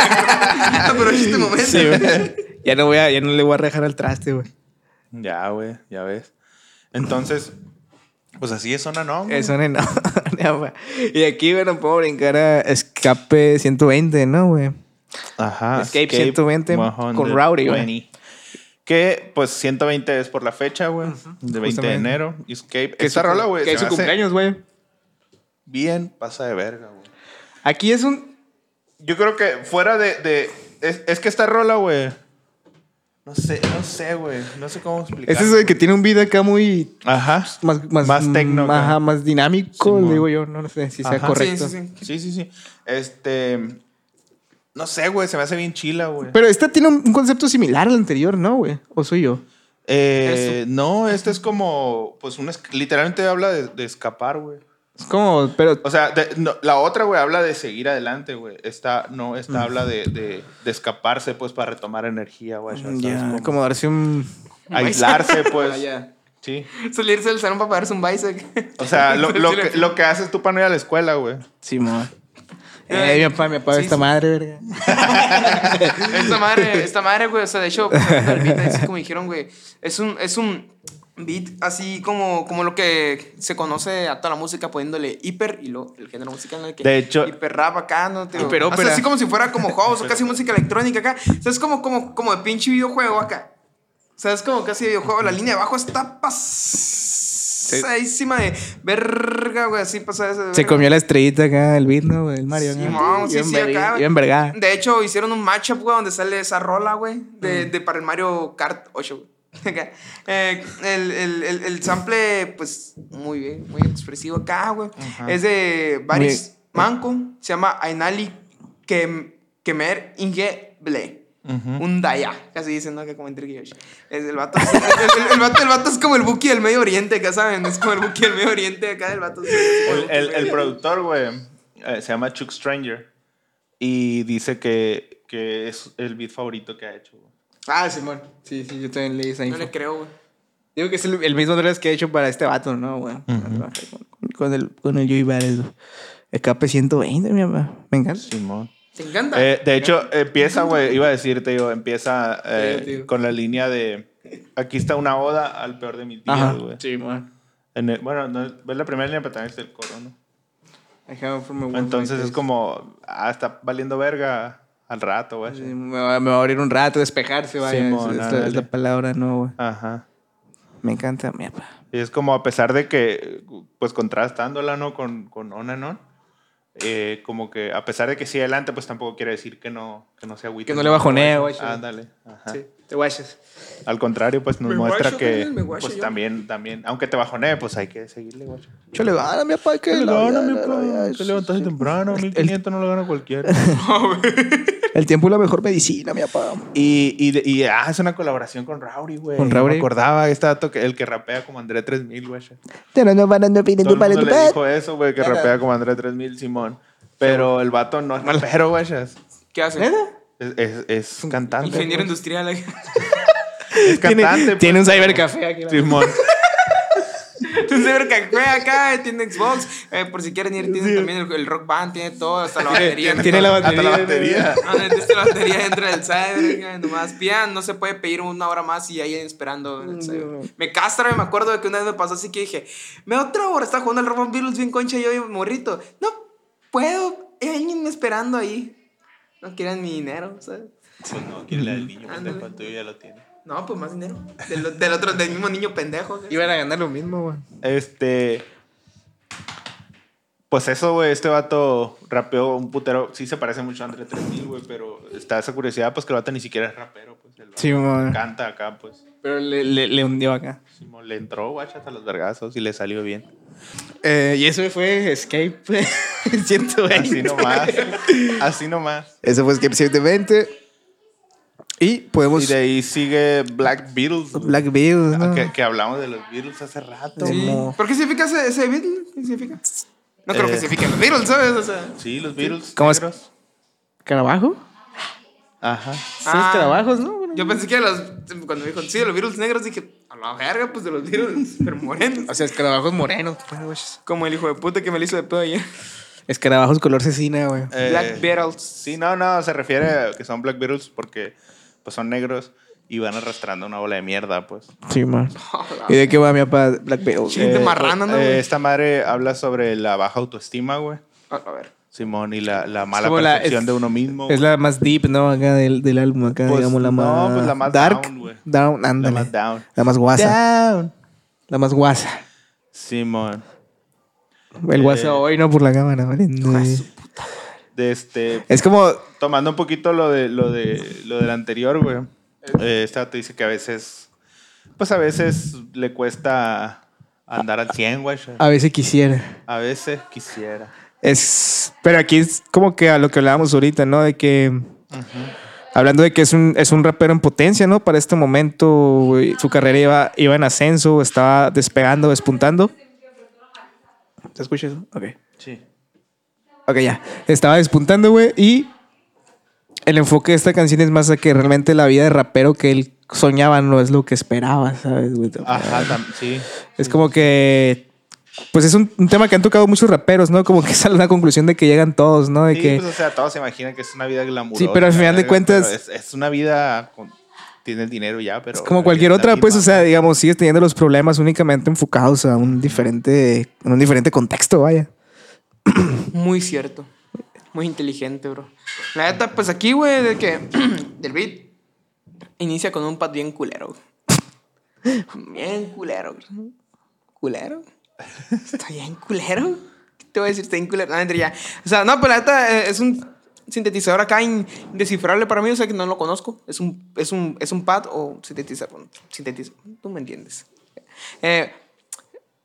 S4: Aprovecha este momento.
S3: Sí, güey. Ya no, voy a, ya no le voy a rejar al traste, güey.
S1: Ya, güey. Ya ves. Entonces, pues así es zona, ¿no? güey?
S3: Eso no, no. Y aquí, bueno, puedo brincar a Escape 120, ¿no, güey?
S1: Ajá.
S3: Escape 120 con Rowdy, güey.
S1: Que, pues, 120 es por la fecha, güey. de 20 de
S3: justamente.
S1: enero. Escape. Esa rola, güey.
S3: Que
S1: se
S3: es su
S1: me hace
S3: cumpleaños, güey.
S1: Bien, pasa de verga, güey.
S3: Aquí es un...
S1: Yo creo que fuera de. de- es, es que esta rola, güey. No sé, no sé, güey. No sé cómo explicar.
S3: Este es el que tiene un video acá muy...
S1: Ajá.
S3: Más, más,
S1: Más tecno, güey.
S3: Ajá, más dinámico,
S1: Simón.
S3: digo yo. No sé si sea
S1: Ajá.
S3: correcto.
S4: Sí, sí, sí.
S1: Sí, sí, sí. Este. No sé, güey. Se me hace bien chila, güey.
S3: Pero esta tiene un, un concepto similar al anterior, ¿no, güey? ¿O soy yo?
S1: Eh, no, este es como. Pues un. es- Literalmente habla de, de escapar, güey.
S3: Es como, pero
S1: O sea, de- no, la otra, güey, habla de seguir adelante, güey. Esta, no, esta habla de, de, de escaparse, pues, para retomar energía, güey. ya sabes,
S3: ya,
S1: como
S3: como darse un...
S1: Aislarse, pues.
S4: Ah, ya.
S1: Sí.
S4: Salirse del salón para pagarse un bicep.
S1: O sea, lo, lo que,
S4: Sí,
S1: lo que haces tú para no ir a la escuela, güey.
S3: Sí, mamá.
S4: Eh,
S3: Eh, mi papá, mi papá,
S4: sí,
S3: esta
S4: sí.
S3: madre, verga.
S4: Esta madre, esta madre, güey. O sea, de hecho, por ejemplo, ahorita, así como dijeron, güey, es un, es un beat así como, como lo que se conoce a toda la música poniéndole hiper y luego el género musical en el que.
S1: De hecho-
S4: Hiper rap acá, ¿no? Te,
S3: Hiper
S4: o sea,
S3: ópera.
S4: así como si fuera como house o casi música electrónica acá. O sea, es como, como, como de pinche videojuego acá. O sea, es como casi videojuego. La línea de abajo está pasadísima de verga, güey. Así pasada. esa de
S3: Se
S4: verga.
S3: comió la estrellita acá, el beat, ¿no? güey? El Mario.
S4: Sí,
S3: ¿no?
S4: mon, sí,
S3: Bien
S4: sí,
S3: verga-
S4: acá, güey.
S3: bien vergada.
S4: De hecho, hicieron un matchup, güey, donde sale esa rola, güey, de,
S1: Mm.
S4: de para el Mario Kart 8, güey. Acá. Eh, el, el, el, el sample, pues, muy bien, muy expresivo acá, güey. Es de Baris Manco, se llama Ainali Kem- Kemer Inge Ble. Un daya, casi dicen, ¿no? Que como entre guillos. Es el vato. el, el- el vato el vato es como el Buki del Medio Oriente, acá saben. Es como el Buki del Medio Oriente, acá el vato. es como
S1: El,
S4: Buki
S1: el-
S4: del
S1: el
S4: Medio Oriente.
S1: productor, güey, eh, se llama Chuck Stranger. Y dice que, que es el beat favorito que ha hecho, güey.
S3: Ah, Simón. Sí, sí, yo también leí esa
S4: No le creo, güey.
S3: Digo que es el, el mismo dress que he hecho para este vato, ¿no, güey? Con- Con el, con el Joey Barrett. Escape 120, mi papá. Me encanta.
S1: Simón.
S4: Te encanta.
S1: Eh, de hecho, empieza, güey, iba a decirte, yo, empieza eh,
S3: Te digo, tío.
S1: con la línea de aquí está una oda al peor de mis
S3: Ajá.
S1: días, güey.
S3: Simón.
S1: En el- Bueno, no, es la primera línea, pero también es el coro, ¿no?
S3: I have from a woman
S1: Entonces
S3: like
S1: es
S3: this.
S1: como, ah, está valiendo verga al rato, güey.
S3: Sí, Me va, me va a abrir un rato, despejarse, vaya. es-
S1: Simón,
S3: es, la,
S1: ándale.
S3: es la palabra, no, güey.
S1: Ajá.
S3: Me encanta, mi papá.
S1: Y es como, a pesar de que, pues contrastándola, ¿no? Con, con On and On, eh, como que, a pesar de que sí adelante, pues tampoco quiere decir que no, que no se agüite.
S3: Que no le bajonee, güey.
S1: Ándale. Ajá.
S3: Sí, te guayas.
S1: Al contrario, pues nos
S4: Me
S1: muestra
S4: guacho,
S1: que
S4: carnal, me guacho
S1: pues
S4: yo.
S1: también, también, aunque te bajonee, pues hay que seguirle, guacho.
S3: Yo le gana, mi papá. Que la- la- la- la- la-
S1: temprano,
S3: 1500
S1: no lo gana cualquiera.
S3: El tiempo es la mejor medicina, mi papá.
S1: y, y, de- y ah, es una colaboración con Rauri, güey.
S3: Con
S1: No
S3: Rauri.
S1: me acordaba este dato que el que rapea como André 3000, güey.
S3: Te no, no, no, no, no,
S1: Todo el
S3: no,
S1: mundo
S3: no,
S1: le
S3: no,
S1: dijo eso, güey, que rapea como André 3000, Simón. Pero el vato no es rapero, güey. Es,
S4: ¿Qué hace?
S1: es, es cantante.
S4: Ingeniero
S1: güey.
S4: industrial. eh.
S1: Es
S3: Tiene,
S1: cantante. pues,
S3: tiene un cybercafé aquí. la-
S1: Simón.
S4: Entonces, ver que juega acá, eh, tiene Xbox. eh, por si quieren ir, tiene también el, el rock band, tiene todo, hasta la batería.
S3: tiene- tiene la
S1: Hasta
S3: batería, güey.
S1: batería.
S4: Ah, no, entonces la batería dentro del cyber, eh, nomás pidan, no se puede pedir una hora más y ahí esperando en el cyber. Me castra, me acuerdo de que una vez me pasó así que dije, me da otra hora, está jugando el Robot Virus bien concha yo y morrito. No puedo, hay alguien me esperando ahí. No quieren mi dinero, ¿sabes?
S1: Pues no, quiere la del niño,
S4: Ándale. pendejo, el
S1: ya lo tiene.
S4: No, pues más dinero. Del, del otro, del mismo niño pendejo. ¿sabes?
S3: Iban a ganar lo mismo, güey.
S1: Este. Pues eso, güey, este vato rapeó un putero. Sí se parece mucho a André 3000, güey, pero está esa curiosidad, pues que el vato ni siquiera es rapero, pues. El vato
S3: Sí, mamá.
S1: Canta acá, pues.
S3: Pero le, le, le hundió acá.
S1: Simón, Le entró, guacha, hasta los vergazos y le salió bien.
S3: Eh, y eso fue Escape 120.
S1: Así nomás. así nomás.
S3: Eso fue Escape 120. Y podemos.
S1: Y de ahí sigue Black Beatles. güey.
S3: Black Beatles,
S1: Ah,
S3: ¿no?
S1: Que, que hablamos de los Beatles hace rato.
S3: Sí.
S1: güey.
S3: Como-
S4: ¿Por qué significa ese, ese Beatle? ¿Qué significa? No creo
S1: Eh.
S4: que signifique los Beatles, ¿sabes? O sea,
S1: Sí, los Beatles.
S3: ¿Cómo es?
S1: negros.
S3: ¿Carabajo?
S1: Ajá.
S3: Sí,
S4: Ah.
S3: carabajos, ¿no?
S4: yo pensé que los, cuando me dijo, sí, de los Beatles negros, dije, a la verga, pues de los Beatles, pero morenos.
S3: O sea, escarabajos morenos. pues, güey.
S4: Como el hijo de puta que me le hizo de pedo ayer.
S3: Escarabajos color cecina, güey.
S1: Eh,
S4: Black Beatles.
S1: Sí, no, no, se refiere a que son Black Beatles porque pues son negros y van arrastrando una bola de mierda, pues. Eh,
S3: Sí, man.
S4: A la
S3: ¿Y de qué va mi papá? Black Beatles.
S4: Sí. Gente marrana, ¿no, güey?
S1: esta madre habla sobre la baja autoestima, güey.
S4: A ver.
S1: Simón, y la, la mala
S3: como la-
S1: percepción
S3: es-
S1: de uno mismo.
S3: Es
S1: güey.
S3: la más deep, ¿no? Acá del, del álbum, acá,
S1: Pues,
S3: digamos, la
S1: no,
S3: más.
S1: pues, la más
S3: dark.
S1: down, güey.
S3: Down, ándale.
S1: más down.
S3: La más guasa. La más guasa.
S1: Simón.
S3: El
S1: Eh.
S3: guasa hoy, no por la cámara, ¿vale?
S1: De este,
S3: Es como.
S1: tomando un poquito lo de lo de lo del anterior, güey. Eh, esta te dice que a veces pues a veces le cuesta andar al 100, güey.
S3: A veces quisiera.
S1: A veces quisiera.
S3: Es, pero aquí es como que a lo que hablábamos ahorita, ¿no? De que, hablando de que es un, es un rapero en potencia, ¿no? Para este momento, güey, su carrera iba, iba en ascenso, estaba despegando, despuntando. ¿Se escucha eso? Ok.
S1: Sí.
S3: Ok, ya. Estaba despuntando, güey. Y el enfoque de esta canción es más a que realmente la vida de rapero que él soñaba no es lo que esperaba, ¿sabes, güey?
S1: Ajá, tam- sí.
S3: Es como que. Pues es un, un tema que han tocado muchos raperos, ¿no? Como que sale una conclusión de que llegan todos, ¿no? De
S1: Sí,
S3: que.
S1: pues, o sea, todos se imaginan que es una vida glamurosa.
S3: Sí, pero al final de
S1: ¿verdad?
S3: cuentas-
S1: Pero Es, es una vida con... Tienes dinero ya, pero...
S3: Es como cualquier otra, pues, o sea, digamos, sigues teniendo los problemas únicamente enfocados a un diferente, en un diferente contexto, vaya.
S4: Muy cierto. Muy inteligente, bro. La neta, pues aquí, güey, de que. del beat. Inicia con un pad bien culero. güey. Bien culero, bro. ¿Culero? ¿Está bien culero? ¿Qué te voy a decir? Está bien culero. No, mentira, ya. O sea, no, pero la neta eh, es un sintetizador acá indescifrable para mí, o sea que no lo conozco. Es un, es un, es un pad o sintetizador. Sintetizador. Tú me entiendes. Eh,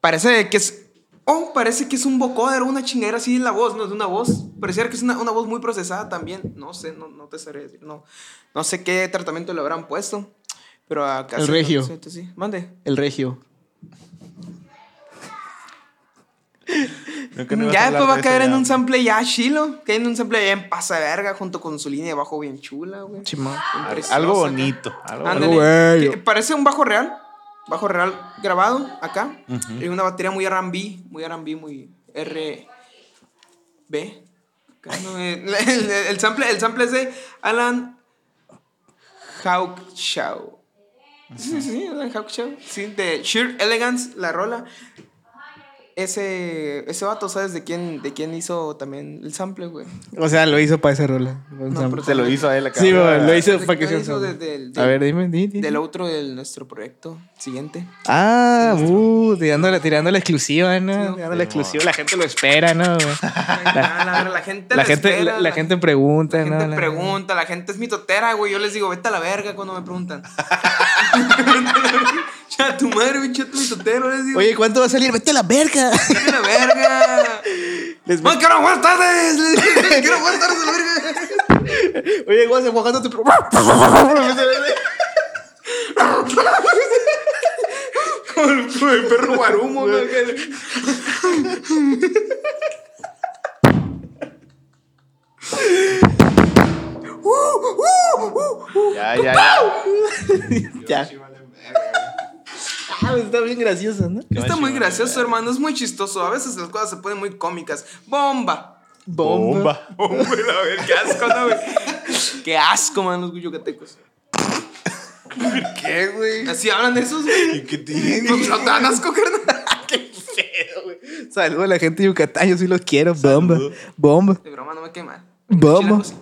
S4: Parece que es. Oh, parece que es un vocoder, una chingadera así en la voz, ¿no? De una voz. Pareciera que es una, una voz muy procesada también. No sé, no, no te sabré decir. No, no sé qué tratamiento le habrán puesto. Pero acá.
S3: El
S4: sí,
S3: regio.
S4: no sé, tú sí. Mande.
S3: El regio.
S4: Ya después va a caer en un sample ya chilo. Cae en un sample bien pasa verga junto con su línea de bajo bien chula, güey.
S3: Simón.
S4: Bien preciosa,
S1: Algo
S4: acá.
S1: bonito. Algo
S4: Ándale.
S1: bonito.
S3: bello.
S4: Que Parece un bajo real. Bajo real grabado acá. Y una batería muy R&B. Muy R&B, muy R-B. Acá no me- el, el sample, el sample es de Alan Hawkshaw. Sí, sí, Alan Hawkshaw. Sí, de Sheer Elegance, la rola. Ese, ese vato, ¿sabes de quién, de quién hizo también el sample, güey?
S3: O sea, lo hizo para esa rola.
S4: No, pero-
S1: Se lo hizo a él acá.
S3: Sí, güey, lo hizo
S4: Lo
S3: para que
S4: hizo
S3: sea un sample.
S4: desde el-
S3: A ver, dime, di, di.
S4: Del otro de nuestro proyecto siguiente.
S3: Ah, uh, tirando la, tirando la exclusiva, ¿no? tirando la
S1: Simón.
S3: exclusiva, la gente lo espera, ¿no? güey?
S4: Ah, La, la gente
S3: La
S4: lo
S3: gente,
S4: espera,
S3: la, la gente pregunta,
S4: la gente
S3: ¿no? La-
S4: pregunta, la gente es mitotera, güey. Yo les digo, vete a la verga cuando me preguntan. ya tu madre, bicho, tu mitotero, les digo.
S3: Oye, ¿cuánto va a salir? Vete a la verga.
S4: vete a la verga.
S3: Les-
S4: No, quiero buenas tardes. les digo, Quiero buenas tardes a la verga.
S3: Oye, Guas, en Oaxaca te pre-
S4: Como el, como el perro guarumo, güey. que-
S1: Ya, ya, ya.
S3: Ya. Ah, está bien gracioso, ¿no?
S4: Está muy gracioso, hermano. Es muy chistoso. A veces las cosas se ponen muy cómicas. Bomba.
S1: Bomba.
S4: Hombre, la verga, qué asco, ¿no, güey? Qué asco, man, los yucatecos.
S1: ¿Qué, güey?
S4: Así hablan esos, güey.
S1: ¿Y qué tiene?
S4: No, no te dan asco, carnal.
S3: Saludo a la gente de Yucatán, yo sí los quiero. Bomba.
S1: Saludo.
S3: Bomba.
S4: De broma, no me quema.
S3: Bomba.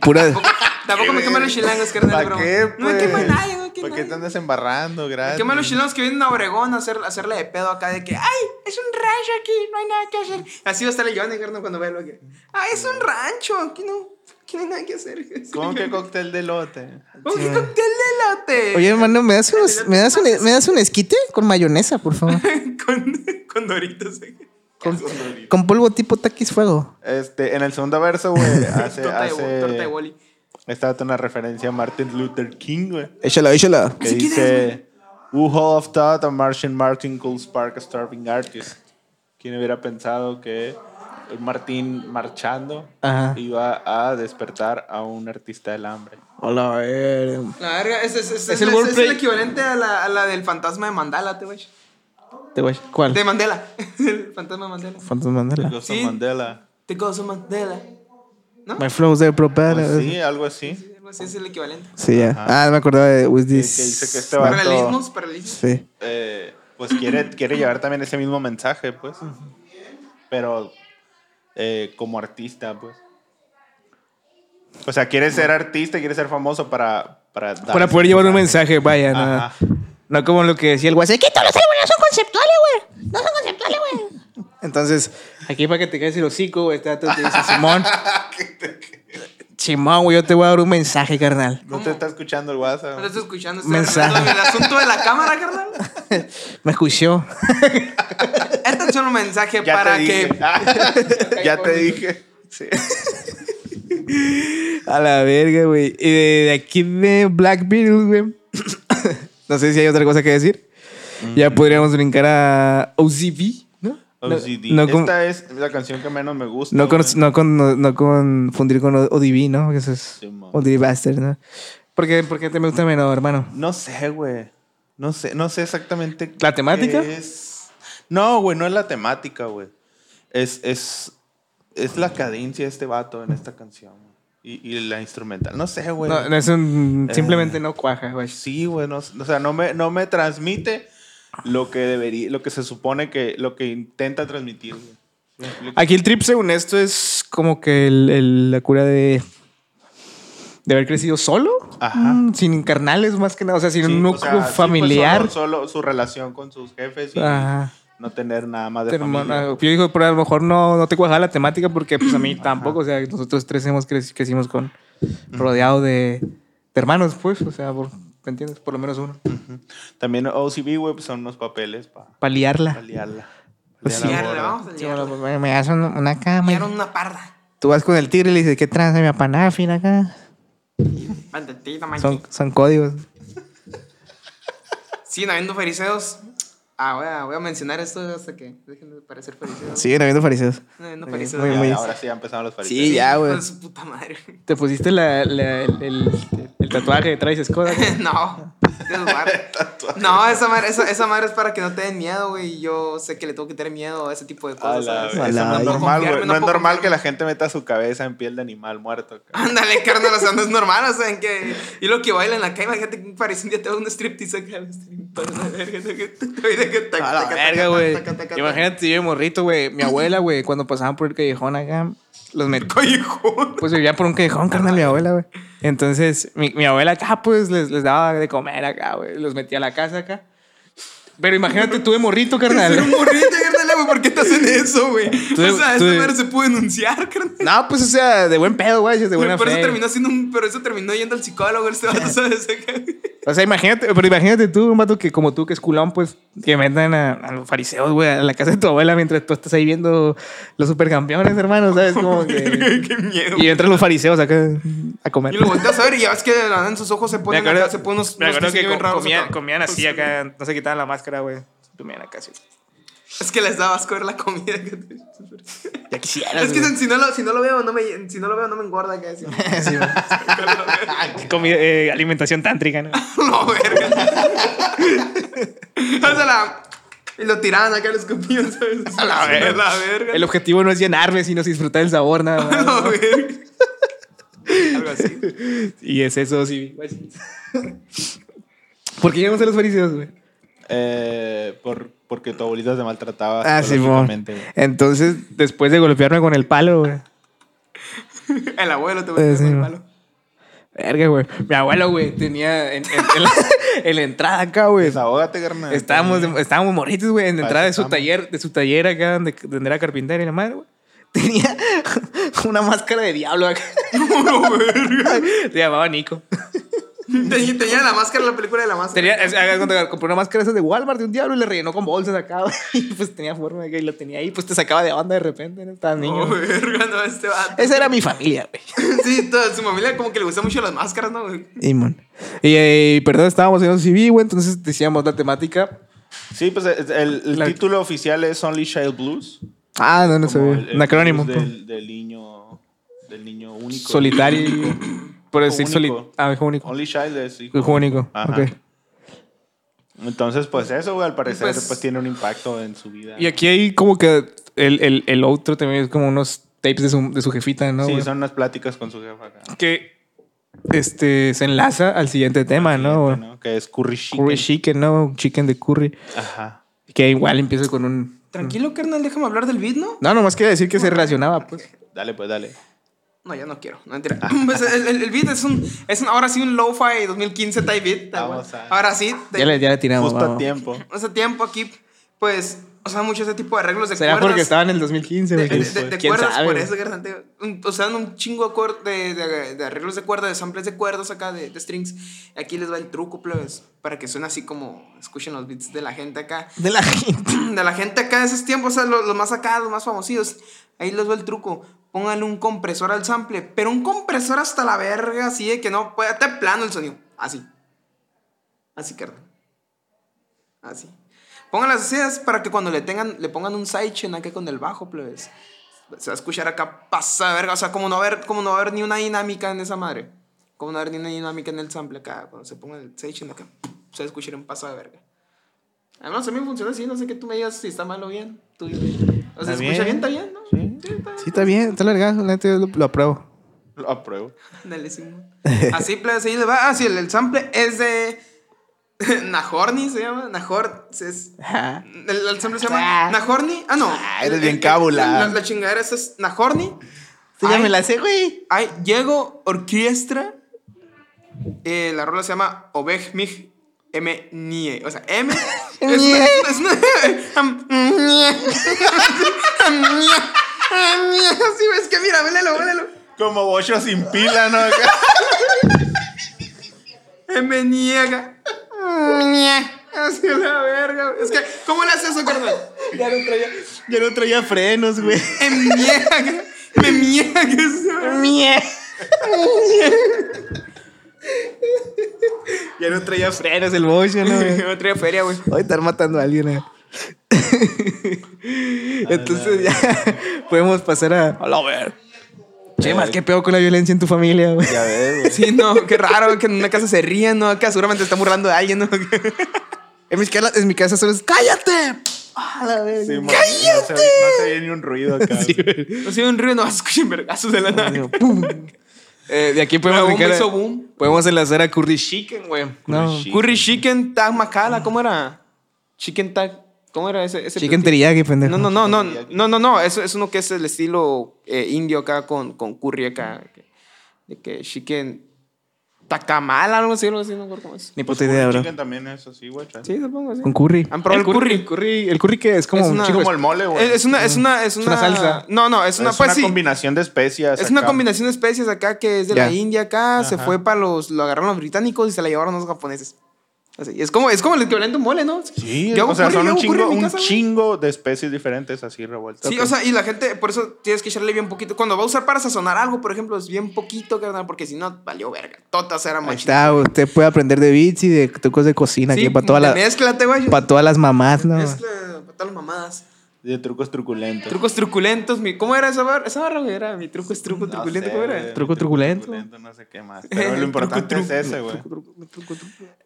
S3: Pura-
S4: Tampoco, tampoco me queman los chilangos, carnal, de
S1: ¿Para
S4: broma.
S1: qué,
S4: No me
S1: pues?
S4: quema nadie, no me quema
S1: ¿Para qué te
S4: nadie.
S1: andas embarrando,
S4: Me
S1: gracias?
S4: queman los chilangos que vienen a Obregón a, hacer, a hacerle de pedo acá de que, ay, es un rancho aquí, no hay nada que hacer. Así va a estar el Giovanni, carnal, cuando vea lo que. Ay, es un rancho, aquí no, aquí no hay nada que hacer.
S1: ¿Cómo que cóctel de lote?
S4: ¿Cómo que cóctel de elote?
S3: Oye, hermano, ¿me das, unos, ¿me, das un, ¿me das un esquite con mayonesa, por favor?
S4: con, con doritos. eh.
S3: Con, con polvo tipo taquis fuego.
S1: Este, en el segundo verso, güey, hace,
S4: Torta de bo- torta de
S1: hace...
S4: boli.
S1: Esta es una referencia a Martin Luther King, güey.
S3: Échala, échala.
S1: Que
S4: ¿Ese quién es,
S1: dice... Who hall of thought a Martian Martin could spark a starving artist? ¿Quién hubiera pensado que un Martín marchando
S3: Ajá.
S1: iba a despertar a un artista del hambre?
S3: Hola,
S4: La verga, es, es, es,
S3: Es
S4: es,
S3: el
S4: es-
S3: wordplay.
S4: es el equivalente a la, a la del fantasma de Mandala, te güey.
S3: Te voy. ¿Cuál?
S4: De Mandela. el fantasma de Mandela.
S3: Fantasma Mandela.
S1: Nelson
S4: Sí.
S1: Mandela.
S4: The Ghost of Mandela. ¿No?
S3: My flows there
S1: Pues
S3: propeller.
S1: sí, algo así.
S4: Algo así es el equivalente.
S3: Sí, ya. Ah, me acordaba de With
S1: Que, que
S3: This.
S1: dice que este vato...
S4: Paralelismos, paralelismos.
S3: Sí.
S1: eh, pues quiere, quiere llevar también ese mismo mensaje, pues. Pero eh, como artista, pues. O sea, quiere ser artista, quiere ser famoso para... Para, dar
S3: Para
S1: ese
S3: poder llevar un mensaje, vaya, nada.
S1: Ajá.
S3: No como lo que decía el guas.
S2: Quito, los álbumes no son conceptuales, güey. No son conceptuales, güey.
S3: Entonces, aquí para que te quedes el hocico, güey, está tú te dice Simón. Simón, güey, yo te voy a dar un mensaje, carnal.
S1: No te está escuchando el WhatsApp.
S4: No te estoy escuchando. Estoy
S3: Mensaje.
S4: arreglando el asunto de la cámara, carnal.
S3: Me escuchó.
S4: Este es solo un mensaje
S1: Ya
S4: para
S1: te dije.
S3: Ah,
S4: que.
S1: ya te dije. Sí.
S3: A la verga, güey. Y de, de aquí de Black Beatles, güey.
S1: Mm.
S3: no sé si hay otra cosa que decir. Ya podríamos brincar a OCV, ¿no?
S1: OCD.
S3: no com-
S1: Esta es la canción que menos me gusta.
S3: No, con-
S1: güey.
S3: no, con- no- no confundir con O- ODB, ¿no? Porque eso es
S1: Sí, man.
S3: ODB Bastard, ¿no? ¿Por qué, por qué te gusta menos, hermano?
S1: No sé, güey. No sé, no sé exactamente.
S3: ¿La temática?
S1: qué es. No, güey, no es la temática, güey. Es, es, es la cadencia de este vato en esta canción. güey. Y, y la instrumental. No sé, güey.
S3: No, no, es un-
S1: Eh.
S3: simplemente no cuaja, güey.
S1: Sí, güey. no- o sea, no me, no me transmite lo que debería, lo que se supone que, lo que intenta transmitir, güey. ¿Sí me explico?
S3: Aquí el trip, según esto, es como que el- el- la cura de, de haber crecido solo.
S1: Ajá.
S3: Mm, sin carnales, más que nada. O sea, sin
S1: Sí,
S3: un
S1: o sea, sí,
S3: núcleo
S1: pues,
S3: familiar.
S1: solo, solo su relación con sus jefes y
S3: Ajá.
S1: no tener nada más de
S3: Te-
S1: familia.
S3: Yo digo, pero a lo mejor no, no te cuajaba la temática porque pues a mí tampoco, o sea, nosotros tres hemos creci- crecimos con rodeado de, de hermanos, pues, o sea, por- ¿me entiendes? Por lo menos uno.
S1: También OCB, güey, pues, son unos papeles para
S3: Paliarla.
S1: paliarla.
S3: Pues
S1: Paliar
S4: sí.
S1: la
S4: Paliarla,
S1: gorda.
S4: vamos.
S3: Sí, bueno, me, me hacen una cama.
S4: Llegaron una parda.
S3: Tú vas con el tigre y le dices, ¿qué tranza mi apanáfina acá?
S4: Maldita, man.
S3: Son, son códigos.
S4: Siguen habiendo fariseos. Ah, voy a, voy a mencionar esto hasta que dejen de parecer fariseos.
S3: Siguen habiendo fariseos.
S4: Siguen habiendo
S3: Muy
S4: fariseos.
S3: bien,
S1: Ya,
S3: muy bien.
S1: ahora sí ya empezaron los fariseos.
S3: Sí, ya, güey.
S4: Con su puta madre.
S3: Te pusiste la, la- el, el- el tatuaje que traes Skoda.
S4: no. Dios guarde. no, esa madre, esa, esa madre es para que no te den miedo, güey. Yo sé que le tengo que tener miedo a ese tipo de
S1: A
S4: cosas.
S1: la
S4: ¿sabes?
S1: vez. Eso
S3: A
S1: no
S3: la-
S1: es normal, güey.
S4: Confiarme,
S1: No es
S4: puedo
S1: normal que
S4: confiarme.
S1: la gente meta su cabeza en piel de animal muerto. cabrón.
S4: Ándale, carnal, o sea, no es normal, o sea, en que... Y lo que baila en la calle, imagínate que un parisín día te da un striptease acá. un striptease, la verga, ¿no? Que te- te oye que tac,
S3: A la
S4: tac,
S3: verga,
S4: tac,
S3: güey.
S4: tac, tac, tac,
S3: Imagínate, yo de morrito, güey. Mi abuela, güey, cuando pasaban por el callejón acá, los metí.
S4: Callejón.
S3: Pues vivía por un callejón, carnal, mi abuela, güey. Entonces, mi, mi abuela acá, pues, les, les daba de comer acá, güey. Los metía a la casa acá. Pero imagínate tú de morrito,
S4: Ser un
S3: carnal.
S4: morrito, carnal, güey, ¿por qué te hacen eso, güey?
S3: Tú-
S4: O sea,
S3: tú-
S4: esta madre se pudo denunciar, carnal.
S3: No, pues, o sea, de buen pedo, güey, de buena
S4: Pero eso
S3: fe.
S4: terminó siendo un... Pero eso terminó yendo al psicólogo, este vato, ¿sabes? Acá.
S3: O sea, imagínate, pero imagínate tú, un vato que como tú, que es culón, pues, que metan a, a los fariseos, güey, a la casa de tu abuela mientras tú estás ahí viendo los supercampeones, hermano, ¿sabes? Como que...
S4: Qué miedo.
S3: Y entran los fariseos acá a comer.
S4: Y lo volteas a ver y ya ves que de la nada en sus ojos se
S3: Me
S4: ponen
S3: acuerdo,
S4: acá, se ponen unos,
S3: me
S4: unos
S3: acuerdo que
S4: diseños bien
S3: co-
S4: raros
S3: comían,
S4: acá.
S3: comían así acá, no se quitaban la máscara, güey. Comían acá así.
S4: Es que les daba asco ver la comida.
S3: Ya quisieras.
S4: Es que
S3: güey.
S4: si, si no lo, si no lo veo, no me, si no lo veo, no me engorda. Que decir.
S3: Sí, güey. Comida- eh, alimentación tántrica, ¿no?
S4: no, verga. o sea, la, y lo tiraban acá, lo escupían, ¿sabes? A la verga. la verga.
S3: El objetivo no es llenarme, sino disfrutar el sabor, nada
S4: A
S3: más.
S4: la verga. Algo así.
S3: Y es eso, sí. güey. ¿Por qué llegamos a los fariseos, güey?
S1: Eh, por, porque tu abuelita te maltrataba.
S3: Ah, Simón.
S1: psicológicamente, güey.
S3: Entonces, después de golpearme con el palo, güey.
S4: El abuelo te
S3: Eh,
S4: metió
S3: sí,
S4: con el
S3: no.
S4: palo.
S3: Verga, güey. Mi abuelo, güey, tenía en, en- en la, en la entrada acá, güey.
S1: Desahógate, carnal.
S3: Estábamos, estábamos morritos, güey, en la
S1: Para
S3: entrada
S1: eso
S3: de su
S1: estamos.
S3: taller, de su taller acá donde, donde era carpintero y la madre, güey. Tenía una máscara de diablo acá.
S4: No, verga.
S3: Se llamaba Nico.
S4: Tenía, tenía la máscara, la película de la máscara.
S3: Tenía, es- haga de cuenta que compró una máscara esa de Walmart de un diablo y le rellenó con bolsas acá. güey. Y pues tenía forma de que lo tenía ahí, pues te sacaba de onda de repente, ¿no? Estabas niño.
S4: No, Oh, verga, no, este vato.
S3: Esa era mi familia, güey.
S4: Sí, toda su familia como que le gustan mucho las máscaras, ¿no? güey?
S3: Y, mon. y, eh, perdón, estábamos en un CV, güey, entonces decíamos la temática.
S1: Sí, pues es- el, el
S3: La-
S1: título oficial es Only Child Blues.
S3: Ah, no, no
S1: como
S3: sé.
S1: el- el
S3: Un acrónimo.
S1: blues
S3: pues.
S1: Del, del niño, del niño único.
S3: Solitario. Por
S1: Hijo
S3: decir solitario.
S1: único.
S3: Ah, hijo único.
S1: Only Child es hijo.
S3: Hijo único.
S1: Ajá.
S3: Ok.
S1: Entonces, pues eso, güey, al parecer,
S4: Pues-
S1: pues, tiene un impacto en su vida.
S3: Y aquí hay como que el, el, el outro también es como unos tapes de su, de su jefita, ¿no?
S1: sí,
S3: güey?
S1: son unas pláticas con su jefa acá.
S3: Que este, se enlaza al siguiente tema, ¿no? güey?
S1: ¿no? Que es curry chicken.
S3: Curry chicken, ¿no? Un chicken de curry.
S1: Ajá.
S3: Que igual empieza con un...
S4: Tranquilo, carnal, déjame hablar del beat, ¿no?
S3: No, nomás quería decir que se relacionaba, pues.
S1: Dale, pues dale.
S4: No, ya no quiero. No mentira.
S3: Ah.
S4: Pues el, el- el beat es un, es un. Ahora sí, un lo-fi 2015 type beat. tal
S1: Vamos
S4: cual.
S1: a-
S4: Ahora sí. de-
S3: Ya le, ya le tiramos.
S1: Justo a
S3: vamos.
S1: tiempo.
S4: Hace tiempo aquí, pues, usaban mucho ese tipo de arreglos de
S3: Será
S4: cuerdas.
S3: porque estaba en el 2015,
S4: de,
S3: güey.
S4: de- de- de
S3: ¿Quién
S4: cuerdas
S3: sabe,
S4: por
S3: güey?
S4: eso, carnal, te- un- Usaban un chingo de cuer- de, de- de arreglos de cuerdas, de samples de cuerdas acá, de, de strings. Aquí les va el truco, plebes, para que suene así como escuchen los beats de la gente acá.
S3: De la gente.
S4: de la gente acá de esos tiempos, o sea, los, los más acá, los más famosillos. Ahí les va el truco. Pónganle un compresor al sample, pero un compresor hasta la verga, así de que no pueda. Está plano el sonido. Así. Así, carnal. Así. Pongan las escenas para que cuando le, tengan, le pongan un sidechain acá con el bajo, plebes. Se va a escuchar acá pasa de verga. O sea, como no va a haber, como no va a haber ni una dinámica en esa madre. Como no va a haber ni una dinámica en el sample acá. Cuando se ponga el sidechain acá, se va a escuchar un pasa de verga. Además, a mí me funciona así. No sé qué tú me digas si está mal o bien. Tú dime. O sea,
S1: Está
S4: ¿se escucha bien?
S1: bien.
S4: ¿Está bien? ¿No?
S1: Sí.
S4: está bien.
S3: Sí, está bien, está largado, la neta yo lo, lo apruebo.
S1: Lo apruebo.
S4: Dale, Simón. Así, plebes, ahí le va. Ah, sí, el, el sample es de. Najorni se llama. Najor. se Es, el, el sample se llama.
S2: Ah.
S4: Najorni. Ah, no.
S1: eres
S4: El-
S1: bien
S4: el-
S1: cábula.
S4: La, la chingadera esa es Najorni.
S2: Tú ya
S4: Ay.
S2: me la sé, güey.
S4: Hay Llego Orquestra. Eh, la rola se llama Obej Mij M. Nie. O sea, M. es una- es una- es una- Así ves que mira, vélelo, vélelo.
S1: Como bocho sin pila, ¿no?
S4: Me niega. E, Así la verga. güey. Es que, ¿cómo le haces eso, carnal?
S2: Ya no traía, ya no traía frenos, güey.
S4: Me niega. Me niega. esa-
S2: Mie.
S4: Ya no traía fre-
S3: Frenos el bocho, ¿no? güey?
S4: No traía feria, güey.
S3: Hoy estar matando a alguien. eh. Entonces ya podemos pasar a. A la ver. Che, más qué peor con la violencia en tu familia, güey.
S1: Ya ves, güey.
S4: Sí, no, qué raro que en una casa se ríen, ¿no? Acá seguramente están burlando de alguien, ¿no?
S3: En, mis cala- en mi casa solo es ¡Cállate!
S2: A la verga.
S1: Sí, mo- No se, oye- no se oye ni un ruido acá. güey.
S4: No sido un río, no escuchen vergazos de la nada.
S3: ¡Pum! Eh, de aquí podemos
S4: La bomba
S3: brincar a-
S4: hizo boom.
S3: Podemos enlazar a Curry Chicken, güey. No.
S1: Curry
S4: Curry chicken tag macala, ¿cómo era? Chicken tag, ¿cómo era ese? ese
S3: Chicken
S4: platillo?
S3: teriyaki, pendejo.
S4: No, no, no, no, no, no, no, eso es uno que es el estilo eh, indio acá con, con curry acá. que- De que chicken takamal, algo así, algo así, no recuerdo cómo es.
S3: Ni
S2: pues,
S3: puta idea, bro.
S1: Chicken también es así, güey. chale.
S4: Sí, supongo, sí.
S3: Con curry.
S4: ¿Han probado el curry?
S3: curry? El curry que es como
S4: Es
S3: un
S4: una-
S3: chico.
S1: Como el mole, güey.
S4: Es, es una, es una, es
S3: Es
S4: una,
S3: una salsa.
S4: No, no, es una,
S1: Es
S4: pues
S1: una
S4: sí.
S1: combinación de especias.
S4: Es una
S1: acá.
S4: combinación de especies acá que es de la
S3: Ya.
S4: India acá, se
S1: Ajá.
S4: fue para los, lo agarraron los británicos y se la llevaron los japoneses. Así, es como, es como el equivalente a un mole, ¿no?
S1: Sí,
S4: Yo hago
S1: o sea,
S4: curry,
S1: son
S4: yo
S1: un
S4: hago curry
S1: chingo,
S4: en mi
S1: un
S4: casa, güey.
S1: chingo de especies diferentes así revueltas.
S4: Sí, o sea, y la gente, por eso tienes que echarle bien poquito. Cuando va a usar para sazonar algo, por ejemplo, es bien poquito, carnal, porque si no, valió verga. Totas eran
S3: Ahí
S4: machitas.
S3: está, usted puede aprender de beats y de trucos de cocina
S4: Sí,
S3: aquí para todas las
S4: Mezclate, güey.
S3: para todas las mamás, ¿no?
S4: Mezcla para todas las mamadas.
S1: De trucos truculentos.
S4: Trucos truculentos. Mi, ¿Cómo era esa barra? Esa barra, güey, era mi truco es truco
S1: Ah,
S4: truculento. ¿Cómo era?
S3: Truco truculento.
S1: No sé qué más. Pero lo importante
S4: Truco,
S1: es ese, güey.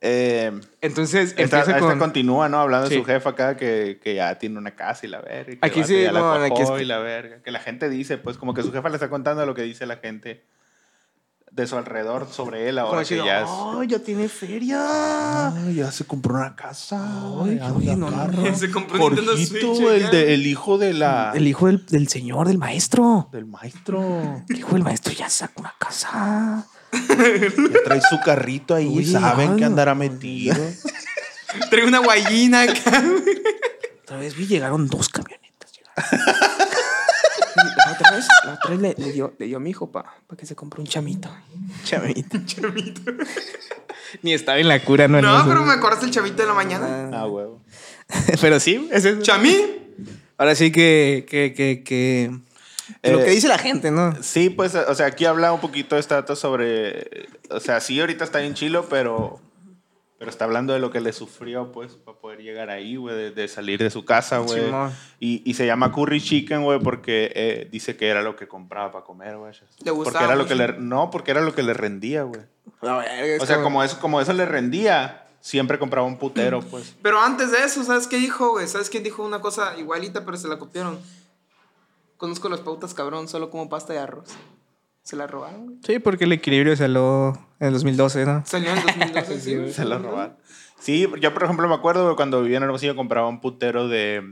S1: Eh,
S3: Entonces
S1: esta,
S3: empieza
S1: esta
S3: con
S1: continúa, ¿no? Hablando
S3: Sí.
S1: de su jefa acá que, que ya tiene una casa y la verga. y que
S3: Aquí
S1: el vato
S3: sí,
S1: ya la
S3: no,
S1: cuajó
S3: aquí es-
S1: y la verga. Que la gente dice, pues como que su jefa le está contando lo que dice la gente de su alrededor sobre él ahora
S3: Como
S1: que
S3: chido,
S1: ya es...
S2: Oh, ya tiene feria.
S1: Ay, ya se compró una casa.
S3: Ay,
S1: ya
S3: oye,
S1: anda
S3: no,
S1: carro.
S3: no. Mm,
S4: Se compró un Nintendo
S1: Jorgito,
S4: Switch,
S1: el,
S4: acá.
S1: de- el hijo de la...
S3: el hijo del, del señor, del maestro.
S1: Del maestro.
S3: El hijo del maestro ya sacó una casa.
S1: Ya trae su carrito ahí.
S3: Oye, ah,
S1: saben que
S3: ay,
S1: andará metido.
S4: Trae una guayina acá.
S3: Otra vez vi llegaron dos camionetas. llegaron.
S4: La otra vez, la otra vez le, le dio, le dio a mi hijo para que se compró un chamito.
S3: Chavito. Ni estaba en la cura, no.
S4: No,
S3: En
S4: pero
S3: eso.
S4: me acordaste el chavito de la mañana.
S1: Ah, huevo.
S3: pero sí, es eso.
S4: ¿Chamí?
S3: Ahora sí que que que que que lo
S1: Eh,
S3: que dice la gente, ¿no?
S1: Sí, pues, o sea, aquí habla un poquito este dato sobre. O sea, sí, ahorita está en chilo, pero. Pero está hablando de lo que le sufrió, pues, para poder llegar ahí, güey, de, de salir de su casa, güey.
S3: Simón.
S1: Y, y se llama Curry Chicken, güey, porque eh, dice que era lo que compraba para comer, güey.
S4: Le gustaba
S1: Porque era lo que
S4: mucho.
S1: le, no, porque era lo que le rendía, güey.
S3: La verga, es
S1: O sea, como eso, como eso le rendía, siempre compraba un putero, pues.
S4: Pero antes de eso, ¿sabes qué dijo, güey? ¿Sabes quién dijo una cosa igualita, pero se la copiaron? Conozco las pautas, cabrón, solo como pasta de arroz. Se la robaron, güey.
S3: Sí, porque el equilibrio salió en el 2012, ¿no?
S4: Salió en el 2012, sí, güey.
S1: Se lo robaron. Sí, yo, por ejemplo, me acuerdo, güey, cuando vivía en Hermosillo, compraba un putero de.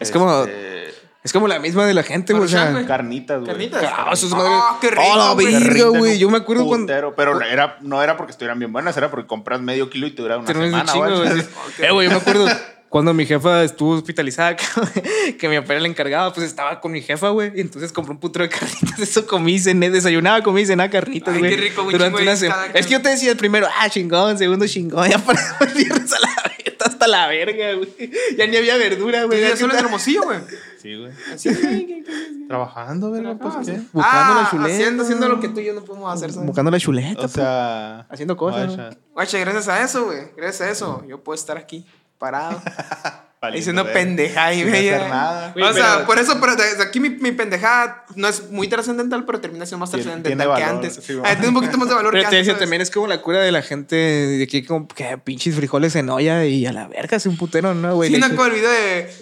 S3: Es como-
S1: este,
S3: Es como la misma de la gente, güey. O sea,
S4: Maruchan,
S1: Carnitas, güey.
S4: Carnitas.
S3: Ah, eso es
S4: Ah,
S3: madre-
S4: qué rico,
S3: ¡Oh, la
S4: güey!
S1: Te
S3: verga!
S1: rinden
S3: güey,
S1: un
S3: yo me acuerdo cuando-
S1: putero, Pero era, no era porque estuvieran bien buenas, era porque compras medio kilo y te dura una
S3: Pero no es de
S1: semana.
S3: chingo,
S1: güey.
S3: güey. Eh, güey, yo me acuerdo cuando mi jefa estuvo hospitalizada, que mi papá era la encargada, pues estaba con mi jefa, güey. Y entonces compró un putero de carritas. Eso comí, cené, desayunaba, comí, cené carritas,
S4: Ay,
S3: güey.
S4: qué rico, güey,
S3: Durante
S4: chingo
S3: una
S4: de
S3: semana.
S4: cada-
S3: Es que yo te decía el primero, ah, chingón, segundo chingón. Ya para el viernes a la verga, hasta la verga, güey. Ya ni había verdura, güey.
S4: Vivía
S3: Ya
S4: solo en
S3: que-
S4: Hermosillo, güey.
S1: Sí, güey.
S4: Así, güey, qué- qué-
S1: Trabajando, verga, pues qué.
S3: Buscando
S4: ah,
S3: la chuleta.
S4: Haciendo, haciendo lo que tú y yo no podemos hacer. ¿sabes?
S3: Buscando la chuleta,
S1: O sea.
S3: Haciendo cosas,
S1: vaya.
S4: Guacha, gracias a eso, güey. Gracias a eso, yo puedo estar aquí parado
S1: Valiendo
S4: diciendo
S1: verga.
S4: pendeja y
S1: Sin
S4: media.
S1: hacer nada.
S4: o
S5: Güey,
S4: sea,
S5: pero-
S4: por eso, pero desde aquí mi, mi pendejada no es muy trascendental, pero termina siendo más
S1: Tiene-
S4: trascendental
S1: tiene
S4: que
S1: valor,
S4: antes.
S1: sí,
S4: Ah, tiene un poquito más de valor
S3: Pero
S4: que
S3: te
S4: antes.
S3: decía,
S4: ¿sabes?
S3: también es como la cura de la gente de aquí como que pinches frijoles en olla y a la verga, es un putero, ¿no, güey?
S4: Sí,
S3: Pues Le
S4: no
S3: echa-
S4: como el video de.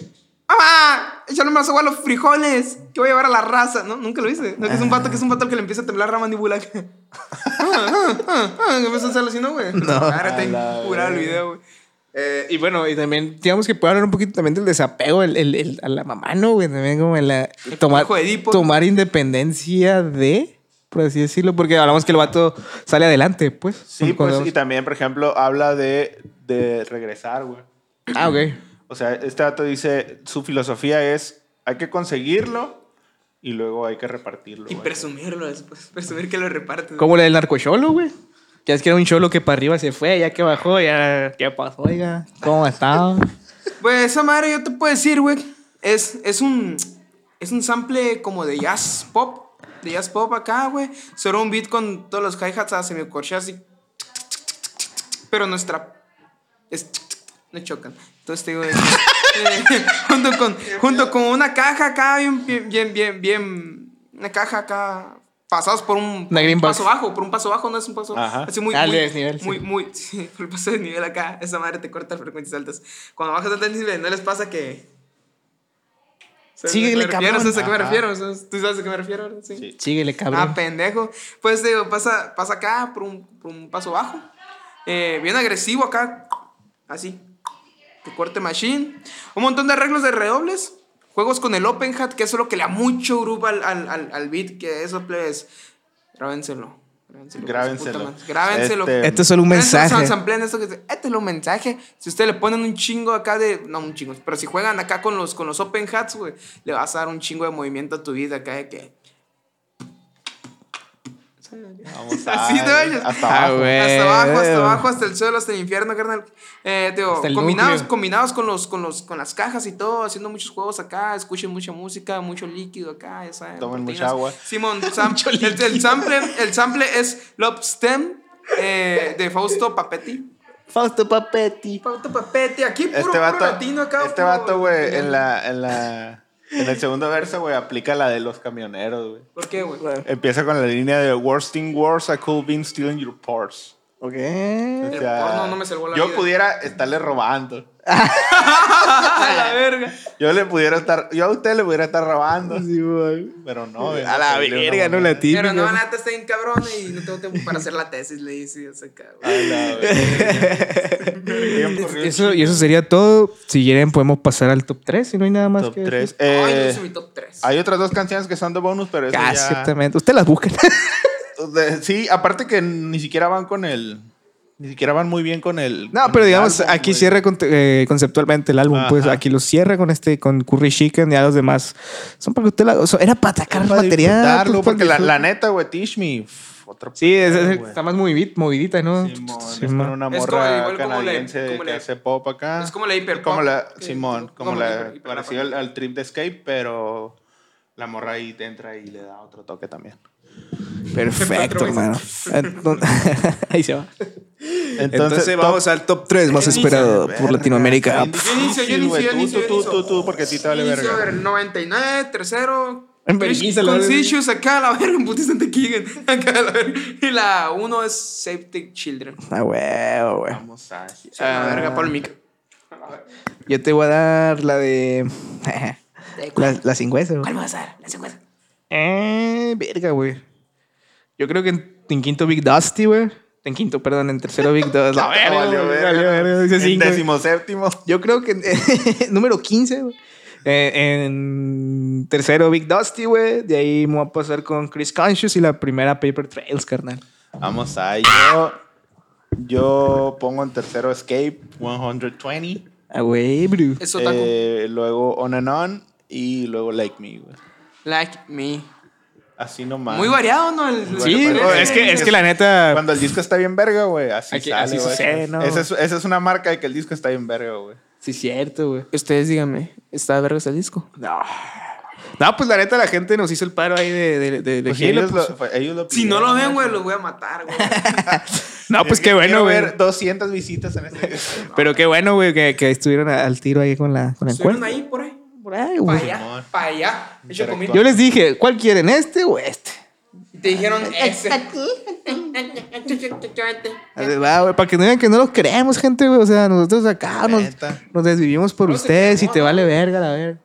S4: ¡Mamá! Échale más agua a los frijoles. Que voy a llevar a la raza. No, nunca lo hice. No, que es un vato, que es un vato al que le empieza a temblar la mandíbula. ah, ah, ah, ah, que empieza a hacerlo así, ¿no, güey? No. Ahora está
S1: A la
S4: incurado el
S1: verga.
S4: video, güey.
S3: Eh, y bueno, y también, digamos que puedo hablar un poquito también del desapego el, el- el- a la mamá, ¿no? Güey, también como en la. Tomar,
S4: complejo de Edipo.
S3: tomar independencia de, por así decirlo, porque hablamos que el vato sale adelante, pues.
S1: Sí,
S3: Cuando
S1: pues, y también, por ejemplo, habla de, de regresar, güey.
S3: hablamos- Ah, ok.
S1: O sea, este dato dice, su filosofía es, hay que conseguirlo y luego hay que repartirlo.
S4: Y
S1: güey.
S4: presumirlo después. Presumir que lo reparten.
S3: Como la del narcocholo, güey. Ya es que era un cholo que para arriba se fue, ya que bajó, ya. ¿Qué pasó, oiga? ¿Cómo ha estado?
S4: Pues esa madre, yo te puedo decir, güey. Es, es un. Es un sample como de jazz pop. De jazz pop acá, güey. Solo un beat con todos los hi-hats a semicorcheas y. Pero nuestra. Es. No chocan. Entonces te digo. eh, eh, junto, con, junto con una caja acá, bien, bien, bien, bien. bien- una caja acá. Pasados por un,
S3: Una
S4: un
S3: greenbox.
S4: paso bajo, por un paso bajo, no es un paso
S1: Ajá.
S4: así muy,
S3: Ah,
S4: muy,
S3: de desnivel, sí.
S4: muy, muy, sí, por el paso de nivel acá, esa madre te corta las frecuencias altas. Cuando bajas altas niveles, no les pasa que. ¿Sabes
S3: Síguele,
S4: a qué me refiero?
S3: cabrón.
S4: ¿Sabes a qué me
S1: Ajá.
S4: refiero? ¿Sabes- ¿Tú sabes a qué me refiero? ahora? Sí.
S1: Sí.
S3: Síguele, cabrón.
S4: Ah, pendejo. Pues digo, pasa, pasa acá por un, por un paso bajo. Eh, bien agresivo acá. Así. Que corte machine. Un montón de arreglos de redobles. Juegos con el open hat, que eso es lo que le da mucho grupo al, al, al, al beat. Que eso, plebes. Grábenselo. Grábenselo. pues,
S1: Grábenselo.
S4: puta madre. Grábenselo.
S1: Este,
S3: Esto es solo un mensaje.
S4: Entonces, samplean esto que dice, este es un mensaje. Si ustedes le ponen un chingo acá de. No, un chingo. Pero si juegan acá con los, con los open hats, güey, le vas a dar un chingo de movimiento a tu vida acá de que.
S1: Vamos
S4: Así
S1: a-
S4: te vayas.
S1: Hasta abajo.
S3: güey.
S4: Hasta abajo, hasta
S3: Bueno.
S4: abajo, hasta el suelo, hasta el infierno, carnal. Eh, te digo,
S3: Hasta el
S4: combinados,
S3: núcleo.
S4: combinados con, los, con, los, con las cajas y todo, haciendo muchos juegos acá, escuchen mucha música, mucho líquido acá, ya saben.
S1: Tomen
S4: proteínas.
S1: mucha agua.
S4: Simón, sam- el, el sample, el sample es Love Stem eh, de Fausto Papetti.
S3: Fausto Papetti.
S4: Fausto Papetti, aquí puro,
S1: Este
S4: puro
S1: vato,
S4: latino acá.
S1: este
S4: puro-
S1: vato, güey, en la, en la, en el segundo verso, güey, aplica la de los camioneros, güey.
S4: ¿Por qué, güey?
S1: Empieza con la línea de worst in worst, I could be stealing your purse.
S3: Ok.
S1: O
S4: El
S1: sea,
S4: porno no me salvó la
S1: yo
S4: vida.
S1: pudiera estarle robando.
S4: A la verga.
S1: Yo le pudiera estar, yo a usted le pudiera estar robando, pero no. güey,
S3: A la
S1: le salió una
S3: verga, no
S1: moneda.
S3: la típica.
S4: Pero no, la neta está bien cabrón y no tengo tiempo para hacer la tesis, le hice, o sea, cabrón.
S1: A la verga. Bien corrido.
S3: Eso, y eso sería todo. Si quieren, podemos pasar al top 3. Si no hay nada más
S1: Top
S3: que.
S1: tres.
S3: decir.
S4: Ay, no
S1: Eh,
S4: hice mi top 3.
S1: hay otras dos canciones que son de bonus, pero eso
S3: Ah,
S1: pues, ya...
S3: ciertamente. Usted las busca.
S1: De- Sí, aparte que ni siquiera van con el. Ni siquiera van muy bien con el.
S3: no,
S1: con
S3: pero
S1: el
S3: digamos,
S1: álbum,
S3: aquí
S1: güey.
S3: cierra con- eh, conceptualmente el álbum. Pues
S1: Ajá.
S3: aquí lo cierra con este, con Curry Chicken y a los demás. Son para que usted la. o sea, era para atacar
S1: Es
S3: el
S1: para
S3: material.
S1: disfrutarlo,
S3: pues, para
S1: porque la, la
S3: disfrutar.
S1: neta, güey, Teach Me. pf, Otro
S3: Sí, es- es-
S1: güey.
S3: está más movivi- movidita, ¿no?
S1: Simón, es
S3: Sí,
S1: con
S3: ma.
S1: una
S4: Es como-
S1: morra
S4: igual como la-
S1: canadiense
S4: como
S1: que
S4: la-
S1: hace pop acá.
S4: es como la hiperpop.
S1: Como la,
S4: Que-
S1: Simón, como,
S4: como la
S1: la.
S4: hiper-
S1: Parecido al, al trip de Escape, pero la morra ahí te entra y le da otro toque también.
S3: Perfecto,
S4: Cuatro
S3: hermano. Entonces- Ahí se va.
S1: Entonces,
S3: Entonces, vamos al top 3 más esperado por Latinoamérica.
S4: Yo inicio, yo
S1: Sí, güey,
S4: inicio, yo
S1: tú,
S4: inicio, yo
S1: Tú,
S4: inicio.
S1: tú, tú, tú, porque a ti te vale
S4: Inicio
S1: verga.
S4: del 99, tercero.
S3: En vergüenza, la
S4: Con
S3: verga.
S4: issues acá, la verga, en putis ante Keegan. Acá, la verga. Y la uno es Safety Children.
S3: Ah, huevo, güey.
S1: Vamos a.
S4: A la
S1: Ah,
S4: verga, Paul Mica.
S3: Yo te voy a dar la de. la, la sin hueso. güey.
S4: ¿Cuál vas a dar? La segunda.
S3: Eh, verga, güey. Yo creo que en, en quinto Big Dusty, güey. En quinto, perdón, en tercero Big Dusty. La verga,
S1: Valió
S3: güey,
S1: verga.
S3: valió verga, dice
S1: En
S3: cinco.
S1: decimoséptimo.
S3: Yo creo que. en- número 15, güey. Eh, en tercero Big Dusty, güey. De ahí me voy a pasar con Chris Conscious y la primera Paper Trails, carnal.
S1: Vamos a yo. Yo pongo en tercero Escape 120.
S3: Ah, güey, bro.
S4: Es Otaku.
S1: eh, luego On and On. Y luego Like Me, güey.
S4: Like me.
S1: Así nomás.
S4: Muy variado, ¿no? El-
S1: Bueno,
S3: Sí,
S4: el-
S1: pues,
S3: güey, es que, es que la neta.
S1: Cuando el disco está bien verga, güey. Así,
S3: Aquí-
S1: sale,
S3: así
S1: güey.
S3: sucede, ¿no?
S1: Esa es, esa es una marca de que el disco está bien verga, güey.
S3: Sí, cierto, güey.
S4: Ustedes díganme, ¿está verga ese disco?
S3: No. No, pues la neta, la gente nos hizo el paro ahí de, de, de- de
S1: Pues
S3: elegirlo,
S1: ellos,
S3: pues.
S1: lo, fue- ellos lo
S4: Si no
S1: pidieron,
S4: lo
S1: güey.
S4: ven, güey, los voy a matar, güey.
S3: No, pues qué bueno,
S1: Eh, Quiero
S3: güey.
S1: ver 200 visitas en este.
S3: Pero qué bueno, güey, que, que estuvieron a- al tiro ahí con la con el
S4: Estuvieron
S3: cuerno.
S4: ahí por ahí.
S3: Por ahí,
S4: Para
S3: güey.
S1: Simón.
S4: allá. Para allá. Hecho
S1: Interactuar.
S4: comida.
S3: Yo les dije, ¿cuál quieren? ¿Este o este?
S4: Y te dijeron ese. Este.
S3: Así va, güey, para que no digan que no los creemos, gente, güey. O sea, nosotros acá nos,
S1: Neta.
S3: nos desvivimos por
S4: No se
S3: ustedes y
S4: quemó,
S3: te
S4: ¿no?
S3: vale verga, la verga.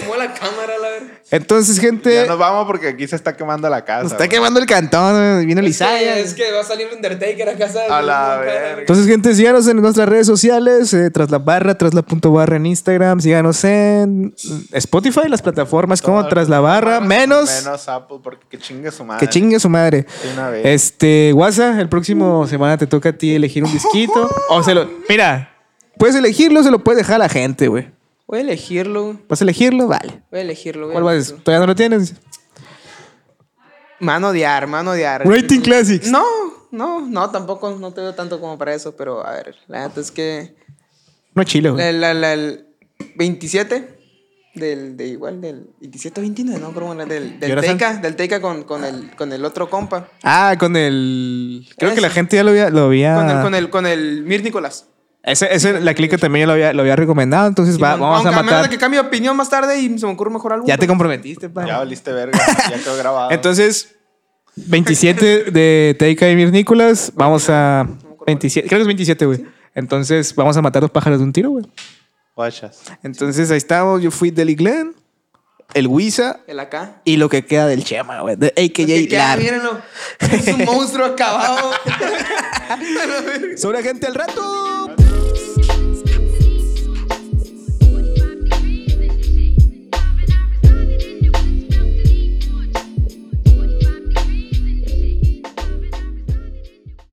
S4: Quemó la cámara, la verdad.
S3: Entonces, gente,
S1: Ya nos vamos porque aquí se está quemando la casa.
S3: nos está
S1: güey.
S3: quemando el cantón, güey, vino Lizaya.
S4: Es que va a salir Undertaker a casa. de-
S1: A la
S4: de- de-
S1: verga.
S3: Entonces, gente, síganos en nuestras redes sociales, eh, tras la barra, tras la punto barra en Instagram, síganos en Spotify, las plataformas como
S1: Todo.
S3: tras la barra, menos,
S1: Menos Apple porque que chingue su madre.
S3: que chingue su madre.
S1: De una vez.
S3: Este, WhatsApp, el próximo semana te toca a ti elegir un disquito. O se lo, mira, puedes elegirlo, se lo puedes dejar a la gente, güey.
S4: Voy a elegirlo, güey.
S3: ¿Vas a elegirlo? Vale.
S4: Voy a elegirlo, güey.
S3: ¿Cuál vas? ¿Todavía no lo tienes?
S4: Mano de ar, mano de
S1: Pues,
S4: ar.
S3: Rating Classics.
S4: No, no, no, tampoco. No te veo tanto como para eso, pero a ver. La neta es que.
S3: No chile, güey.
S4: La, la, la, el 27 del, de igual, del 27 o 29, ¿no? Como la del,
S3: ¿Y
S4: del
S3: ahora
S4: Teika, del Teika con, con, el, con el otro compa.
S3: Ah, con el. Creo que
S4: Ese.
S3: la gente ya lo había. Lo había...
S4: Con el, con el, con el Mir Nicolás.
S3: Ese, ese, la clica también ya lo había, lo había recomendado, entonces va,
S4: Simón,
S3: vamos a
S4: aunque menos de
S3: matar.
S4: que cambie de opinión más tarde y se me ocurre mejor algo.
S3: Ya te
S4: pero-
S3: comprometiste, pa.
S1: Ya valiste verga. ya quedó grabado.
S3: Entonces, 27 de Teika y Mir Nicolás, vamos a. 27, creo que es 27, güey. Entonces, vamos a matar dos pájaros de un tiro, güey.
S1: Guachas.
S3: Entonces, ahí estamos. Yo fui Deli Glenn, el Wisa
S4: El acá.
S3: y lo que queda del Chema, güey. De
S4: Porque
S3: AKJ
S4: ya,
S3: Lar.
S4: mírenlo. Es un monstruo acabado.
S3: Sobre gente al rato.